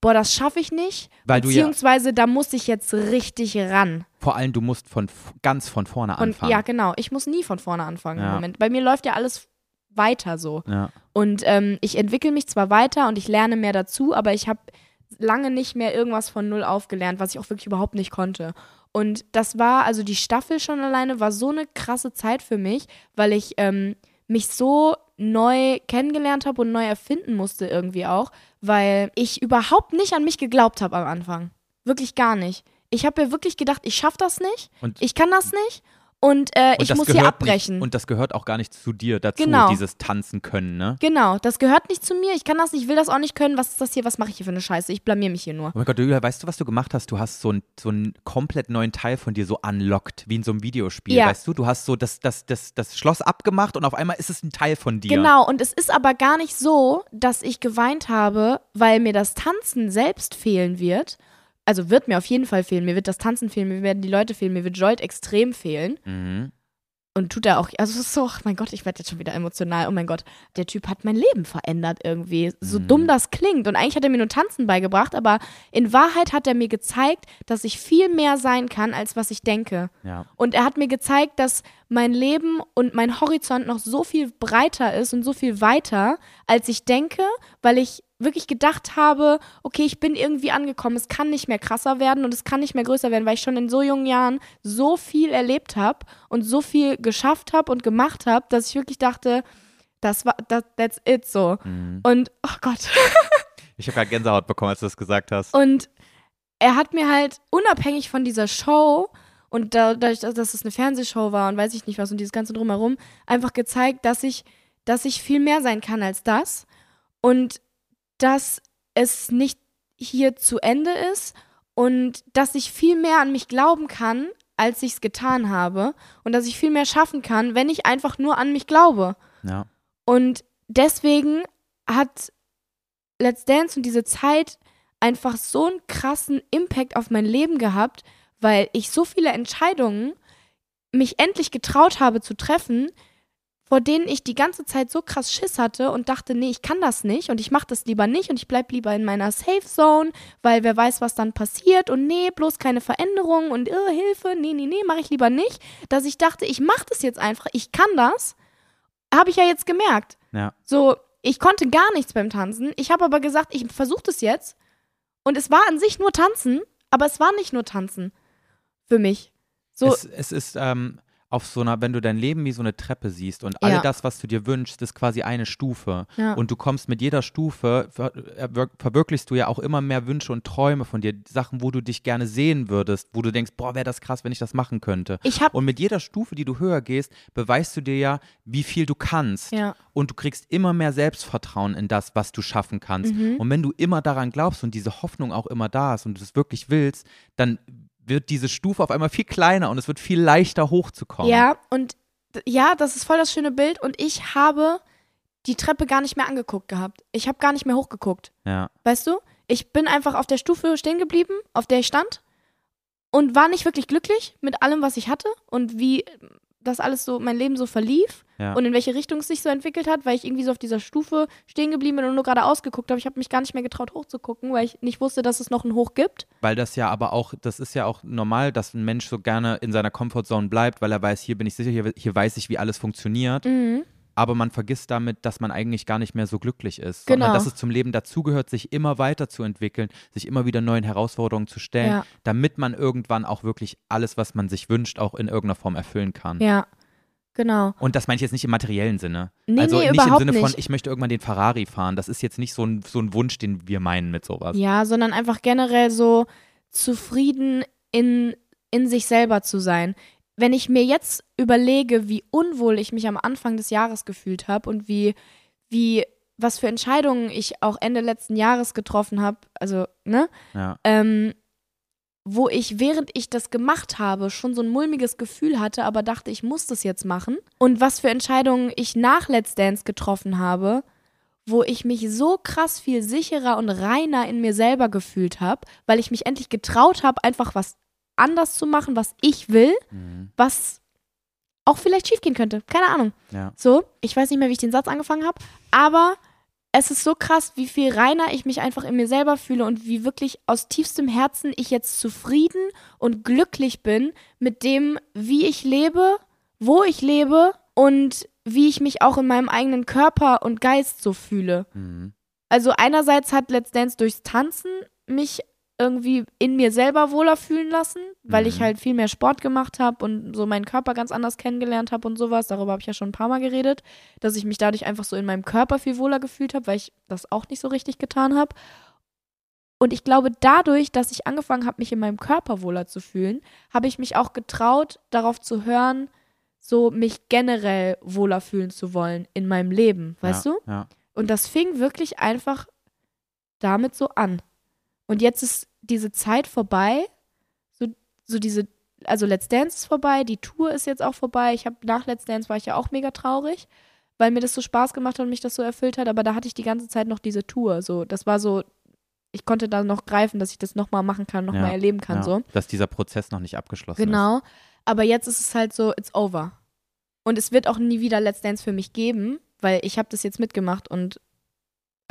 S1: boah, das schaffe ich nicht.
S2: Weil du ja
S1: Beziehungsweise da muss ich jetzt richtig ran.
S2: vor allem, du musst von f- ganz von vorne
S1: Und
S2: anfangen.
S1: ja, genau. Ich muss nie von vorne anfangen im
S2: Ja.
S1: Moment. Bei mir läuft ja alles weiter so.
S2: ja.
S1: Und ähm, ich entwickle mich zwar weiter und ich lerne mehr dazu, aber ich habe lange nicht mehr irgendwas von null aufgelernt, was ich auch wirklich überhaupt nicht konnte. Und das war, also die Staffel schon alleine war so eine krasse Zeit für mich, weil ich ähm, mich so neu kennengelernt habe und neu erfinden musste irgendwie auch, weil ich überhaupt nicht an mich geglaubt habe am Anfang. Wirklich gar nicht. Ich habe mir wirklich gedacht, ich schaffe das nicht,
S2: Und
S1: ich kann das nicht und, äh,
S2: Und
S1: ich
S2: das
S1: muss hier
S2: gehört
S1: abbrechen.
S2: Nicht, und das gehört auch gar nicht zu dir dazu,
S1: Genau.
S2: dieses Tanzen können, ne?
S1: Genau, das gehört nicht zu mir. Ich kann das nicht, ich will das auch nicht können. Was ist das hier? Was mache ich hier für eine Scheiße? Ich blamier mich hier nur.
S2: Oh mein Gott, Julia, weißt du, was du gemacht hast? Du hast so, ein, so einen komplett neuen Teil von dir so unlocked, wie in so einem Videospiel,
S1: Ja.
S2: weißt du? Du hast so das, das, das, das Schloss abgemacht und auf einmal ist es ein Teil von dir.
S1: Genau, und es ist aber gar nicht so, dass ich geweint habe, weil mir das Tanzen selbst fehlen wird. Also wird mir auf jeden Fall fehlen. Mir wird das Tanzen fehlen, mir werden die Leute fehlen, mir wird Jolt extrem fehlen.
S2: Mhm.
S1: Und tut er auch. Also es ist so, ach mein Gott, ich werde jetzt schon wieder emotional. Oh mein Gott, der Typ hat mein Leben verändert irgendwie. So
S2: Mhm.
S1: dumm das klingt. Und eigentlich hat er mir nur Tanzen beigebracht, aber in Wahrheit hat er mir gezeigt, dass ich viel mehr sein kann, als was ich denke.
S2: Ja.
S1: Und er hat mir gezeigt, dass mein Leben und mein Horizont noch so viel breiter ist und so viel weiter, als ich denke, weil ich wirklich gedacht habe, okay, ich bin irgendwie angekommen, es kann nicht mehr krasser werden und es kann nicht mehr größer werden, weil ich schon in so jungen Jahren so viel erlebt habe und so viel geschafft habe und gemacht habe, dass ich wirklich dachte, das war, that, that's it so.
S2: Mhm.
S1: Und, oh Gott.
S2: Ich habe gerade Gänsehaut bekommen, als du das gesagt hast.
S1: Und er hat mir halt unabhängig von dieser Show und dadurch, dass dass es eine Fernsehshow war und weiß ich nicht was und dieses ganze drumherum, einfach gezeigt, dass ich, dass ich viel mehr sein kann als das und dass es nicht hier zu Ende ist und dass ich viel mehr an mich glauben kann, als ich es getan habe und dass ich viel mehr schaffen kann, wenn ich einfach nur an mich glaube.
S2: ja.
S1: Und deswegen hat Let's Dance und diese Zeit einfach so einen krassen Impact auf mein Leben gehabt, weil ich so viele Entscheidungen mich endlich getraut habe zu treffen, vor denen ich die ganze Zeit so krass Schiss hatte und dachte, nee, ich kann das nicht und ich mache das lieber nicht und ich bleib lieber in meiner Safe Zone, weil wer weiß, was dann passiert und nee, bloß keine Veränderung und äh, Hilfe, nee, nee, nee, mache ich lieber nicht, dass ich dachte, ich mache das jetzt einfach, ich kann das, habe ich ja jetzt gemerkt.
S2: Ja.
S1: So, ich konnte gar nichts beim Tanzen. Ich habe aber gesagt, ich versuche das jetzt. Und es war an sich nur Tanzen, aber es war nicht nur Tanzen für mich. So,
S2: es, es ist ähm, auf so einer, wenn du dein Leben wie so eine Treppe siehst und all
S1: Ja.
S2: das, was du dir wünschst, ist quasi eine Stufe.
S1: Ja.
S2: Und du kommst mit jeder Stufe, ver erwir- verwirklichst du ja auch immer mehr Wünsche und Träume von dir, Sachen, wo du dich gerne sehen würdest, wo du denkst, boah, wäre das krass, wenn ich das machen könnte.
S1: ich habe
S2: Und mit jeder Stufe, die du höher gehst, beweist du dir ja, wie viel du kannst.
S1: Ja.
S2: Und du kriegst immer mehr Selbstvertrauen in das, was du schaffen kannst.
S1: Mhm.
S2: Und wenn du immer daran glaubst und diese Hoffnung auch immer da ist und du es wirklich willst, dann wird diese Stufe auf einmal viel kleiner und es wird viel leichter hochzukommen.
S1: Ja, und d- ja, das ist voll das schöne Bild. Und ich habe die Treppe gar nicht mehr angeguckt gehabt. Ich habe gar nicht mehr hochgeguckt.
S2: Ja.
S1: Weißt du? Ich bin einfach auf der Stufe stehen geblieben, auf der ich stand. Und war nicht wirklich glücklich mit allem, was ich hatte und wie das alles so, mein Leben so verlief
S2: Ja.
S1: und in welche Richtung es sich so entwickelt hat, weil ich irgendwie so auf dieser Stufe stehen geblieben bin und nur gerade ausgeguckt habe. Ich habe mich gar nicht mehr getraut, hochzugucken, weil ich nicht wusste, dass es noch ein Hoch gibt.
S2: Weil das ja aber auch, das ist ja auch normal, dass ein Mensch so gerne in seiner Comfortzone bleibt, weil er weiß, hier bin ich sicher, hier, hier weiß ich, wie alles funktioniert.
S1: Mhm.
S2: aber man vergisst damit, dass man eigentlich gar nicht mehr so glücklich ist,
S1: Genau.
S2: sondern dass es zum Leben dazugehört, sich immer weiterzuentwickeln, sich immer wieder neuen Herausforderungen zu stellen,
S1: Ja.
S2: damit man irgendwann auch wirklich alles, was man sich wünscht, auch in irgendeiner Form erfüllen kann.
S1: Ja, genau.
S2: Und das meine ich jetzt nicht im materiellen Sinne.
S1: Nee,
S2: also
S1: nee,
S2: nicht im
S1: überhaupt
S2: Sinne von,
S1: nicht.
S2: ich möchte irgendwann den Ferrari fahren. Das ist jetzt nicht so ein, so ein Wunsch, den wir meinen mit sowas.
S1: Ja, sondern einfach generell so zufrieden in, in sich selber zu sein. Wenn ich mir jetzt überlege, wie unwohl ich mich am Anfang des Jahres gefühlt habe und wie, wie, was für Entscheidungen ich auch Ende letzten Jahres getroffen habe, also, ne,
S2: Ja.
S1: ähm, wo ich, während ich das gemacht habe, schon so ein mulmiges Gefühl hatte, aber dachte, ich muss das jetzt machen. Und was für Entscheidungen ich nach Let's Dance getroffen habe, wo ich mich so krass viel sicherer und reiner in mir selber gefühlt habe, weil ich mich endlich getraut habe, einfach was anders zu machen, was ich will,
S2: Mhm.
S1: was auch vielleicht schiefgehen könnte. Keine Ahnung.
S2: Ja.
S1: So, ich weiß nicht mehr, wie ich den Satz angefangen habe, aber es ist so krass, wie viel reiner ich mich einfach in mir selber fühle und wie wirklich aus tiefstem Herzen ich jetzt zufrieden und glücklich bin mit dem, wie ich lebe, wo ich lebe und wie ich mich auch in meinem eigenen Körper und Geist so fühle.
S2: Mhm.
S1: Also einerseits hat Let's Dance durchs Tanzen mich irgendwie in mir selber wohler fühlen lassen, weil ich
S2: Mhm.
S1: halt viel mehr Sport gemacht habe und so meinen Körper ganz anders kennengelernt habe und sowas. Darüber habe ich ja schon ein paar Mal geredet, dass ich mich dadurch einfach so in meinem Körper viel wohler gefühlt habe, weil ich das auch nicht so richtig getan habe. Und ich glaube, dadurch, dass ich angefangen habe, mich in meinem Körper wohler zu fühlen, habe ich mich auch getraut, darauf zu hören, so mich generell wohler fühlen zu wollen in meinem Leben, weißt
S2: ja.
S1: du?
S2: Ja.
S1: Und das fing wirklich einfach damit so an. Und jetzt ist diese Zeit vorbei. So, so diese, also Let's Dance ist vorbei, die Tour ist jetzt auch vorbei. Ich habe nach Let's Dance war ich ja auch mega traurig, weil mir das so Spaß gemacht hat und mich das so erfüllt hat. Aber da hatte ich die ganze Zeit noch diese Tour. So, das war so, ich konnte da noch greifen, dass ich das nochmal machen kann, nochmal
S2: Ja,
S1: mal erleben kann.
S2: ja.
S1: So.
S2: Dass dieser Prozess noch nicht abgeschlossen ist.
S1: Genau. Aber jetzt ist es halt so, it's over. Und es wird auch nie wieder Let's Dance für mich geben, weil ich habe das jetzt mitgemacht und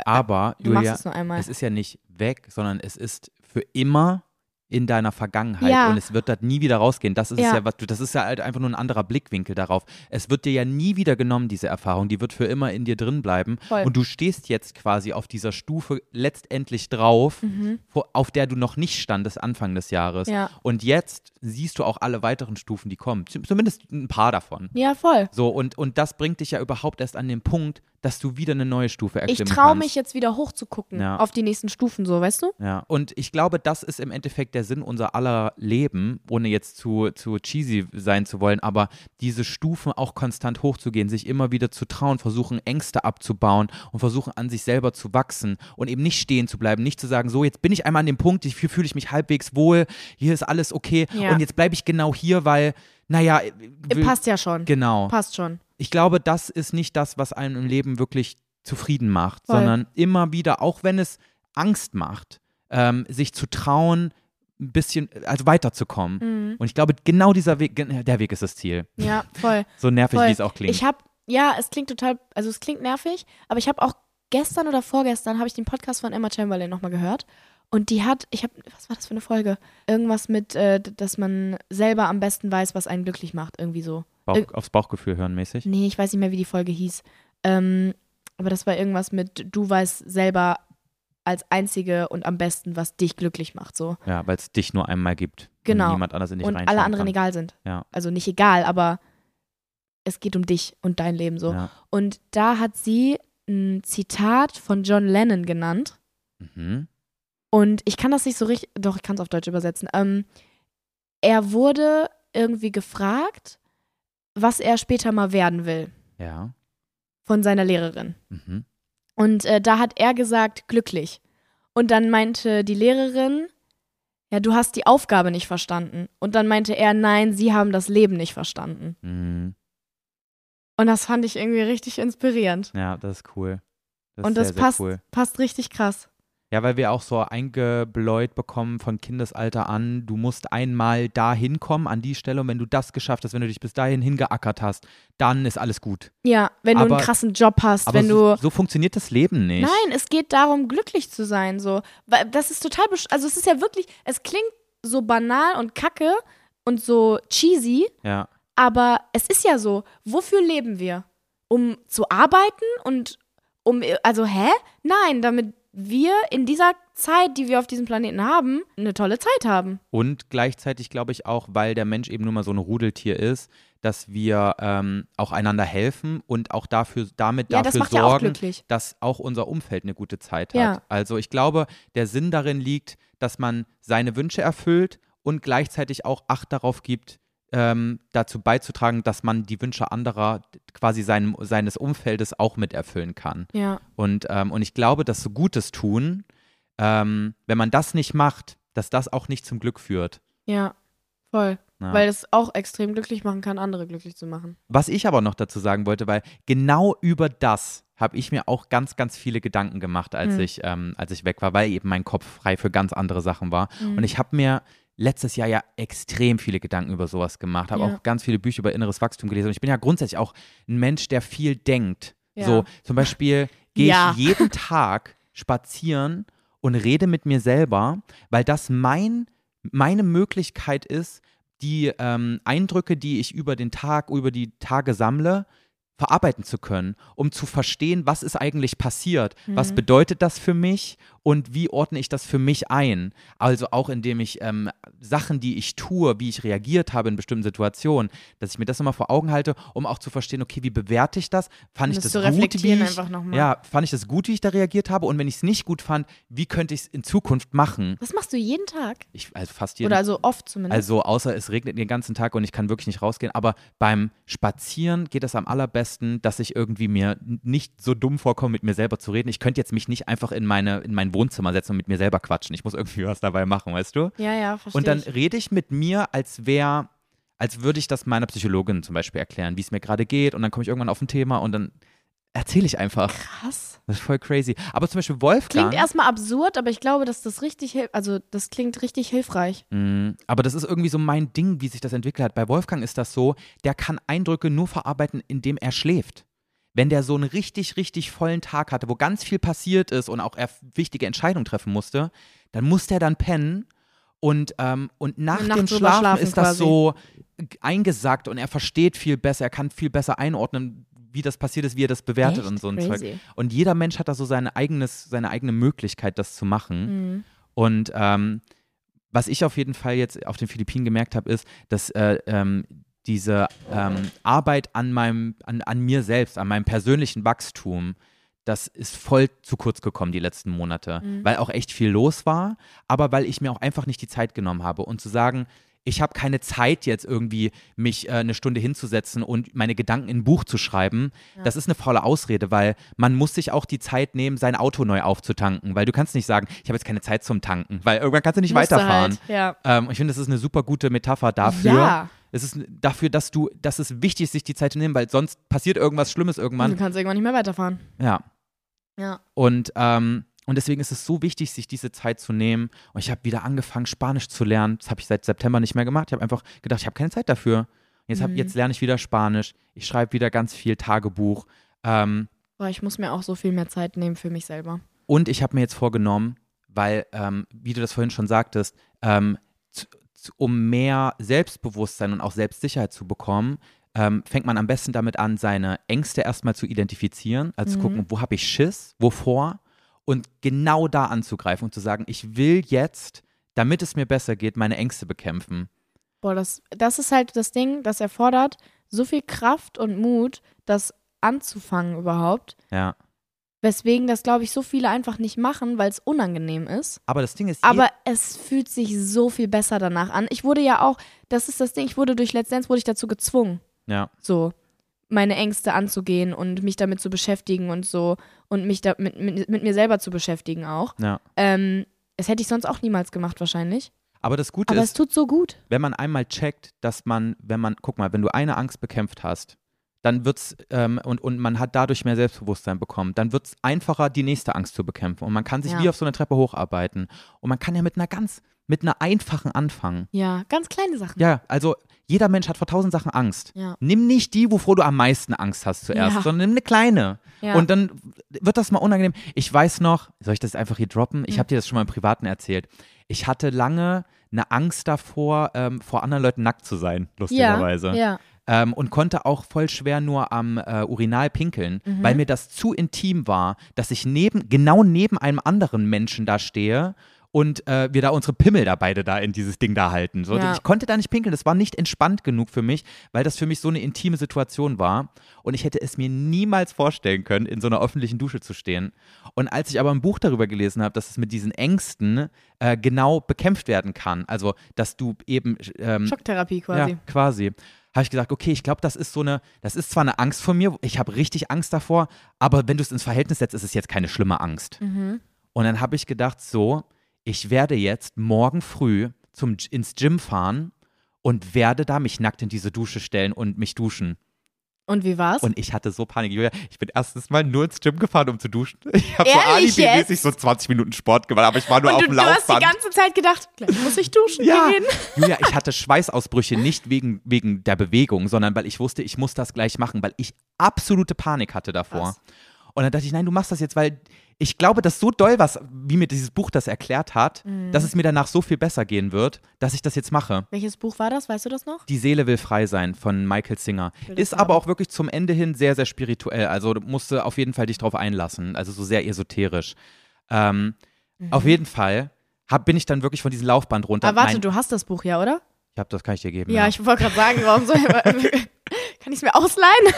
S2: Aber,
S1: du
S2: Julia,
S1: machst es nur einmal.
S2: Es ist ja nicht weg, sondern es ist für immer in deiner Vergangenheit
S1: Ja.
S2: und es wird dort nie wieder rausgehen. Das ist
S1: Ja.
S2: ja, ja was du- das ist ja halt einfach nur ein anderer Blickwinkel darauf. Es wird dir ja nie wieder genommen diese Erfahrung, die wird für immer in dir drin bleiben
S1: Voll.
S2: und du stehst jetzt quasi auf dieser Stufe letztendlich drauf,
S1: Mhm.
S2: wo, auf der du noch nicht standest Anfang des Jahres.
S1: Ja.
S2: Und jetzt siehst du auch alle weiteren Stufen, die kommen, Z- zumindest ein paar davon.
S1: Ja, voll.
S2: So und und das bringt dich ja überhaupt erst an den Punkt, dass du wieder eine neue Stufe
S1: Ich
S2: erklimmen
S1: traue
S2: kannst.
S1: mich jetzt wieder hochzugucken
S2: Ja.
S1: auf die nächsten Stufen, so, weißt du?
S2: Ja, und ich glaube, das ist im Endeffekt der Sinn unser aller Leben, ohne jetzt zu, zu cheesy sein zu wollen, aber diese Stufen auch konstant hochzugehen, sich immer wieder zu trauen, versuchen, Ängste abzubauen und versuchen, an sich selber zu wachsen und eben nicht stehen zu bleiben, nicht zu sagen, so, jetzt bin ich einmal an dem Punkt, hier fühle ich mich halbwegs wohl, hier ist alles okay
S1: Ja.
S2: und jetzt bleibe ich genau hier, weil, naja, will-
S1: Passt ja schon.
S2: Genau
S1: Passt schon.
S2: ich glaube, das ist nicht das, was einem im Leben wirklich zufrieden macht,
S1: Voll.
S2: sondern immer wieder, auch wenn es Angst macht, ähm, sich zu trauen, ein bisschen, also weiterzukommen.
S1: Mhm.
S2: Und ich glaube, genau dieser Weg, gen- der Weg ist das Ziel.
S1: Ja, voll.
S2: So nervig,
S1: Voll.
S2: wie es auch (laughs) klingt.
S1: Ich habe, ja, es klingt total, also es klingt nervig, aber ich habe auch gestern oder vorgestern habe ich den Podcast von Emma Chamberlain nochmal gehört. Und die hat, ich habe, was war das für eine Folge? Irgendwas mit, äh, d- dass man selber am besten weiß, was einen glücklich macht, irgendwie so.
S2: Bauch,
S1: äh, Mhm.
S2: aufs Bauchgefühl hören mäßig.
S1: Nee, ich weiß nicht mehr, wie die Folge hieß. Ähm, aber das war irgendwas mit, du weißt selber als Einzige und am besten, was dich glücklich macht, so.
S2: Ja, weil es dich nur einmal gibt.
S1: Genau.
S2: wenn niemand anders in dich
S1: und
S2: reinschauen
S1: alle anderen
S2: kann.
S1: egal sind.
S2: Ja.
S1: Also nicht egal, aber es geht um dich und dein Leben so.
S2: Ja.
S1: Und da hat sie ein Zitat von John Lennon genannt.
S2: Mhm.
S1: Und ich kann das nicht so richtig, doch, ich kann es auf Deutsch übersetzen. Ähm, er wurde irgendwie gefragt, was er später mal werden will
S2: Ja.
S1: von seiner Lehrerin.
S2: Mhm.
S1: Und äh, da hat er gesagt, glücklich. Und dann meinte die Lehrerin, ja, du hast die Aufgabe nicht verstanden. Und dann meinte er, nein, sie haben das Leben nicht verstanden.
S2: Mhm.
S1: Und das fand ich irgendwie richtig inspirierend.
S2: Ja, das ist cool. Das
S1: Und
S2: ist
S1: das
S2: sehr,
S1: passt,
S2: sehr cool.
S1: passt richtig krass.
S2: Ja, weil wir auch so eingebläut bekommen von Kindesalter an, du musst einmal dahin kommen an die Stelle und wenn du das geschafft hast, wenn du dich bis dahin hingeackert hast, dann ist alles gut.
S1: Ja, wenn du
S2: Aber-
S1: einen krassen Job hast,
S2: Aber
S1: wenn
S2: so,
S1: du.
S2: so funktioniert das Leben nicht.
S1: Nein, es geht darum, glücklich zu sein. So. Weil Das ist total. besch- Also, es ist ja wirklich. Es klingt so banal und kacke und so cheesy,
S2: Ja,
S1: aber es ist ja so. Wofür leben wir? Um zu arbeiten und um. Also, hä? Nein, damit wir in dieser Zeit, die wir auf diesem Planeten haben, eine tolle Zeit haben.
S2: Und gleichzeitig glaube ich auch, weil der Mensch eben nur mal so ein Rudeltier ist, dass wir ähm, auch einander helfen und auch dafür, damit
S1: Ja, das
S2: dafür
S1: macht ja auch
S2: sorgen,
S1: glücklich.
S2: dass auch unser Umfeld eine gute Zeit
S1: Ja.
S2: hat. Also ich glaube, der Sinn darin liegt, dass man seine Wünsche erfüllt und gleichzeitig auch Acht darauf gibt, ähm, dazu beizutragen, dass man die Wünsche anderer quasi seinem, seines Umfeldes auch mit erfüllen kann.
S1: Ja.
S2: Und, ähm, und ich glaube, dass so Gutes tun, ähm, wenn man das nicht macht, dass das auch nicht zum Glück führt. Ne?
S1: Ja. Voll.
S2: Ja.
S1: Weil es auch extrem glücklich machen kann, andere glücklich zu machen.
S2: Was ich aber noch dazu sagen wollte, weil genau über das habe ich mir auch ganz, ganz viele Gedanken gemacht, als,
S1: Mhm.
S2: ich, ähm, als ich weg war, weil eben mein Kopf frei für ganz andere Sachen war.
S1: Hm.
S2: Und ich habe mir letztes Jahr ja extrem viele Gedanken über sowas gemacht, habe
S1: Ja.
S2: auch ganz viele Bücher über inneres Wachstum gelesen. Und ich bin ja grundsätzlich auch ein Mensch, der viel denkt.
S1: Ja.
S2: So zum Beispiel gehe
S1: Ja.
S2: ich jeden Tag spazieren und rede mit mir selber, weil das mein, meine Möglichkeit ist, die ähm, Eindrücke, die ich über den Tag, über die Tage sammle, verarbeiten zu können, um zu verstehen, was ist eigentlich passiert,
S1: Mhm.
S2: was bedeutet das für mich und wie ordne ich das für mich ein. Also auch indem ich ähm, Sachen, die ich tue, wie ich reagiert habe in bestimmten Situationen, dass ich mir das nochmal vor Augen halte, um auch zu verstehen, okay, wie bewerte ich das? Fand
S1: Um
S2: ich
S1: das
S2: das
S1: zu
S2: gut,
S1: reflektieren
S2: wie ich,
S1: einfach nochmal.
S2: Ja, fand ich das gut, wie ich da reagiert habe und wenn ich es nicht gut fand, wie könnte ich es in Zukunft machen?
S1: Das machst du jeden Tag?
S2: Ich, also fast jeden
S1: Oder also oft zumindest.
S2: also außer es regnet den ganzen Tag und ich kann wirklich nicht rausgehen. Aber beim Spazieren geht es am allerbesten, dass ich irgendwie mir n- nicht so dumm vorkomme, mit mir selber zu reden. Ich könnte jetzt mich nicht einfach in, meine, in mein Wohnzimmer setzen und mit mir selber quatschen. Ich muss irgendwie (laughs) was dabei machen, weißt du?
S1: ja, ja, verstehe.
S2: Also, Und dann
S1: ich.
S2: rede ich mit mir, als wäre, als würde ich das meiner Psychologin zum Beispiel erklären, wie es mir gerade geht. Und dann komme ich irgendwann auf ein Thema und dann erzähle ich einfach.
S1: Krass.
S2: Das ist voll crazy. Aber zum Beispiel
S1: Klingt
S2: Wolfgang.
S1: erstmal absurd, aber ich glaube, dass das richtig hilf also das klingt richtig hilfreich.
S2: Mm, Aber das ist irgendwie so mein Ding, wie sich das entwickelt hat. Bei Wolfgang ist das so, der kann Eindrücke nur verarbeiten, indem er schläft. Wenn der so einen richtig, richtig vollen Tag hatte, wo ganz viel passiert ist und auch er wichtige Entscheidungen treffen musste, dann muss der dann pennen und, ähm, und nach
S1: Und nachts
S2: dem
S1: drüber
S2: Schlafen,
S1: schlafen
S2: ist das
S1: quasi.
S2: so g- eingesackt und er versteht viel besser, er kann viel besser einordnen, wie das passiert ist, wie er das bewertet
S1: Echt?
S2: und so ein Zeug.
S1: Crazy.
S2: Und jeder Mensch hat da so sein eigenes, seine eigene Möglichkeit, das zu machen.
S1: Mhm.
S2: Und ähm, was ich auf jeden Fall jetzt auf den Philippinen gemerkt habe, ist, dass äh, ähm, diese ähm, Arbeit an meinem, an, an mir selbst, an meinem persönlichen Wachstum, das ist voll zu kurz gekommen die letzten Monate,
S1: Mhm.
S2: weil auch echt viel los war, aber weil ich mir auch einfach nicht die Zeit genommen habe und zu sagen, ich habe keine Zeit jetzt irgendwie, mich äh, eine Stunde hinzusetzen und meine Gedanken in ein Buch zu schreiben. Das ist eine faule Ausrede, weil man muss sich auch die Zeit nehmen, sein Auto neu aufzutanken, weil du kannst nicht sagen, ich habe jetzt keine Zeit zum Tanken, weil irgendwann kannst du nicht
S1: Musst du
S2: weiterfahren.
S1: Halt. Ja.
S2: Ähm, ich finde, das ist eine super gute Metapher dafür.
S1: Ja.
S2: Es ist dafür, dass du, dass es wichtig ist, sich die Zeit zu nehmen, weil sonst passiert irgendwas Schlimmes
S1: Du
S2: irgendwann.
S1: kannst irgendwann nicht mehr weiterfahren.
S2: Ja.
S1: Ja.
S2: Und, ähm, und deswegen ist es so wichtig, sich diese Zeit zu nehmen. Und ich habe wieder angefangen, Spanisch zu lernen. Das habe ich seit September nicht mehr gemacht. Ich habe einfach gedacht, ich habe keine Zeit dafür. Jetzt, hab, jetzt lerne ich wieder Spanisch. Ich schreibe wieder ganz viel Tagebuch. Ähm,
S1: Boah, ich muss mir auch so viel mehr Zeit nehmen für mich selber.
S2: Und ich habe mir jetzt vorgenommen, weil, ähm, wie du das vorhin schon sagtest, ähm, zu, zu, um mehr Selbstbewusstsein und auch Selbstsicherheit zu bekommen, ähm, fängt man am besten damit an, seine Ängste erstmal zu identifizieren, also
S1: Mhm.
S2: zu gucken, wo habe ich Schiss, wovor, und genau da anzugreifen und zu sagen, ich will jetzt damit es mir besser geht, meine Ängste bekämpfen.
S1: Boah, das, das ist halt das Ding, das erfordert so viel Kraft und Mut, das anzufangen überhaupt.
S2: Ja.
S1: Weswegen das, glaube ich, so viele einfach nicht machen, weil es unangenehm ist.
S2: Aber das Ding ist, je-
S1: Aber es fühlt sich so viel besser danach an. Ich wurde ja auch, das ist das Ding, ich wurde durch Let's Dance wurde ich dazu gezwungen,
S2: ja,
S1: so meine Ängste anzugehen und mich damit zu beschäftigen und so und mich da mit, mit, mit mir selber zu beschäftigen auch.
S2: ja.
S1: Ähm, das hätte ich sonst auch niemals gemacht wahrscheinlich.
S2: Aber das Gute
S1: Aber es
S2: ist,
S1: tut so gut.
S2: wenn man einmal checkt, dass man, wenn man, guck mal, wenn du eine Angst bekämpft hast, dann wird's, ähm, und, und man hat dadurch mehr Selbstbewusstsein bekommen, dann wird's einfacher, die nächste Angst zu bekämpfen. Und man kann sich
S1: Ja.
S2: wie auf so einer Treppe hocharbeiten. Und man kann ja mit einer ganz, mit einer einfachen anfangen.
S1: Ja, ganz kleine Sachen.
S2: Ja, also jeder Mensch hat vor tausend Sachen Angst.
S1: Ja.
S2: Nimm nicht die, wovor du am meisten Angst hast zuerst,
S1: Ja.
S2: sondern nimm eine kleine.
S1: Ja.
S2: Und dann wird das mal unangenehm. Ich weiß noch, soll ich das einfach hier droppen? Ich habe dir das schon mal im Privaten erzählt. Ich hatte lange eine Angst davor, ähm, vor anderen Leuten nackt zu sein, lustigerweise.
S1: ja, ja.
S2: Ähm, und konnte auch voll schwer nur am äh, Urinal pinkeln, weil mir das zu intim war, dass ich neben, genau neben einem anderen Menschen da stehe und äh, wir da unsere Pimmel da beide da in dieses Ding da halten. So,
S1: Ja.
S2: Ich konnte da nicht pinkeln, das war nicht entspannt genug für mich, weil das für mich so eine intime Situation war und ich hätte es mir niemals vorstellen können, in so einer öffentlichen Dusche zu stehen. Und als ich aber ein Buch darüber gelesen habe, dass es mit diesen Ängsten äh, genau bekämpft werden kann, also dass du eben ähm,
S1: Schocktherapie quasi.
S2: ja, quasi. Habe ich gesagt, okay, ich glaube, das ist so eine, das ist zwar eine Angst von mir, ich habe richtig Angst davor, aber wenn du es ins Verhältnis setzt, ist es jetzt keine schlimme Angst.
S1: Mhm.
S2: Und dann habe ich gedacht, so, ich werde jetzt morgen früh zum, G- ins Gym fahren und werde da mich nackt in diese Dusche stellen und mich duschen.
S1: Und wie war's?
S2: Und ich hatte so Panik. Julia, ich bin erstens mal nur ins Gym gefahren, um zu duschen. (laughs) Ich habe so
S1: Ehrlich
S2: alibi-mäßig so 20 Minuten Sport gemacht, aber ich war nur auf
S1: du,
S2: dem
S1: du hast die
S2: Laufband.
S1: ganze Zeit gedacht, gleich muss ich duschen
S2: Ja.
S1: gehen.
S2: Julia, ich hatte Schweißausbrüche nicht wegen, wegen der Bewegung, sondern weil ich wusste, ich muss das gleich machen, weil ich absolute Panik hatte davor.
S1: Krass.
S2: Und dann dachte ich, nein, du machst das jetzt, weil ich glaube, dass so doll was, wie mir dieses Buch das erklärt hat,
S1: Mhm.
S2: dass es mir danach so viel besser gehen wird, dass ich das jetzt mache.
S1: Welches Buch war das? Weißt du das noch?
S2: Die Seele will frei sein von Michael Singer.
S1: will das
S2: Ist aber
S1: haben.
S2: auch wirklich zum Ende hin sehr, sehr spirituell. Also du musst du auf jeden Fall dich drauf einlassen. Also so sehr esoterisch. Ähm, Auf jeden Fall hab, bin ich dann wirklich von diesem Laufband runter.
S1: Ah, Mhm. warte,
S2: Nein,
S1: du hast das Buch ja, oder?
S2: Ich hab, das kann ich dir geben.
S1: Ja, ich wollte gerade sagen, warum soll (laughs) Kann ich es mir ausleihen?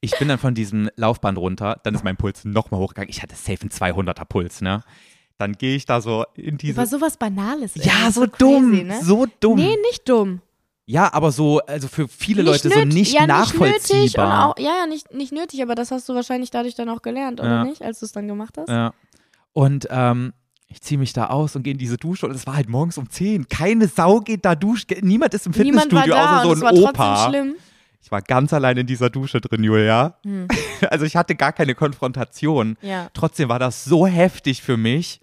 S2: Ich bin dann von diesem Laufband runter, dann ist mein Puls nochmal hochgegangen. Ich hatte safe einen 200er Puls, ne? Dann gehe ich da so in
S1: Über
S2: diese.
S1: sowas Banales. ey.
S2: Ja,
S1: Das
S2: so
S1: ist crazy,
S2: dumm,
S1: ne?
S2: so dumm.
S1: Nee, nicht dumm.
S2: Ja, aber so, also für viele
S1: Nicht
S2: Leute so
S1: nöt-
S2: nicht
S1: ja,
S2: nachvollziehbar.
S1: Nicht nötig und auch, ja, ja, nicht, nicht nötig, aber das hast du wahrscheinlich dadurch dann auch gelernt, oder
S2: Ja.
S1: nicht, als du es dann gemacht hast?
S2: ja. Und ähm, ich ziehe mich da aus und gehe in diese Dusche und es war halt morgens um 10. Keine Sau geht da duschen. Niemand ist im
S1: Niemand war
S2: Fitnessstudio,
S1: da
S2: außer so
S1: und es
S2: ein
S1: war
S2: Opa.
S1: trotzdem schlimm.
S2: Ich war ganz allein in dieser Dusche drin, Julia.
S1: Hm.
S2: (laughs) Also ich hatte gar keine Konfrontation.
S1: Ja.
S2: Trotzdem war das so heftig für mich.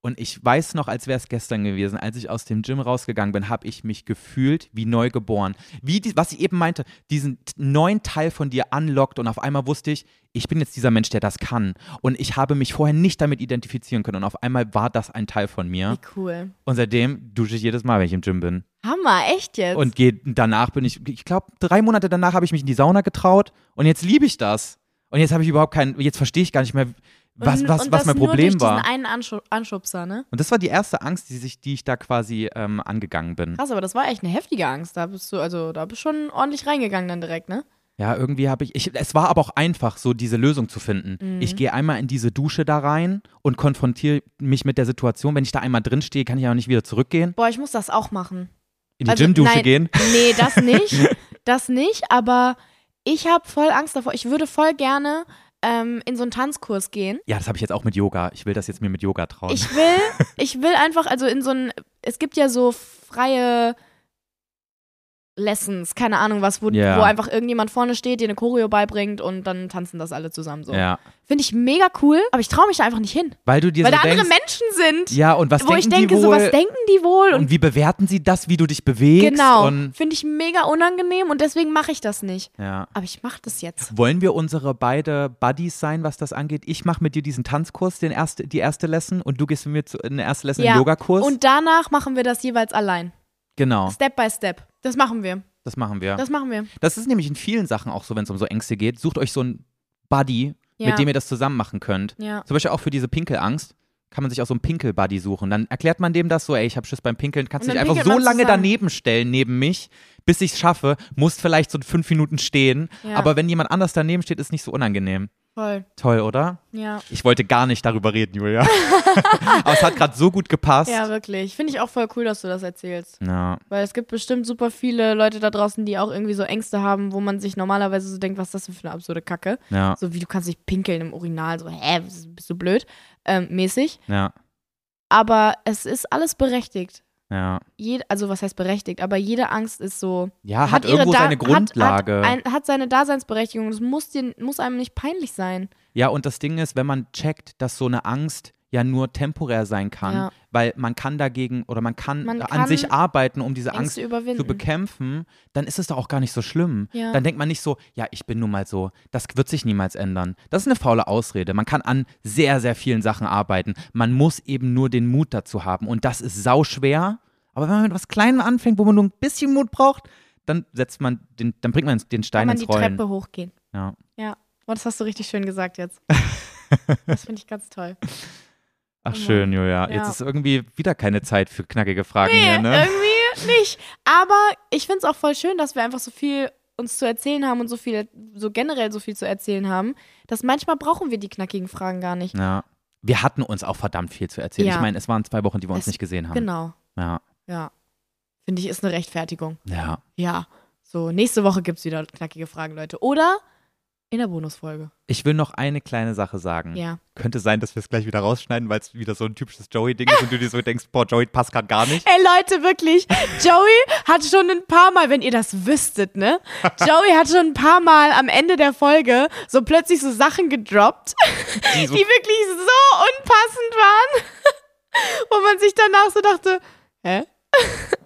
S2: Und ich weiß noch, als wäre es gestern gewesen, als ich aus dem Gym rausgegangen bin, habe ich mich gefühlt wie neu geboren. Wie die, was ich eben meinte, diesen t- neuen Teil von dir anlockt und auf einmal wusste ich, ich bin jetzt dieser Mensch, der das kann. Und ich habe mich vorher nicht damit identifizieren können. Und auf einmal war das ein Teil von mir.
S1: Wie cool.
S2: Und seitdem dusche ich jedes Mal, wenn ich im Gym bin.
S1: Hammer, echt jetzt.
S2: Und geh, danach bin ich, ich glaube, drei Monate danach habe ich mich in die Sauna getraut und jetzt liebe ich das. Und jetzt habe ich überhaupt keinen, jetzt verstehe ich gar nicht mehr, was,
S1: und,
S2: was,
S1: und
S2: was
S1: das
S2: mein
S1: nur
S2: Problem
S1: durch
S2: war.
S1: Diesen einen Anschu Anschubser, ne?
S2: Und das war die erste Angst, die, sich, die ich da quasi ähm, angegangen bin.
S1: Krass, aber das war echt eine heftige Angst. Da bist du, also da bist du schon ordentlich reingegangen dann direkt, ne?
S2: Ja, irgendwie habe ich, ich, es war aber auch einfach, so diese Lösung zu finden.
S1: Mhm.
S2: Ich gehe einmal in diese Dusche da rein und konfrontiere mich mit der Situation. Wenn ich da einmal drin stehe, kann ich ja auch nicht wieder zurückgehen.
S1: Boah, ich muss das auch machen.
S2: In die
S1: Also,
S2: Gymdusche
S1: nein,
S2: gehen.
S1: Nee,
S2: (laughs)
S1: das nicht. das nicht, aber ich habe voll Angst davor. Ich würde voll gerne ähm, in so einen Tanzkurs gehen.
S2: Ja, das habe ich jetzt auch mit Yoga. Ich will das jetzt mir mit Yoga trauen.
S1: Ich will, ich will einfach, also in so einen, es gibt ja so freie Lessons, keine Ahnung was, wo,
S2: Ja.
S1: wo einfach irgendjemand vorne steht, dir eine Choreo beibringt und dann tanzen das alle zusammen so.
S2: Ja.
S1: Finde ich mega cool, aber ich traue mich da einfach nicht hin.
S2: Weil du dir
S1: Weil
S2: so
S1: da andere
S2: denkst,
S1: Menschen sind.
S2: ja, und was
S1: wo
S2: denken
S1: ich denke,
S2: die wohl?
S1: so was denken die wohl
S2: Und
S1: und,
S2: wie bewerten sie das, wie du dich bewegst?
S1: genau,
S2: Und,
S1: finde ich mega unangenehm und deswegen mache ich das nicht.
S2: ja.
S1: Aber ich mache das jetzt.
S2: Wollen wir unsere beide Buddies sein, was das angeht? Ich mache mit dir diesen Tanzkurs, den erste, die erste Lesson, und du gehst mit mir zu, in den ersten Lesson
S1: Ja.
S2: im Yogakurs.
S1: Und danach machen wir das jeweils allein.
S2: genau,
S1: Step by step. Das machen wir.
S2: das machen wir. Das,
S1: Das machen wir.
S2: ist nämlich in vielen Sachen auch so, wenn es um so Ängste geht. Sucht euch so einen Buddy,
S1: Ja.
S2: mit dem ihr das zusammen machen könnt.
S1: Ja.
S2: Zum Beispiel auch für diese Pinkelangst. Kann man sich auch so einen Pinkel-Buddy suchen. Dann erklärt man dem das so, ey, ich hab Schiss beim Pinkeln, kannst
S1: Und
S2: dich
S1: dann
S2: einfach
S1: pinkelt
S2: so
S1: man
S2: lange
S1: zusammen.
S2: daneben stellen, neben mich, bis ich es schaffe, musst vielleicht so fünf Minuten stehen.
S1: Ja.
S2: Aber wenn jemand anders daneben steht, ist nicht so unangenehm.
S1: Voll.
S2: Toll, oder?
S1: Ja.
S2: Ich wollte gar nicht darüber reden, Julia.
S1: (laughs)
S2: Aber es hat gerade so gut gepasst.
S1: Ja, wirklich. Finde ich auch voll cool, dass du das erzählst.
S2: Ja.
S1: Weil es gibt bestimmt super viele Leute da draußen, die auch irgendwie so Ängste haben, wo man sich normalerweise so denkt, was ist das denn für eine absurde Kacke?
S2: Ja,
S1: So wie du kannst dich pinkeln im Urinal, so, hä, bist du blöd? Ähm, mäßig.
S2: ja,
S1: Aber es ist alles berechtigt.
S2: ja.
S1: Jed also was heißt berechtigt? Aber jede Angst ist so.
S2: Ja, hat, irgendwo
S1: Da-
S2: seine Grundlage.
S1: Hat, hat, ein, hat seine Daseinsberechtigung. Das muss, dir, muss einem nicht peinlich sein.
S2: ja, und das Ding ist, wenn man checkt, dass so eine Angst ja nur temporär sein kann,
S1: Ja.
S2: weil man kann dagegen oder man kann
S1: Man
S2: an
S1: kann
S2: sich arbeiten, um diese Angst
S1: Ängste überwinden.
S2: zu bekämpfen, dann ist es doch auch gar nicht so schlimm.
S1: Ja.
S2: Dann denkt man nicht so, ja, ich bin nun mal so, das wird sich niemals ändern. Das ist eine faule Ausrede. Man kann an sehr, sehr vielen Sachen arbeiten. Man muss eben nur den Mut dazu haben. Und das ist sauschwer. Aber wenn man mit was Kleinem anfängt, wo man nur ein bisschen Mut braucht, dann setzt man den, dann bringt man den
S1: Kann
S2: Stein
S1: man
S2: ins
S1: die
S2: Rollen.
S1: Treppe hochgehen.
S2: Ja.
S1: Ja. Oh, das hast du richtig schön gesagt
S2: (laughs)
S1: jetzt. das finde ich ganz toll.
S2: Ach
S1: Mann.
S2: schön, Julia.
S1: Ja.
S2: Jetzt ist irgendwie wieder keine Zeit für knackige Fragen hier, ne?
S1: irgendwie nicht. Aber ich finde es auch voll schön, dass wir einfach so viel uns zu erzählen haben und so viel, so generell so viel zu erzählen haben, dass manchmal brauchen wir die knackigen Fragen gar nicht.
S2: Ja. Wir hatten uns auch verdammt viel zu erzählen.
S1: Ja.
S2: Ich meine, es waren zwei Wochen, die wir uns
S1: Es-
S2: nicht gesehen haben.
S1: Genau.
S2: Ja.
S1: Ja. Finde ich, ist eine Rechtfertigung.
S2: Ja.
S1: Ja. So, nächste Woche gibt es wieder knackige Fragen, Leute. Oder in der Bonusfolge.
S2: Ich will noch eine kleine Sache sagen.
S1: Ja.
S2: Könnte sein, dass wir es gleich wieder rausschneiden, weil es wieder so ein typisches Joey-Ding ist und du dir so denkst, boah, Joey passt gerade gar
S1: (laughs)
S2: nicht.
S1: Ey Leute, wirklich,
S2: (laughs)
S1: Joey hat schon ein paar Mal, wenn ihr das wüsstet,
S2: (laughs)
S1: ne? Joey hat schon ein paar Mal am Ende der Folge so plötzlich so Sachen gedroppt,
S2: Die
S1: die wirklich so unpassend waren, (laughs) wo man sich danach so dachte, hä? (laughs)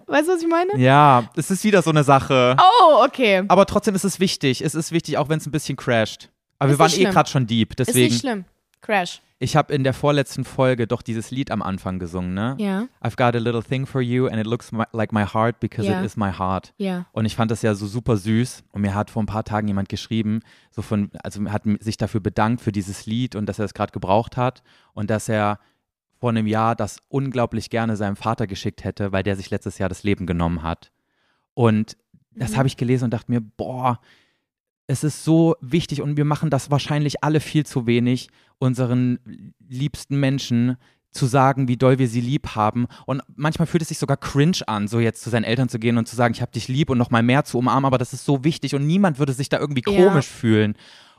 S1: Weißt du, was ich meine?
S2: ja, es ist wieder so eine Sache.
S1: Oh, okay.
S2: Aber trotzdem ist es wichtig. Es ist wichtig, auch wenn es ein bisschen crasht. Aber
S1: Ist
S2: wir waren
S1: nicht
S2: eh
S1: schlimm.
S2: gerade schon deep.
S1: Ist
S2: Deswegen,
S1: nicht schlimm. Crash.
S2: ich habe in der vorletzten Folge doch dieses Lied am Anfang gesungen, ne?
S1: Ja,
S2: I've got a little thing for you and it looks my, like my heart because
S1: Ja.
S2: it is my heart.
S1: ja.
S2: Und ich fand das ja so super süß. Und mir hat vor ein paar Tagen jemand geschrieben, so von, also hat m- sich dafür bedankt für dieses Lied und dass er es gerade gebraucht hat und dass er vor einem Jahr das unglaublich gerne seinem Vater geschickt hätte, weil der sich letztes Jahr das Leben genommen hat. Und das
S1: Mhm.
S2: habe ich gelesen und dachte mir, boah, es ist so wichtig und wir machen das wahrscheinlich alle viel zu wenig, unseren liebsten Menschen zu sagen, wie doll wir sie lieb haben. Und manchmal fühlt es sich sogar cringe an, so jetzt zu seinen Eltern zu gehen und zu sagen, ich habe dich lieb und nochmal mehr zu umarmen, aber das ist so wichtig und niemand würde sich da irgendwie
S1: Ja.
S2: komisch fühlen.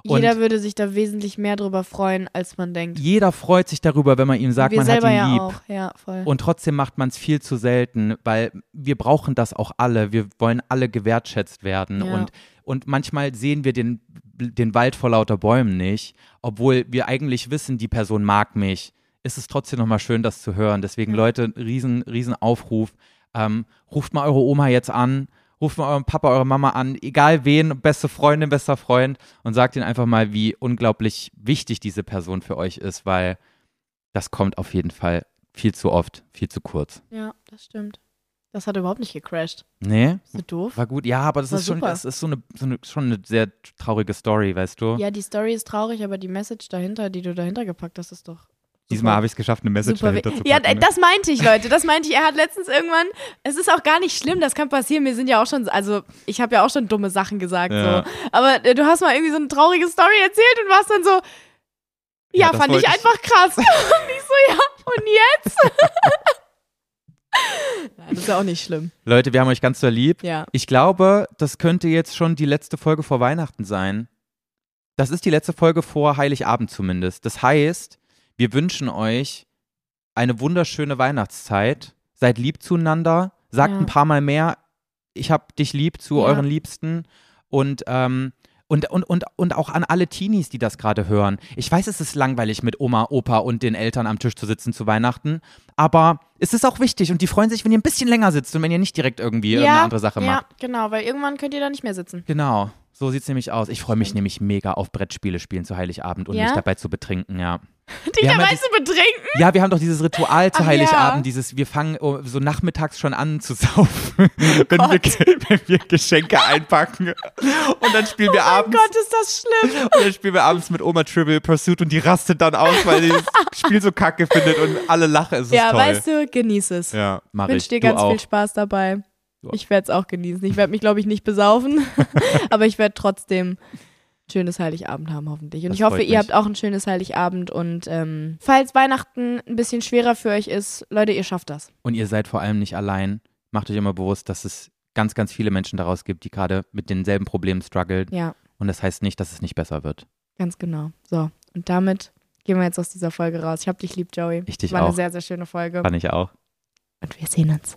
S2: Und
S1: Jeder würde sich da wesentlich mehr drüber freuen, als man denkt.
S2: jeder freut sich darüber, wenn man ihm sagt,
S1: Wir
S2: man hat
S1: selber
S2: ihn
S1: ja
S2: lieb.
S1: auch. Ja, voll.
S2: Und trotzdem macht man es viel zu selten, weil wir brauchen das auch alle. Wir wollen alle gewertschätzt werden.
S1: Ja.
S2: Und, und manchmal sehen wir den, den Wald vor lauter Bäumen nicht, obwohl wir eigentlich wissen, die Person mag mich. Ist es trotzdem nochmal schön, das zu hören. Deswegen,
S1: Ja.
S2: Leute, riesen, riesen Aufruf. Ähm, ruft mal eure Oma jetzt an, ruft mal euren Papa, eure Mama an, egal wen, beste Freundin, bester Freund und sagt ihnen einfach mal, wie unglaublich wichtig diese Person für euch ist, weil das kommt auf jeden Fall viel zu oft, viel zu kurz.
S1: ja, das stimmt. Das hat überhaupt nicht gecrashed.
S2: Nee?
S1: Ist das doof?
S2: War gut, ja, aber das
S1: War
S2: ist schon,
S1: super.
S2: das ist so eine, so eine, schon eine sehr traurige Story, weißt du?
S1: Ja, die Story ist traurig, aber die Message dahinter, die du dahinter gepackt hast, ist doch.
S2: Diesmal habe ich es geschafft, eine Message
S1: Super
S2: dahinter zu
S1: ja,
S2: packen, ne?
S1: d- das meinte ich, Leute. Das meinte ich. Er hat letztens irgendwann. Es ist auch gar nicht schlimm, das kann passieren. Mir sind ja auch schon. Also, ich habe ja auch schon dumme Sachen gesagt.
S2: Ja.
S1: So. Aber äh, du hast mal irgendwie so eine traurige Story erzählt und warst dann so.
S2: Ja,
S1: Ja,
S2: das
S1: fand ich
S2: wollte ich-
S1: einfach
S2: (laughs)
S1: krass. und ich so, ja, und jetzt? (laughs) Nein, das ist ja auch nicht schlimm.
S2: ne? Leute, wir haben euch ganz so lieb.
S1: Ja.
S2: Ich glaube, das könnte jetzt schon die letzte Folge vor Weihnachten sein. Das ist die letzte Folge vor Heiligabend zumindest. Das heißt, wir wünschen euch eine wunderschöne Weihnachtszeit. Seid lieb zueinander. Sagt
S1: Ja.
S2: ein paar Mal mehr, ich hab dich lieb zu
S1: Ja.
S2: euren Liebsten. Und, ähm, und, und, und, und auch an alle Teenies, die das gerade hören. Ich weiß, es ist langweilig, mit Oma, Opa und den Eltern am Tisch zu sitzen zu Weihnachten. Aber es ist auch wichtig und die freuen sich, wenn ihr ein bisschen länger sitzt und wenn ihr nicht direkt irgendwie eine andere Sache
S1: ja,
S2: macht.
S1: genau, weil irgendwann könnt ihr da nicht mehr sitzen.
S2: Genau, so sieht's nämlich aus. Ich freue mich nämlich mega auf Brettspiele spielen zu Heiligabend und
S1: Ja?
S2: mich dabei zu betrinken, ja.
S1: Dich (laughs)
S2: Wir haben
S1: dabei
S2: ja
S1: zu betrinken?
S2: Ja, wir haben doch dieses Ritual zu
S1: Ach
S2: Heiligabend,
S1: ja.
S2: dieses, wir fangen oh, so nachmittags schon an zu (laughs) saufen, wenn, wir,
S1: Oh Gott.
S2: wenn wir Geschenke einpacken. Und dann spielen wir abends
S1: Oh Gott, ist das schlimm.
S2: und dann spielen wir abends mit Oma Trivial Pursuit und die rastet dann aus, weil
S1: (laughs)
S2: sie das Spiel so kacke findet und alle lachen. Es ist
S1: ja,
S2: toll.
S1: weißt du, genieß es.
S2: ja, mach ich.
S1: Wünsche dir
S2: Du
S1: ganz
S2: auch.
S1: viel Spaß dabei.
S2: Du auch.
S1: Ich werde es auch genießen. Ich werde mich, glaube ich, nicht
S2: (laughs)
S1: besaufen, (laughs) aber ich werde trotzdem ein schönes Heiligabend haben, hoffentlich. Und
S2: Das
S1: ich hoffe,
S2: freut
S1: ihr
S2: mich.
S1: habt auch ein schönes Heiligabend. Und ähm, falls Weihnachten ein bisschen schwerer für euch ist, Leute, ihr schafft das.
S2: Und ihr seid vor allem nicht allein. Macht euch immer bewusst, dass es ganz, ganz viele Menschen daraus gibt, die gerade mit denselben Problemen strugglen.
S1: Ja,
S2: Und das heißt nicht, dass es nicht besser wird.
S1: ganz genau. So, und damit gehen wir jetzt aus dieser Folge raus. Ich hab dich lieb, Joey.
S2: Ich dich
S1: War eine
S2: auch.
S1: sehr, sehr schöne Folge.
S2: Kann ich auch.
S1: Und wir sehen uns.